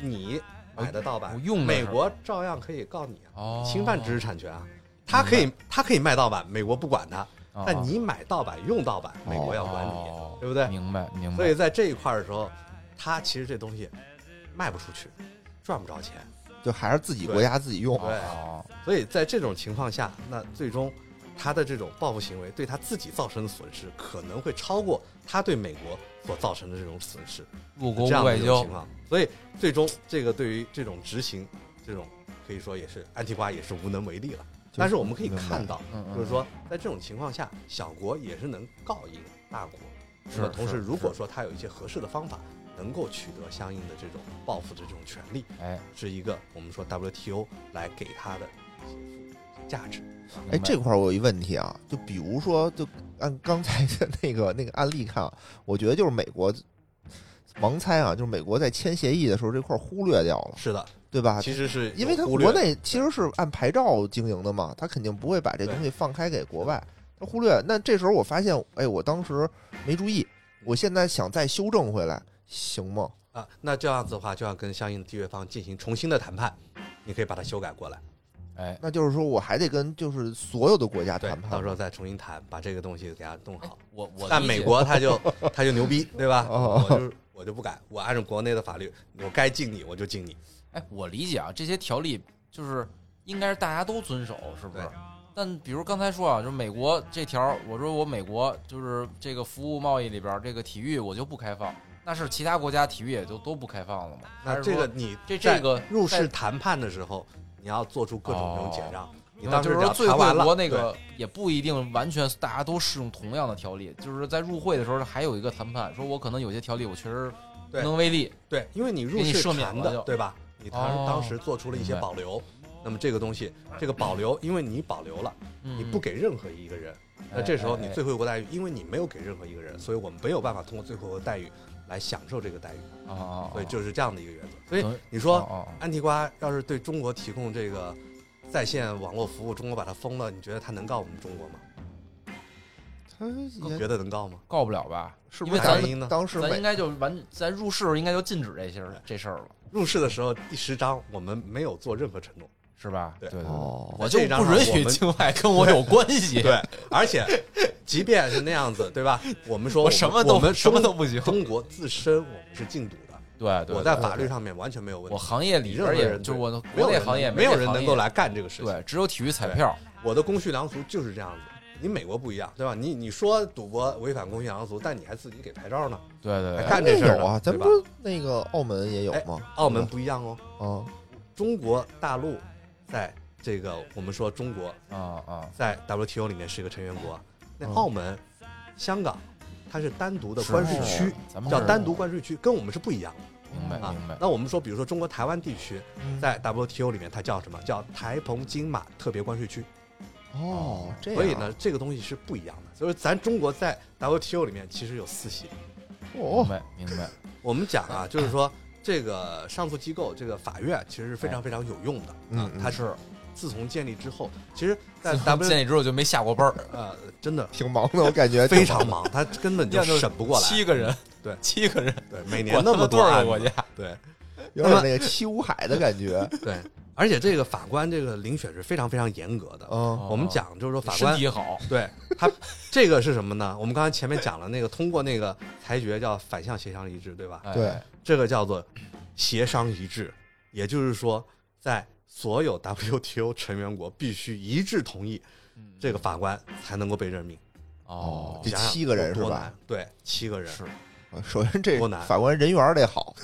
Speaker 3: 你买的盗版，
Speaker 2: 我哦用的是
Speaker 3: 美国照样可以告你啊，
Speaker 2: 哦，
Speaker 3: 侵犯知识产权啊。他可以，他可以卖盗版，美国不管他，
Speaker 2: 哦，
Speaker 3: 但你买盗版、用盗版，美国要管你，
Speaker 2: 哦
Speaker 3: 对不对？
Speaker 2: 明白明白。
Speaker 3: 所以在这一块儿的时候，他其实这东西卖不出去，赚不着钱。
Speaker 1: 就还是自己国家自己用。
Speaker 3: 对
Speaker 2: 哦
Speaker 3: 所以在这种情况下，那最终他的这种报复行为对他自己造成的损失，可能会超过他对美国所造成的这种损失。
Speaker 2: 入国
Speaker 3: 这
Speaker 2: 无
Speaker 3: 样的
Speaker 2: 外
Speaker 3: 一种
Speaker 2: 交
Speaker 3: 情，况，所以最终这个对于这种执行，这种可以说也是安提瓜也是无能为力了。
Speaker 1: 就
Speaker 3: 但是我们可以
Speaker 1: 明白
Speaker 3: 看到，
Speaker 2: 嗯嗯
Speaker 3: 就是说在这种情况下，小国也是能告赢大国。
Speaker 2: 是
Speaker 3: 那么同时，
Speaker 2: 是
Speaker 3: 如果说他有一些合适的方法，能够取得相应的这种报复的这种权利，
Speaker 2: 哎，
Speaker 3: 是一个我们说 WTO 来给他的一些赋予价值。
Speaker 2: 明白
Speaker 1: 哎，这块儿我有一问题啊，就比如说，就按刚才的那个那个案例看啊，我觉得就是美国盲猜啊，就是美国在签协议的时候这块儿忽略掉了，
Speaker 3: 是的，
Speaker 1: 啊对吧？
Speaker 3: 其实是
Speaker 1: 因为
Speaker 3: 有
Speaker 1: 它
Speaker 3: 忽略
Speaker 1: 国内其实是按牌照经营的嘛，它肯定不会把这
Speaker 3: 对
Speaker 1: 东西放开给国外，它忽略。那这时候我发现，哎，我当时没注意，我现在想再修正回来，
Speaker 4: 行吗？
Speaker 3: 啊，那这样子的话就要跟相应的缔约方进行重新的谈判，你可以把它修改过
Speaker 1: 啊
Speaker 3: 来，
Speaker 2: 哎，
Speaker 4: 那就是说我还得跟就是所有的国家
Speaker 3: 对
Speaker 4: 谈，判
Speaker 3: 到时。候再重新谈，把这个东西给它弄好。
Speaker 2: 哎我我
Speaker 3: 但
Speaker 2: 理
Speaker 3: 美
Speaker 2: 解
Speaker 3: 国他 就他就牛逼，对吧？
Speaker 4: 哦
Speaker 3: 我就我就不敢，我按照国内的法律，我该敬你我就敬你。
Speaker 2: 哎，我理解啊，这些条例就是应该是大家都遵守，是不是
Speaker 3: 对？
Speaker 2: 但比如刚才说啊，就是美国这条，我说我美国就是这个服务贸易里边儿这个体育我就不开放，那是其他国家体育也就都不开放了嘛？还
Speaker 3: 那
Speaker 2: 是
Speaker 3: 这
Speaker 2: 说
Speaker 3: 个你
Speaker 2: 这
Speaker 3: 在
Speaker 2: 这个
Speaker 3: 入
Speaker 2: 在
Speaker 3: 世谈判的时候，你要做出各种这种解让。你
Speaker 2: 明白
Speaker 3: 当时
Speaker 2: 哦啊就是
Speaker 3: 只
Speaker 2: 说
Speaker 3: 要
Speaker 2: 最
Speaker 3: 谈
Speaker 2: 惠
Speaker 3: 完了，
Speaker 2: 国那个也不一定完全大家都适用同样的条例，就是在入会的时候还有一个谈判，说我可能有些条例我确实无
Speaker 3: 对
Speaker 2: 能为力，
Speaker 3: 对，对因为你入
Speaker 2: 给你
Speaker 3: 世
Speaker 2: 赦免
Speaker 3: 谈
Speaker 2: 了
Speaker 3: 的
Speaker 2: 就，
Speaker 3: 对吧？你当
Speaker 2: 哦
Speaker 3: 当时做出了一些
Speaker 2: 明白
Speaker 3: 保留，那么这个东西，这个保留，因为你保留了，
Speaker 2: 你
Speaker 3: 你不给任何一个人，
Speaker 2: 哎
Speaker 3: 那这时候你最惠国待遇，因为你没有给任何一个人，所以我们没有办法通过最惠国待遇来享受这个待遇，
Speaker 2: 啊，
Speaker 3: 所以就是这样的一个原则。所以
Speaker 2: 等于
Speaker 3: 你
Speaker 2: 说
Speaker 3: 说安提瓜要是对中国提供这个在线网络服务，中国把它封了，你觉得他能告我们中国吗？
Speaker 4: 他也
Speaker 3: 觉得能告吗？
Speaker 2: 告不了吧？
Speaker 4: 是
Speaker 2: 因
Speaker 4: 不
Speaker 2: 为
Speaker 4: 是
Speaker 2: 咱
Speaker 4: 咱
Speaker 3: 们
Speaker 4: 们当时
Speaker 2: 咱应
Speaker 4: 美
Speaker 2: 该就完，咱入世应该就禁止这些儿这事儿了，
Speaker 3: 入世的时候第十章我们没有做任何承诺，
Speaker 2: 是吧？
Speaker 3: 对
Speaker 2: 对，
Speaker 4: 哦，
Speaker 2: 我就不允许境外跟我有关系，
Speaker 3: 对，而且即便是那样子，对吧？我们说
Speaker 2: 我
Speaker 3: 们
Speaker 2: 什么都
Speaker 3: 我们
Speaker 2: 什么
Speaker 3: 中
Speaker 2: 都不行。
Speaker 3: 中国自身我们是禁赌的，
Speaker 2: 对对，
Speaker 3: 我在法律上面完全没有问
Speaker 2: 我
Speaker 3: 题，
Speaker 2: 行业里边
Speaker 3: 你任何
Speaker 2: 也
Speaker 3: 人
Speaker 2: 就是我
Speaker 3: 没有
Speaker 2: 国内
Speaker 3: 人
Speaker 2: 行业
Speaker 3: 没有人
Speaker 2: 这行
Speaker 3: 能
Speaker 2: 业
Speaker 3: 够来干这个事情。
Speaker 2: 对，只有体育彩票
Speaker 3: 我的公序良俗就是这样子。你美国不一样，对吧？你你说赌博违反公序良俗，但你还自己给牌照呢。
Speaker 2: 对对
Speaker 3: 还
Speaker 2: 对
Speaker 3: 干这事儿呢
Speaker 4: 有啊，咱
Speaker 3: 对吧
Speaker 4: 不是那个澳门也有吗？
Speaker 3: 澳
Speaker 2: 嗯
Speaker 3: 门不一样哦，
Speaker 4: 啊，
Speaker 3: 中国大陆在这个我们说中国
Speaker 2: 啊啊，
Speaker 3: 在 WTO 里面是一个成员国，那
Speaker 4: 嗯
Speaker 3: 澳门、香港它是单独的
Speaker 2: 是
Speaker 3: 关税区，
Speaker 2: 咱们
Speaker 3: 叫
Speaker 2: 是嗯
Speaker 3: 单独关税区，跟我们是不一样的
Speaker 2: 明白
Speaker 3: 啊
Speaker 2: 明白。
Speaker 3: 那我们说，比如说中国台湾地区
Speaker 4: 嗯
Speaker 3: 在 WTO 里面，它叫什么？叫台澎金马特别关税区。
Speaker 4: 哦，
Speaker 2: 哎
Speaker 4: 这样
Speaker 3: 所以呢，这个东西是不一样的。所以咱中国在 WTO 里面其实有四席。
Speaker 4: 哦
Speaker 2: 明，白明白，
Speaker 3: 我们讲啊，就是说这个上诉机构，这个法院其实是
Speaker 2: 哎
Speaker 3: 非常非常有用的。
Speaker 4: 嗯
Speaker 3: 啊
Speaker 4: 嗯
Speaker 3: 它是自从建立之后，其实在
Speaker 2: 自从
Speaker 3: W
Speaker 2: 建立之后就没下过班儿，
Speaker 3: 呃真的
Speaker 4: 挺忙的，我感觉
Speaker 3: 非常忙，他根本 就
Speaker 2: 一样就是
Speaker 3: 审不过来。
Speaker 2: 七个人，
Speaker 3: 对
Speaker 2: 七个人，
Speaker 3: 对，每年
Speaker 2: 嗯管
Speaker 3: 那
Speaker 2: 他
Speaker 3: 么
Speaker 2: 妈
Speaker 3: 多
Speaker 2: 多少
Speaker 3: 案
Speaker 2: 个国
Speaker 3: 子
Speaker 2: 家？
Speaker 3: 对
Speaker 4: 有点那个七五海的感觉。
Speaker 3: 对，而且这个法官这个遴选是非常非常严格
Speaker 2: 哦
Speaker 3: 的。
Speaker 4: 嗯，
Speaker 3: 我们讲就是说法
Speaker 2: 啊身
Speaker 3: 官
Speaker 2: 体好，
Speaker 3: 对他这个是什么呢？我们刚才前面讲了那个通过那个裁决叫反向协商一致，对吧？
Speaker 2: 哎
Speaker 4: 对，
Speaker 3: 这个叫做协商一致，也就是说，在所有 WTO 成员国必须一致同意
Speaker 2: 嗯
Speaker 3: 这个法官才能够被任命。
Speaker 2: 哦
Speaker 4: 这
Speaker 3: 想想
Speaker 4: 七个人是吧
Speaker 3: 多难？对，七个人，
Speaker 2: 是
Speaker 4: 啊首先这
Speaker 3: 多难
Speaker 4: 法官人缘得 好，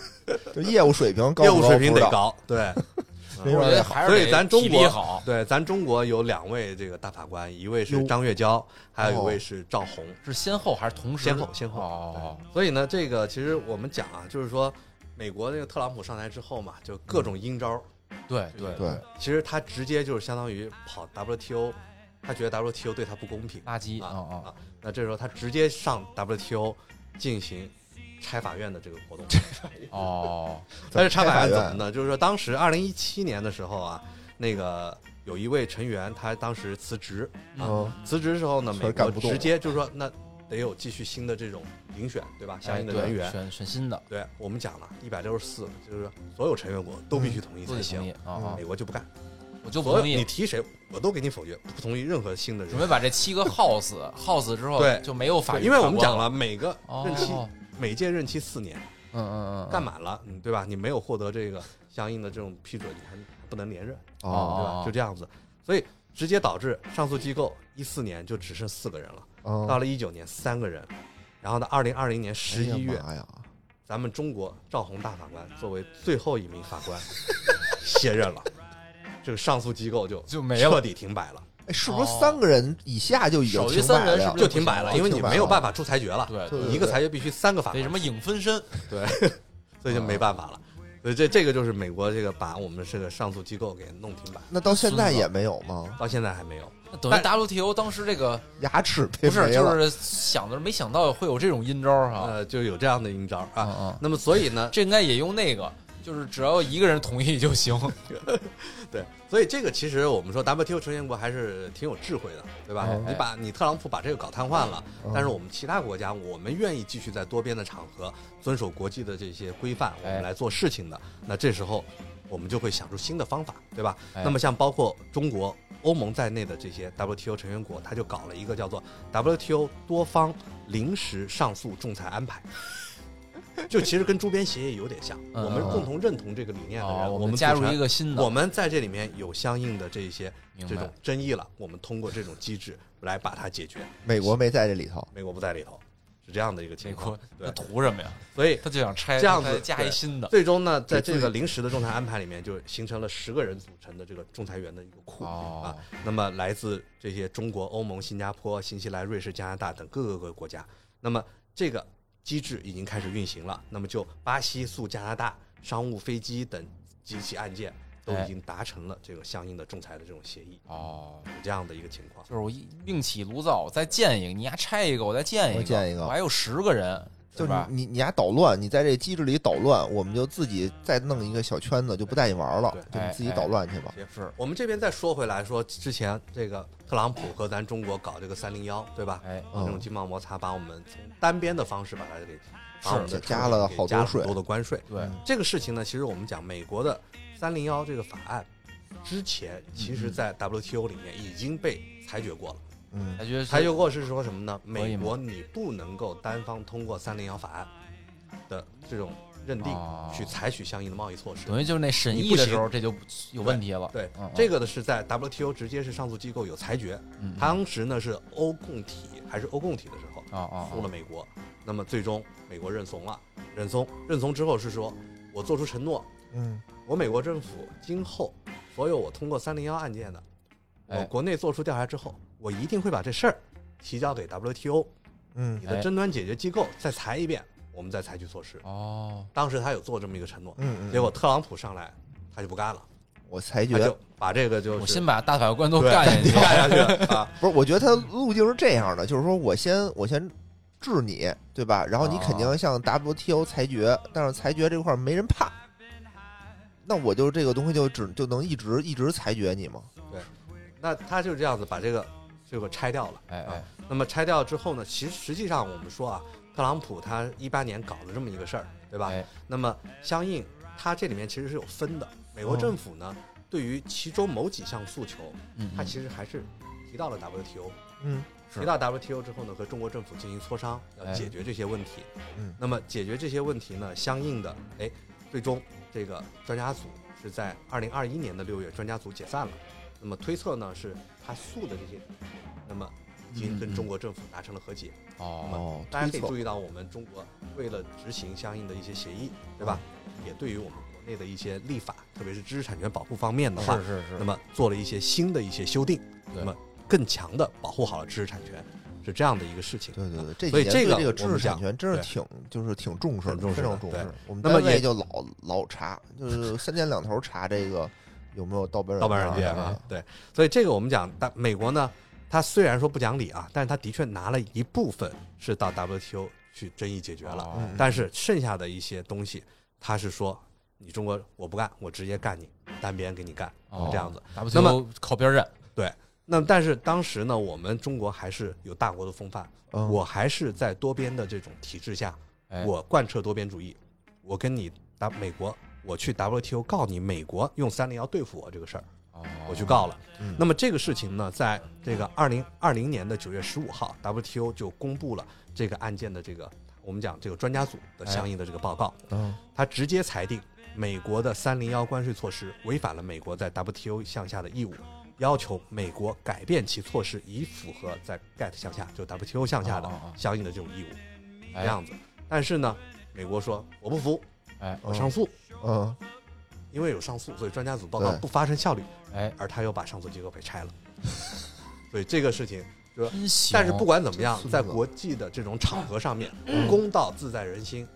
Speaker 4: 就业务水平高
Speaker 3: 业
Speaker 4: 不高，
Speaker 3: 务水平
Speaker 4: 不知
Speaker 3: 得
Speaker 4: 道。
Speaker 3: 高。对，
Speaker 4: 人缘
Speaker 2: 我觉
Speaker 4: 得
Speaker 2: 得
Speaker 4: 好。
Speaker 2: 还是
Speaker 3: 所以
Speaker 2: 得
Speaker 3: 咱中
Speaker 2: 体
Speaker 3: 国
Speaker 2: 力好，
Speaker 3: 对，咱中国有两位这个大法官，一位是
Speaker 4: 哟
Speaker 3: 张月娇，还有
Speaker 4: 哦
Speaker 3: 一位是赵红。
Speaker 2: 是先后还是同时？
Speaker 3: 先后先后
Speaker 2: 哦，
Speaker 3: 所以呢，这个其实我们讲啊，就是说，美国那个特朗普上台之后嘛，就各种阴招儿，
Speaker 2: 对对
Speaker 4: 对，
Speaker 3: 其实他直接就是相当于跑 WTO，他觉得 WTO 对他不公平，
Speaker 2: 垃圾
Speaker 3: 啊
Speaker 2: 啊
Speaker 3: 啊，那这时候他直接上 WTO 进行拆法院的这个活动。
Speaker 2: 啊哦，
Speaker 3: 但是拆法
Speaker 4: 法
Speaker 3: 院怎么呢？就是说当时二零一七年的时候啊，那个有一位成员他当时辞职，
Speaker 4: 嗯，
Speaker 3: 辞职之后呢，
Speaker 4: 确实
Speaker 3: 美
Speaker 4: 干
Speaker 3: 国
Speaker 4: 不动
Speaker 3: 直接就是说那得有继续新的这种遴选，对吧？相应的
Speaker 2: 哎对
Speaker 3: 人员。
Speaker 2: 选选新的
Speaker 3: 对我们讲了，一百六十四，就是所有成员国都必须同意
Speaker 2: 都得同
Speaker 3: 才
Speaker 2: 意
Speaker 3: 行。
Speaker 2: 啊啊
Speaker 3: 美！国就不干，
Speaker 2: 我就不
Speaker 3: 所有
Speaker 2: 同
Speaker 3: 你
Speaker 2: 意，
Speaker 3: 提谁，我都给你否决，不同意任何新的人
Speaker 2: 准。备把这七个耗死，耗死之后
Speaker 3: 对
Speaker 2: 就没有法
Speaker 3: 对
Speaker 2: 律，
Speaker 3: 因为我们讲，了，每个
Speaker 2: 哦，
Speaker 3: 任期
Speaker 2: 嗯
Speaker 3: 每届任期四年，
Speaker 2: 嗯嗯嗯，
Speaker 3: 干满了，嗯，对吧？你没有获得这个相应的这种批准，你还不能连任，对
Speaker 2: 哦
Speaker 3: 吧？就这样子，所以直接导致上诉机构一四年就只剩四个人了，
Speaker 4: 嗯
Speaker 2: 哦
Speaker 3: 到了一九年三个人，然后呢，二零二零年十一
Speaker 4: 哎
Speaker 3: 月
Speaker 4: 呀，妈呀，
Speaker 3: 咱们中国赵宏大法官作为最后一名法官卸任了，这个上诉机构就
Speaker 2: 就没
Speaker 3: 彻
Speaker 2: 了，
Speaker 3: 底停摆了，
Speaker 4: 哎，是不是
Speaker 3: 哦
Speaker 4: 三个人以下就已经
Speaker 2: 少于
Speaker 4: 停
Speaker 2: 三
Speaker 4: 摆
Speaker 2: 人
Speaker 4: 了呀
Speaker 2: 是不
Speaker 3: 就是停摆了，
Speaker 4: 就
Speaker 3: 因为你
Speaker 4: 停摆
Speaker 3: 没有
Speaker 4: 了
Speaker 3: 办法出裁决了，
Speaker 2: 对，
Speaker 4: 对
Speaker 3: 你一个裁决必须三个法
Speaker 2: 得
Speaker 3: 官
Speaker 2: 什么影分身，
Speaker 3: 对，所以就没办法了。所以这这个就是美国这个把我们这个上诉机构给弄停摆，
Speaker 4: 那到现在也没有吗？
Speaker 3: 到现在还没有。
Speaker 2: 那等于 WTO 当时这个
Speaker 4: 牙齿
Speaker 2: 不
Speaker 4: 被
Speaker 2: 是
Speaker 4: 没
Speaker 2: 就
Speaker 4: 了，
Speaker 2: 是想的没想到会有这种阴招儿哈，
Speaker 3: 呃，就有这样的阴招
Speaker 2: 嗯
Speaker 3: 啊。
Speaker 2: 嗯，
Speaker 3: 那么所以呢，
Speaker 2: 这应该也用那个就是只要有一个人同意就行。
Speaker 3: 对，所以这个其实我们说 WTO 成员国还是挺有智慧的，对吧？
Speaker 4: 哎
Speaker 3: 你把你特朗普把这个搞瘫痪了，
Speaker 4: 嗯
Speaker 3: 但是我们其他国家，我们愿意继续在多边的场合遵守国际的这些规范，我
Speaker 2: 哎
Speaker 3: 们来做事情的。那这时候，我们就会想出新的方法，对吧？
Speaker 2: 哎
Speaker 3: 那么像包括中国、欧盟在内的这些 WTO 成员国，他就搞了一个叫做 WTO 多方临时上诉仲裁安排。就其实跟周边协议有点像，
Speaker 2: 嗯
Speaker 3: 我们
Speaker 2: 嗯
Speaker 3: 共同认同这个理念的人，
Speaker 2: 啊，
Speaker 3: 我
Speaker 2: 我们
Speaker 3: 组
Speaker 2: 加入
Speaker 3: 成
Speaker 2: 一个新的，
Speaker 3: 我们在这里面有相应的这些
Speaker 2: 明
Speaker 3: 这
Speaker 2: 白
Speaker 3: 种争议了，我们通过这种机制来把它解决。
Speaker 4: 美国没在这里头，
Speaker 3: 美国不在里头，是这样的一个
Speaker 2: 美
Speaker 3: 情
Speaker 2: 国
Speaker 3: 况。
Speaker 2: 那
Speaker 3: 对，
Speaker 2: 图什么呀？
Speaker 3: 所以
Speaker 2: 他就想拆，
Speaker 3: 这样子
Speaker 2: 他再加一
Speaker 3: 对
Speaker 2: 新的。
Speaker 3: 最终呢，在
Speaker 4: 给
Speaker 3: 这
Speaker 4: 自
Speaker 3: 个
Speaker 4: 己
Speaker 3: 临时的仲裁安排里面，就形成了十个人组成的这个仲裁员的一个库
Speaker 2: 哦
Speaker 3: 啊。那么来自这些中国、欧盟、新加坡、新西兰、瑞士、加拿大等各个国家。那么这个机制已经开始运行了。那么就巴西诉加拿大商务飞机等几起案件都
Speaker 2: 哎
Speaker 3: 已经达成了这个相应的仲裁的这种协议，
Speaker 2: 哦，
Speaker 3: 有这样的一个情况。
Speaker 2: 就是我一另起炉灶，我再建一个，你丫拆一个，我再建一个，
Speaker 4: 我建一个
Speaker 2: 我还有十个人，
Speaker 4: 就是
Speaker 2: 吧？
Speaker 4: 你你你俩捣乱，你在这机制里捣乱，我们就自己再弄一个小圈子，就不带你玩了，
Speaker 3: 对
Speaker 4: 就
Speaker 2: 哎
Speaker 4: 你自己捣乱去吧。
Speaker 2: 是，
Speaker 3: 我们这边再说回来说，之前这个特朗普和咱中国搞这个三零幺，对吧？
Speaker 2: 哎，
Speaker 4: 嗯
Speaker 3: 这种经贸摩擦，把我们从单边的方式把它给把我们的
Speaker 4: 是加了
Speaker 3: 给
Speaker 4: 好多
Speaker 3: 加了
Speaker 4: 税
Speaker 3: 很多的关税。
Speaker 2: 对，
Speaker 3: 这个事情呢，其实我们讲美国的三零幺这个法案，之前其实在 WTO 里面已经被裁决过了。
Speaker 4: 嗯，
Speaker 2: 他觉得
Speaker 3: 裁决
Speaker 2: 是
Speaker 3: 过是说什么呢？
Speaker 2: 可以
Speaker 3: 美
Speaker 2: 吗
Speaker 3: 国你不能够单方通过三零幺法案的这种认定
Speaker 2: 哦
Speaker 3: 去采取相应的贸易措施。
Speaker 2: 等于就是那审
Speaker 3: 你
Speaker 2: 议
Speaker 3: 不
Speaker 2: 的
Speaker 3: 行
Speaker 2: 时候，这就有问题了。
Speaker 3: 对
Speaker 2: 嗯，
Speaker 3: 这个的是在 WTO 直接是上诉机构有裁决，
Speaker 2: 嗯嗯
Speaker 3: 当时呢是欧共体还是欧共体的时候，
Speaker 2: 啊啊，
Speaker 3: 输了美国，那么最终美国认怂了，认怂，认怂之后是说，我做出承诺，
Speaker 4: 嗯，
Speaker 3: 我美国政府今后所有我通过三零幺案件的，我
Speaker 2: 哎
Speaker 3: 国内做出调查之后，我一定会把这事儿提交给 WTO，
Speaker 4: 嗯
Speaker 3: 你的
Speaker 2: 哎
Speaker 3: 争端解决机构再裁一遍，我们再采取措施。
Speaker 2: 哦，
Speaker 3: 当时他有做这么一个承诺，
Speaker 4: 嗯嗯，嗯
Speaker 3: 结果特朗普上来，他就不干了，
Speaker 4: 我裁
Speaker 3: 他
Speaker 4: 决
Speaker 3: 就把这个就
Speaker 2: 我
Speaker 3: 是
Speaker 2: 先把大法官都
Speaker 3: 对
Speaker 2: 干下去，
Speaker 3: 干下去了啊，
Speaker 4: 不是，我觉得他路径是这样的，就是说我先我先治你，对吧？然后你
Speaker 2: 啊
Speaker 4: 肯
Speaker 3: 哦
Speaker 4: 定向 WTO 裁决，但是裁决这块儿没人怕，那我就这个东西就只就能一直一直裁决你嘛。
Speaker 3: 那他就这样子把这个这个拆掉了。
Speaker 2: 哎哎，
Speaker 3: 那么拆掉之后呢，其实实际上我们说啊，特朗普他一八年搞了这么一个事儿，对吧？
Speaker 2: 哎
Speaker 3: 那么相应他这里面其实是有分的，美
Speaker 2: 哦
Speaker 3: 国政府呢、对于其中某几项诉求，
Speaker 2: 嗯，
Speaker 3: 他其实还是提到了 WTO，
Speaker 4: 嗯
Speaker 2: 是
Speaker 3: 提到 WTO 之后呢，和中国政府进行磋商，要
Speaker 2: 哎
Speaker 3: 解决这些问题。
Speaker 4: 嗯
Speaker 3: 那么解决这些问题呢，相应的，哎，最终这个专家组是在二零二一年的六月，专家组解散了。那么推测呢，是他诉的这些，那么已经
Speaker 2: 嗯嗯
Speaker 3: 跟中国政府达成了和解。
Speaker 2: 嗯哦，
Speaker 4: 哦，
Speaker 3: 大家可
Speaker 4: 推
Speaker 3: 以
Speaker 4: 测
Speaker 3: 注意到，我们中国为了执行相应的一些协议，对吧？
Speaker 2: 嗯
Speaker 3: 也对于我们国内的一些立法，特别是知识产权保护方面的话
Speaker 2: 是，是是，
Speaker 3: 那么做了一些新的一些修订，
Speaker 2: 对
Speaker 3: 那么更强的保护好了知识产权，是这样的一个事情。啊
Speaker 4: 对对对，这
Speaker 3: 所以
Speaker 4: 几年
Speaker 3: 这个
Speaker 4: 对这个
Speaker 3: 我
Speaker 4: 知
Speaker 3: 们
Speaker 4: 识产
Speaker 3: 讲
Speaker 4: 权真是
Speaker 3: 对
Speaker 4: 挺就是挺重视的，
Speaker 3: 很重视
Speaker 4: 非常
Speaker 3: 的
Speaker 4: 重
Speaker 3: 对
Speaker 4: 视。我们
Speaker 3: 那么
Speaker 4: 单位
Speaker 3: 也
Speaker 4: 就老老查，就是三天两头查这个有没有盗版
Speaker 3: 盗版软
Speaker 4: 软
Speaker 3: 件
Speaker 4: 啊
Speaker 3: 啊，对，所以这个我们讲，但美国呢，它虽然说不讲理啊，但是它的确拿了一部分是到 WTO 去争议解决了，
Speaker 2: 哦
Speaker 4: 嗯
Speaker 3: 但是剩下的一些东西，它是说你中国我不干，我直接干你，单边给你干，
Speaker 2: 哦
Speaker 3: 是这样子。
Speaker 2: WTO
Speaker 3: 那么
Speaker 2: 靠边站，
Speaker 3: 那么但是当时呢，我们中国还是有大国的风范，
Speaker 4: 嗯
Speaker 3: 我还是在多边的这种体制下，
Speaker 2: 哎
Speaker 3: 我贯彻多边主义，我跟你打美国，我去 WTO 告你美国用三零幺对付我这个事儿。
Speaker 2: 哦
Speaker 3: 我去告了。
Speaker 4: 嗯
Speaker 3: 那么这个事情呢，在这个二零二零年的九月十五号，WTO 就公布了这个案件的这个我们讲这个专家组的相应的这个报告，
Speaker 4: 嗯
Speaker 3: 他直接裁定美国的三零幺关税措施违反了美国在 WTO 项下的义务。要求美国改变其措施，以符合在 GATT 项下，就 WTO 项下的
Speaker 2: 哦哦哦
Speaker 3: 相应的这种义务，这
Speaker 2: 哎
Speaker 3: 样子。但是呢，美国说我不服，
Speaker 2: 哎
Speaker 3: 我上诉，
Speaker 4: 嗯，
Speaker 3: 因为有上诉，所以专家组报告
Speaker 4: 对
Speaker 3: 不发生效力。
Speaker 2: 哎，
Speaker 3: 而他又把上诉机构给拆了，所以这个事情，
Speaker 2: 真行，
Speaker 3: 但是不管怎么样
Speaker 4: 这，
Speaker 3: 在
Speaker 4: 孙子
Speaker 3: 国际的这种场合上面，
Speaker 2: 嗯
Speaker 3: 公道自在人心，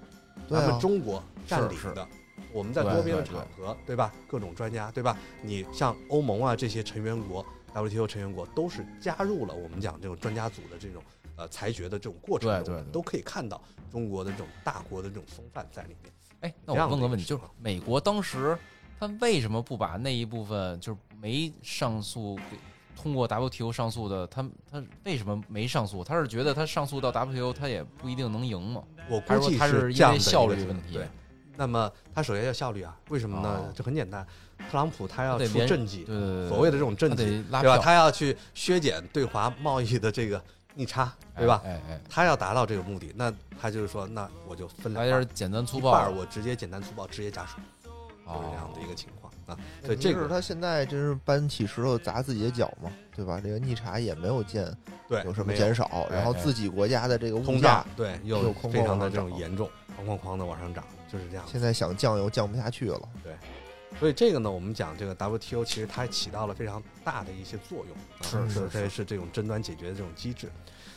Speaker 4: 对
Speaker 3: 咱
Speaker 4: 啊
Speaker 3: 们中国占领
Speaker 2: 是
Speaker 3: 的。我们在
Speaker 2: 对
Speaker 3: 多边的
Speaker 2: 对对
Speaker 3: 场合，对吧？各种专家，对吧？你像欧盟啊这些成员国、WTO 成员国都是加入了我们讲这种专家组的这种呃裁决的这种过程中，
Speaker 2: 对对对
Speaker 3: 都可以看到中国的这种大国的这种风范在里面。
Speaker 2: 哎，那
Speaker 3: 这
Speaker 2: 我
Speaker 3: 样的
Speaker 2: 问个
Speaker 3: 一个
Speaker 2: 问题，
Speaker 3: 情
Speaker 2: 就是美国当时他为什么不把那一部分就是没上诉给通过 WTO 上诉的，他他为什么没上诉？他是觉得他上诉到 WTO 他也不一定能赢吗？
Speaker 3: 我
Speaker 2: 还是说
Speaker 3: 估计
Speaker 2: 他
Speaker 3: 是这
Speaker 2: 因
Speaker 3: 样
Speaker 2: 为
Speaker 3: 的
Speaker 2: 效
Speaker 3: 一个
Speaker 2: 率
Speaker 3: 情
Speaker 2: 问
Speaker 3: 况
Speaker 2: 题啊
Speaker 3: 对？，那么他首先要效率啊，为什么
Speaker 2: 哦
Speaker 3: 呢？这很简单，特朗普他要
Speaker 2: 得
Speaker 3: 出
Speaker 2: 连
Speaker 3: 政绩
Speaker 2: 对，对对，
Speaker 3: 所谓的这种
Speaker 2: 他
Speaker 3: 政绩，
Speaker 2: 得拉
Speaker 3: 对吧？
Speaker 2: 票，
Speaker 3: 他要去削减对华贸易的这个逆差，对吧？
Speaker 2: 哎哎，
Speaker 3: 他要达到这个目的，那他就是说，那我就分
Speaker 2: 来
Speaker 3: 两
Speaker 2: 点
Speaker 3: 半儿，
Speaker 2: 简单粗
Speaker 3: 一
Speaker 2: 暴，哦
Speaker 3: 半儿我直接简单粗暴，直接加税，就是这样的一个情况啊。对这
Speaker 4: 哎是
Speaker 3: 个
Speaker 4: 他现在真是搬起石头砸自己的脚嘛，对吧？这个逆差也没有见
Speaker 3: 对，
Speaker 4: 有什么
Speaker 3: 没哎
Speaker 4: 减少，然后自己国家的这个物
Speaker 3: 通
Speaker 4: 价
Speaker 3: 胀，对，
Speaker 4: 有
Speaker 3: 又
Speaker 4: 空
Speaker 3: 非
Speaker 4: 旷
Speaker 3: 常
Speaker 4: 往
Speaker 3: 的
Speaker 4: 上
Speaker 3: 这种
Speaker 4: 涨
Speaker 3: 严重，哐哐哐的往上涨，就是这样。
Speaker 4: 现在想降又降不下去了。
Speaker 3: 所以这个呢，我们讲这个 WTO 其实它起到了非常大的一些作用，啊
Speaker 4: 是是
Speaker 3: 这
Speaker 4: 是
Speaker 3: 是这种争端解决的这种机制。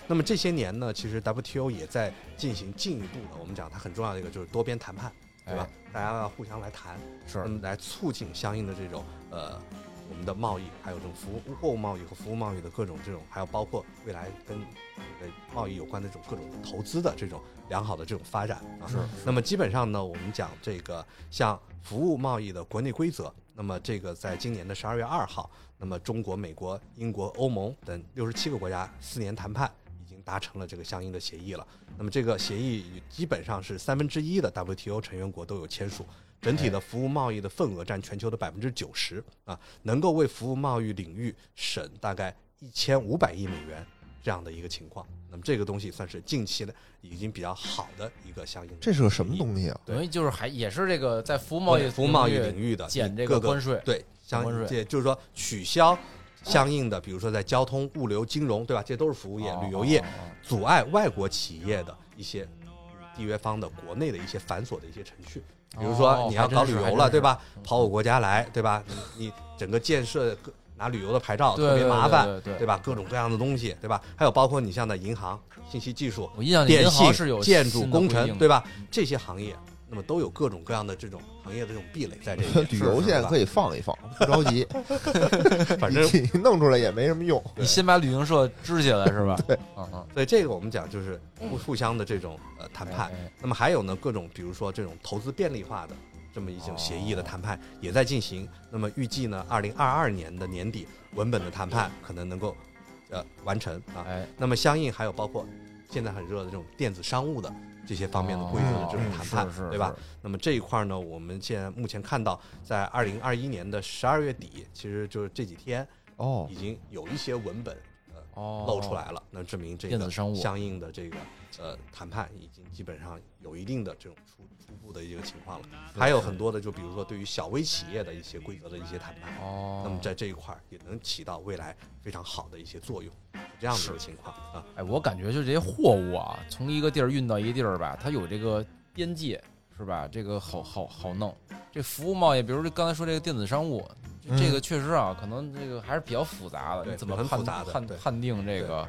Speaker 3: 那么这些年呢，其实 WTO 也在进行进一步的，我们讲它很重要的一个就是多边谈判，对吧？
Speaker 2: 哎
Speaker 3: 大家要互相来谈，
Speaker 2: 是
Speaker 3: 那么来促进相应的这种呃我们的贸易，还有这种服务货物贸易和服务贸易的各种这种，还有包括未来跟呃贸易有关的这种各种投资的这种良好的这种发展啊。
Speaker 2: 是
Speaker 3: 那么基本上呢，我们讲这个像服务贸易的国内规则，那么这个在今年的十二月二号，那么中国、美国、英国、欧盟等六十七个国家四年谈判已经达成了这个相应的协议了。那么这个协议基本上是三分之一的 WTO 成员国都有签署。整体的服务贸易的份额占全球的百分之九十啊，能够为服务贸易领域省大概一千五百亿美元这样的一个情况。那么这个东西算是近期的已经比较好的一个相应的
Speaker 4: 这是个什么东西啊？
Speaker 2: 等于就是还也是这个在服务贸易
Speaker 3: 服务贸易领
Speaker 2: 域啊
Speaker 3: 域的啊
Speaker 2: 减这
Speaker 3: 各
Speaker 2: 个
Speaker 3: 个
Speaker 2: 关税，
Speaker 3: 对，相
Speaker 2: 关税
Speaker 3: 这就是说取消相应的，比如说在交通、物流、金融，对吧？这都是服务业、
Speaker 2: 哦
Speaker 3: 旅游业
Speaker 2: 哦哦
Speaker 3: 阻碍外国企业的一些嗯缔约方的国内的一些繁琐的一些程序。比如
Speaker 2: 哦
Speaker 3: 说你要
Speaker 2: 还真
Speaker 3: 搞
Speaker 2: 是
Speaker 3: 旅
Speaker 2: 还
Speaker 3: 游
Speaker 2: 真
Speaker 3: 了，
Speaker 2: 是
Speaker 3: 对吧
Speaker 2: 嗯？
Speaker 3: 跑我国家来，对吧？你你整个建设各拿旅游的牌照
Speaker 2: 对
Speaker 3: 特别麻烦，
Speaker 2: 对对对
Speaker 3: 对吧？各种各样的东西，对吧？还有包括你像在银行、信息技术、
Speaker 2: 我印象里
Speaker 3: 电
Speaker 2: 银行
Speaker 3: 信
Speaker 2: 是有、
Speaker 3: 建筑工程，对
Speaker 2: 吧？
Speaker 3: 吧？这些行业，那么都有各种各样的这种行业的这种壁垒在这里面。
Speaker 4: 旅游现在可
Speaker 3: 以，
Speaker 4: 以放一放，不着急，
Speaker 3: 反正
Speaker 4: 你 弄出来也没什么用。
Speaker 2: 你先把旅行社支起来是吧？对，嗯嗯，
Speaker 3: 所以这个我们讲就是互互相的这种呃谈判。
Speaker 2: 哎，哎
Speaker 3: 那么还有呢，各种比如说这种投资便利化的这么一种协
Speaker 2: 哦
Speaker 3: 议的谈判也在进行。那么预计呢，二零二二年的年底，文本的谈判可能能够呃完成啊。
Speaker 2: 哎，
Speaker 3: 那么相应还有包括现在很热的这种电子商务的这些方面的规则的这种谈判，
Speaker 2: 哦是是
Speaker 3: 对吧？？那么这一块呢，我们现在目前看到，在二零二一年的十二月底，其实就是这几天
Speaker 4: 哦
Speaker 3: 已经有一些文本呃
Speaker 2: 哦，
Speaker 3: 露出来了，那证明这
Speaker 2: 电子
Speaker 3: 个
Speaker 2: 商务
Speaker 3: 相应的这个呃谈判已经基本上有一定的这种初初步的一个情况了，还有很多的就比如说对于小微企业的一些规则的一些谈判，
Speaker 2: 哦。
Speaker 3: 那么在这一块儿也能起到未来非常好的一些作用，是这样的一个情况啊，
Speaker 2: 哎，我感觉就这些货物啊，从一个地儿运到一个地儿吧，它有这个边界，是吧？这个好好好弄。这服务贸易，比如这刚才说这个电子商务，
Speaker 4: 嗯
Speaker 2: 这个确实啊，可能这个还是比较复杂的。
Speaker 3: 对
Speaker 2: 你怎么
Speaker 3: 很
Speaker 2: 判
Speaker 3: 复杂的
Speaker 2: 判
Speaker 3: 对
Speaker 2: 判定这个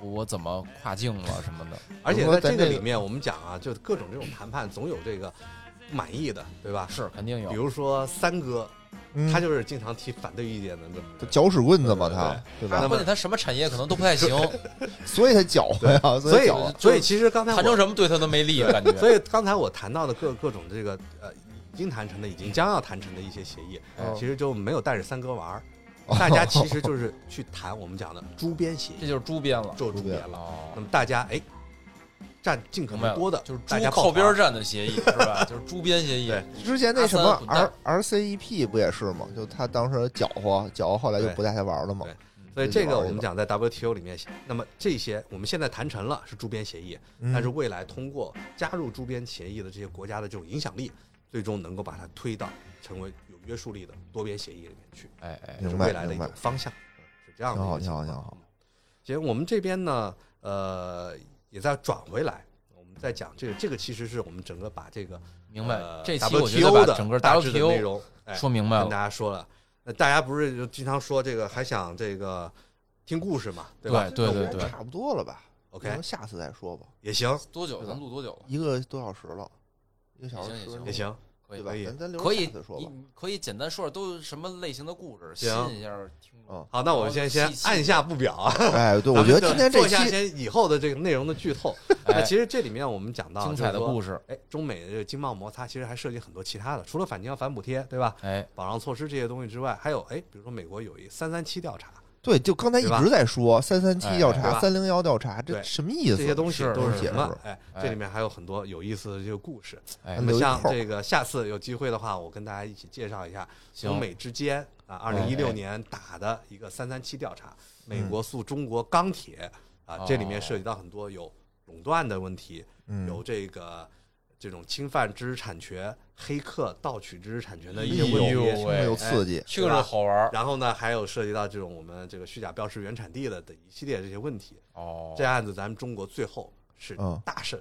Speaker 2: 我怎么跨境了什么 的？
Speaker 3: 而且
Speaker 4: 如果
Speaker 3: 在
Speaker 4: 咱
Speaker 3: 这个
Speaker 4: 这
Speaker 3: 里
Speaker 4: 个
Speaker 3: 面我们讲啊，就各种这种谈判总有这个不满意的，对吧？
Speaker 2: 是肯定有
Speaker 3: 比。如说三哥，
Speaker 4: 嗯
Speaker 3: 他就是经常提反对意见的这
Speaker 1: 嗯
Speaker 3: 么一个人。
Speaker 4: 搅屎棍子嘛，他对
Speaker 2: 他
Speaker 3: 啊
Speaker 4: 吧？
Speaker 2: 关键他什么产业可能都不太 行，
Speaker 4: 所以他搅和呀，
Speaker 3: 所
Speaker 4: 以
Speaker 3: 以
Speaker 4: 搅和，。
Speaker 3: 所以其实刚才
Speaker 2: 谈
Speaker 3: 我
Speaker 2: 成什么对他都没利，感觉。
Speaker 3: 所以刚才我谈到的各各种这个呃已经谈成的、已经将要谈成的一些协议，
Speaker 2: 哎
Speaker 3: 其实就没有带着三哥玩 儿，大家其实就是去谈我们讲的周边协
Speaker 2: 这
Speaker 3: 议，
Speaker 2: 就是猪编了。
Speaker 3: 做周边了。
Speaker 2: 哦
Speaker 3: 那，么大家哎，占尽可
Speaker 2: 明白
Speaker 3: 能
Speaker 2: 了，
Speaker 3: 多的，
Speaker 2: 就是
Speaker 3: 大
Speaker 2: 猪
Speaker 3: 家
Speaker 2: 靠边儿
Speaker 3: 儿
Speaker 2: 站的协议是吧？就是猪编协议
Speaker 3: 对。
Speaker 4: 之前那什
Speaker 2: 阿
Speaker 4: 么
Speaker 2: 三滚蛋
Speaker 4: R R C E P 不也是吗？就他当时搅和，搅和，后来就不带他玩了嘛。
Speaker 3: 对所以这个我们讲在 WTO 里面，那么这些我们现在谈成了是周边协议，
Speaker 4: 嗯
Speaker 3: 但是未来通过加入周边协议的这些国家的这种影响力，最终能够把它推到成为有约束力的多边协议里面去。
Speaker 2: 哎哎，
Speaker 3: 就是
Speaker 4: 明白
Speaker 3: 未来的一
Speaker 4: 明白
Speaker 3: 种方向，是这样的
Speaker 4: 挺
Speaker 3: 一
Speaker 4: 好
Speaker 3: 个
Speaker 4: 挺
Speaker 3: 情
Speaker 4: 好
Speaker 3: 况。
Speaker 4: 挺好。
Speaker 3: 其实我们这边呢，呃，也在转回来，我们在讲这个，这个其实是我们整个把这个
Speaker 2: 明白
Speaker 3: 呃。
Speaker 2: 这期我觉得
Speaker 3: WTO
Speaker 2: 把
Speaker 3: 的
Speaker 2: 整个
Speaker 3: 大致的内
Speaker 2: WTO
Speaker 3: 容，哎，
Speaker 2: 说明白
Speaker 3: 跟大
Speaker 2: 了。
Speaker 3: 家说了。那大家不是就经常说这个还想这个听故事嘛，对吧
Speaker 2: 对对对
Speaker 4: 那我
Speaker 2: 对，
Speaker 4: 差不多了吧？咱
Speaker 3: ？OK，
Speaker 4: 们下次再说吧，
Speaker 3: 也行，
Speaker 2: 多久？
Speaker 4: 对吧
Speaker 2: 咱录多久了？啊
Speaker 4: 一个多小时了，一个小
Speaker 2: 行
Speaker 4: 时
Speaker 2: 也
Speaker 4: 十分钟
Speaker 2: 行
Speaker 3: 也行，
Speaker 2: 可以
Speaker 1: 对吧
Speaker 3: 可以？
Speaker 1: 咱咱留
Speaker 2: 可
Speaker 1: 着
Speaker 2: 以
Speaker 1: 下次，说
Speaker 2: 你
Speaker 1: 吧。
Speaker 2: 你可以简单说说都是什么类型的故事，吸
Speaker 3: 行
Speaker 2: 引一下听众。
Speaker 1: 嗯
Speaker 3: 好，那我们先先
Speaker 2: 细细
Speaker 3: 按下不表啊。
Speaker 1: 哎，对，我觉得今天这
Speaker 3: 做一下
Speaker 1: 期
Speaker 3: 先以后的这个内容的剧透。那
Speaker 2: 哎
Speaker 3: 其实这里面我们讲到
Speaker 2: 精彩的故
Speaker 3: 事，
Speaker 2: 事，
Speaker 3: 哎，中美的这个经贸摩擦其实还涉及很多其他的，除了反倾销、反补贴，对吧？
Speaker 2: 哎，
Speaker 3: 保障措施这些东西之外，还有哎，比如说美国有一三三七调查，
Speaker 1: 对，就刚才一
Speaker 3: 对吧
Speaker 1: 直在说三三七
Speaker 2: 哎
Speaker 1: 调
Speaker 3: 对
Speaker 1: 查、
Speaker 3: 吧
Speaker 1: 三零幺调查，这
Speaker 3: 对
Speaker 1: 什么意
Speaker 3: 这些
Speaker 1: 思？
Speaker 3: 东西
Speaker 2: 是
Speaker 3: 都
Speaker 2: 是
Speaker 3: 什么
Speaker 1: 是？
Speaker 3: 哎，
Speaker 2: 哎
Speaker 3: 这里面还有很多有意思的这个故事。
Speaker 2: 哎
Speaker 3: 那么
Speaker 1: 留一
Speaker 3: 像
Speaker 1: 扣儿
Speaker 3: 这个下次有机会的话，我跟大家一起介绍一下
Speaker 2: 行
Speaker 3: 中美之间啊，二零一六年打的一个三三七调查，美国诉中国钢铁啊
Speaker 2: 哦，
Speaker 3: 这里面涉及到很多有垄断的问题，
Speaker 1: 嗯
Speaker 3: 有，这个这种侵犯知识产权、黑客盗取知识产权的一些
Speaker 2: 哎
Speaker 3: 问
Speaker 2: 呦
Speaker 3: 题。
Speaker 1: 这么有刺激，
Speaker 2: 这个是好玩儿
Speaker 3: 然后呢，还有涉及到这种我们这个虚假标识原产地的的一系列这些问题。
Speaker 2: 哦，
Speaker 3: 这案子咱们中国最后是
Speaker 1: 嗯
Speaker 3: 大胜，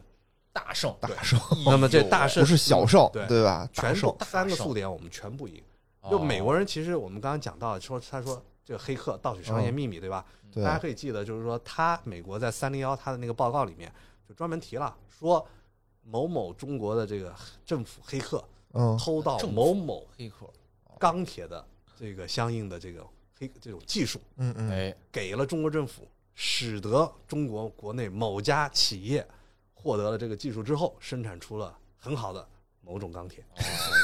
Speaker 2: 大胜，
Speaker 1: 大
Speaker 3: 对
Speaker 1: 胜
Speaker 3: 那么这大胜
Speaker 1: 不是小胜，
Speaker 3: 对
Speaker 1: 对吧？大
Speaker 3: 全
Speaker 1: 胜
Speaker 3: 部，三个
Speaker 2: 大胜
Speaker 3: 速点我们全部赢。
Speaker 2: 哦
Speaker 3: 就美国人其实我们刚刚讲到说，他说这个黑客盗取
Speaker 2: 嗯
Speaker 3: 商业秘密，对吧？
Speaker 1: 对
Speaker 3: 大，家可以记得，就是说他美国在三零幺他的那个报告里面就专门提了，说某某中国的这个政府黑客
Speaker 1: 嗯，
Speaker 3: 偷盗
Speaker 2: 哦政府
Speaker 3: 某某
Speaker 2: 黑客，
Speaker 3: 钢铁的这个相应的这个黑这种技术
Speaker 1: 嗯嗯，
Speaker 2: 哎，
Speaker 3: 给了中国政府，使得中国国内某家企业获得了这个技术之后，生产出了很好的某种钢铁，
Speaker 2: 哦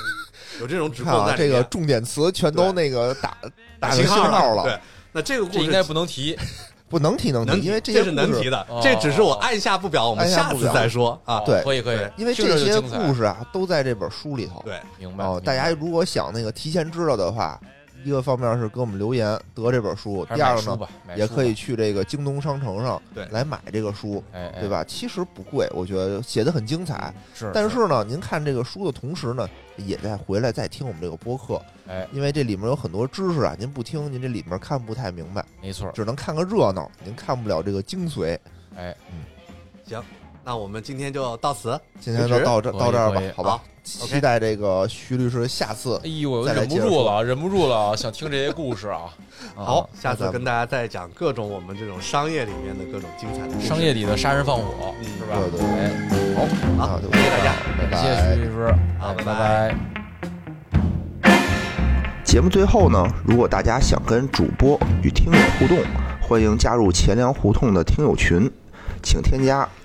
Speaker 3: 有这种指
Speaker 1: 你
Speaker 3: 控
Speaker 1: 看啊，
Speaker 3: 在
Speaker 1: 这
Speaker 3: 里
Speaker 1: 个
Speaker 3: 面。
Speaker 1: 重点词全都那个打打成
Speaker 3: 信
Speaker 1: 信号了，
Speaker 3: 了。对，那这个故
Speaker 2: 这
Speaker 3: 事
Speaker 2: 应该不能提
Speaker 1: 不能提能
Speaker 3: 能
Speaker 1: 提，
Speaker 3: 提，
Speaker 1: 因为
Speaker 3: 这
Speaker 1: 些
Speaker 3: 是能
Speaker 1: 故事
Speaker 3: 提的
Speaker 2: 哦，
Speaker 3: 这只是我按下不表，我们
Speaker 1: 按下
Speaker 3: 下
Speaker 1: 不
Speaker 3: 次
Speaker 1: 表
Speaker 3: 再说啊
Speaker 2: 哦。
Speaker 1: 对
Speaker 2: 可以可以
Speaker 3: 对，
Speaker 1: 因为
Speaker 2: 听
Speaker 1: 这
Speaker 2: 着就
Speaker 1: 些
Speaker 2: 精彩
Speaker 1: 故事啊都在这本书里头。
Speaker 3: 对，
Speaker 2: 明白
Speaker 1: 哦，大家
Speaker 2: 明
Speaker 1: 如果想那个提前知道的话，一个方面是给我们留言得这本书，
Speaker 2: 白
Speaker 1: 第二
Speaker 2: 还
Speaker 1: 个
Speaker 2: 是买书
Speaker 1: 呢
Speaker 2: 吧，买
Speaker 1: 也
Speaker 2: 书
Speaker 1: 可以
Speaker 2: 吧，
Speaker 1: 去这个京东商城上
Speaker 3: 对
Speaker 1: 来买这个书，
Speaker 2: 哎，哎
Speaker 1: 对？吧？其实不贵，我觉得写的很精彩。
Speaker 2: 是，
Speaker 1: 但是呢，您看这个书的同时呢，也在回来再听我们这个播客，
Speaker 2: 哎，
Speaker 1: 因为这里面有很多知识啊，您不听，您这里面看不太明白，
Speaker 2: 没错，
Speaker 1: 只能看个热闹，您看不了这个精髓。
Speaker 2: 哎，
Speaker 1: 嗯
Speaker 3: 那我们今天就到此。
Speaker 1: 今天就到这
Speaker 2: 可以
Speaker 1: 到这儿吧
Speaker 2: 可以，
Speaker 1: 好吧？
Speaker 3: OK
Speaker 1: 期待这个徐律师下次
Speaker 2: 哎呦，我
Speaker 1: 再来
Speaker 2: 忍不
Speaker 1: 接着
Speaker 2: 住
Speaker 1: 说
Speaker 2: 了，忍不住了，想听这些故事啊。
Speaker 3: 好，下
Speaker 1: 哦那咱
Speaker 3: 次
Speaker 1: 们
Speaker 3: 跟大家再讲各种我们这种商业里面的各种精彩的故
Speaker 2: 啊，
Speaker 3: 事
Speaker 2: 商业里的杀人放火
Speaker 3: 嗯
Speaker 2: 是吧？
Speaker 1: 对对对
Speaker 2: 哎，
Speaker 1: 好，
Speaker 3: 好
Speaker 1: 那就
Speaker 3: 谢谢大家
Speaker 1: 拜拜。
Speaker 2: 谢谢徐律师，
Speaker 3: 好
Speaker 2: 哎
Speaker 3: 拜
Speaker 2: 拜拜。
Speaker 3: 拜
Speaker 5: 节目最后呢，如果大家想跟主播与听友互动，欢迎加入钱粮胡同的听友群，请添加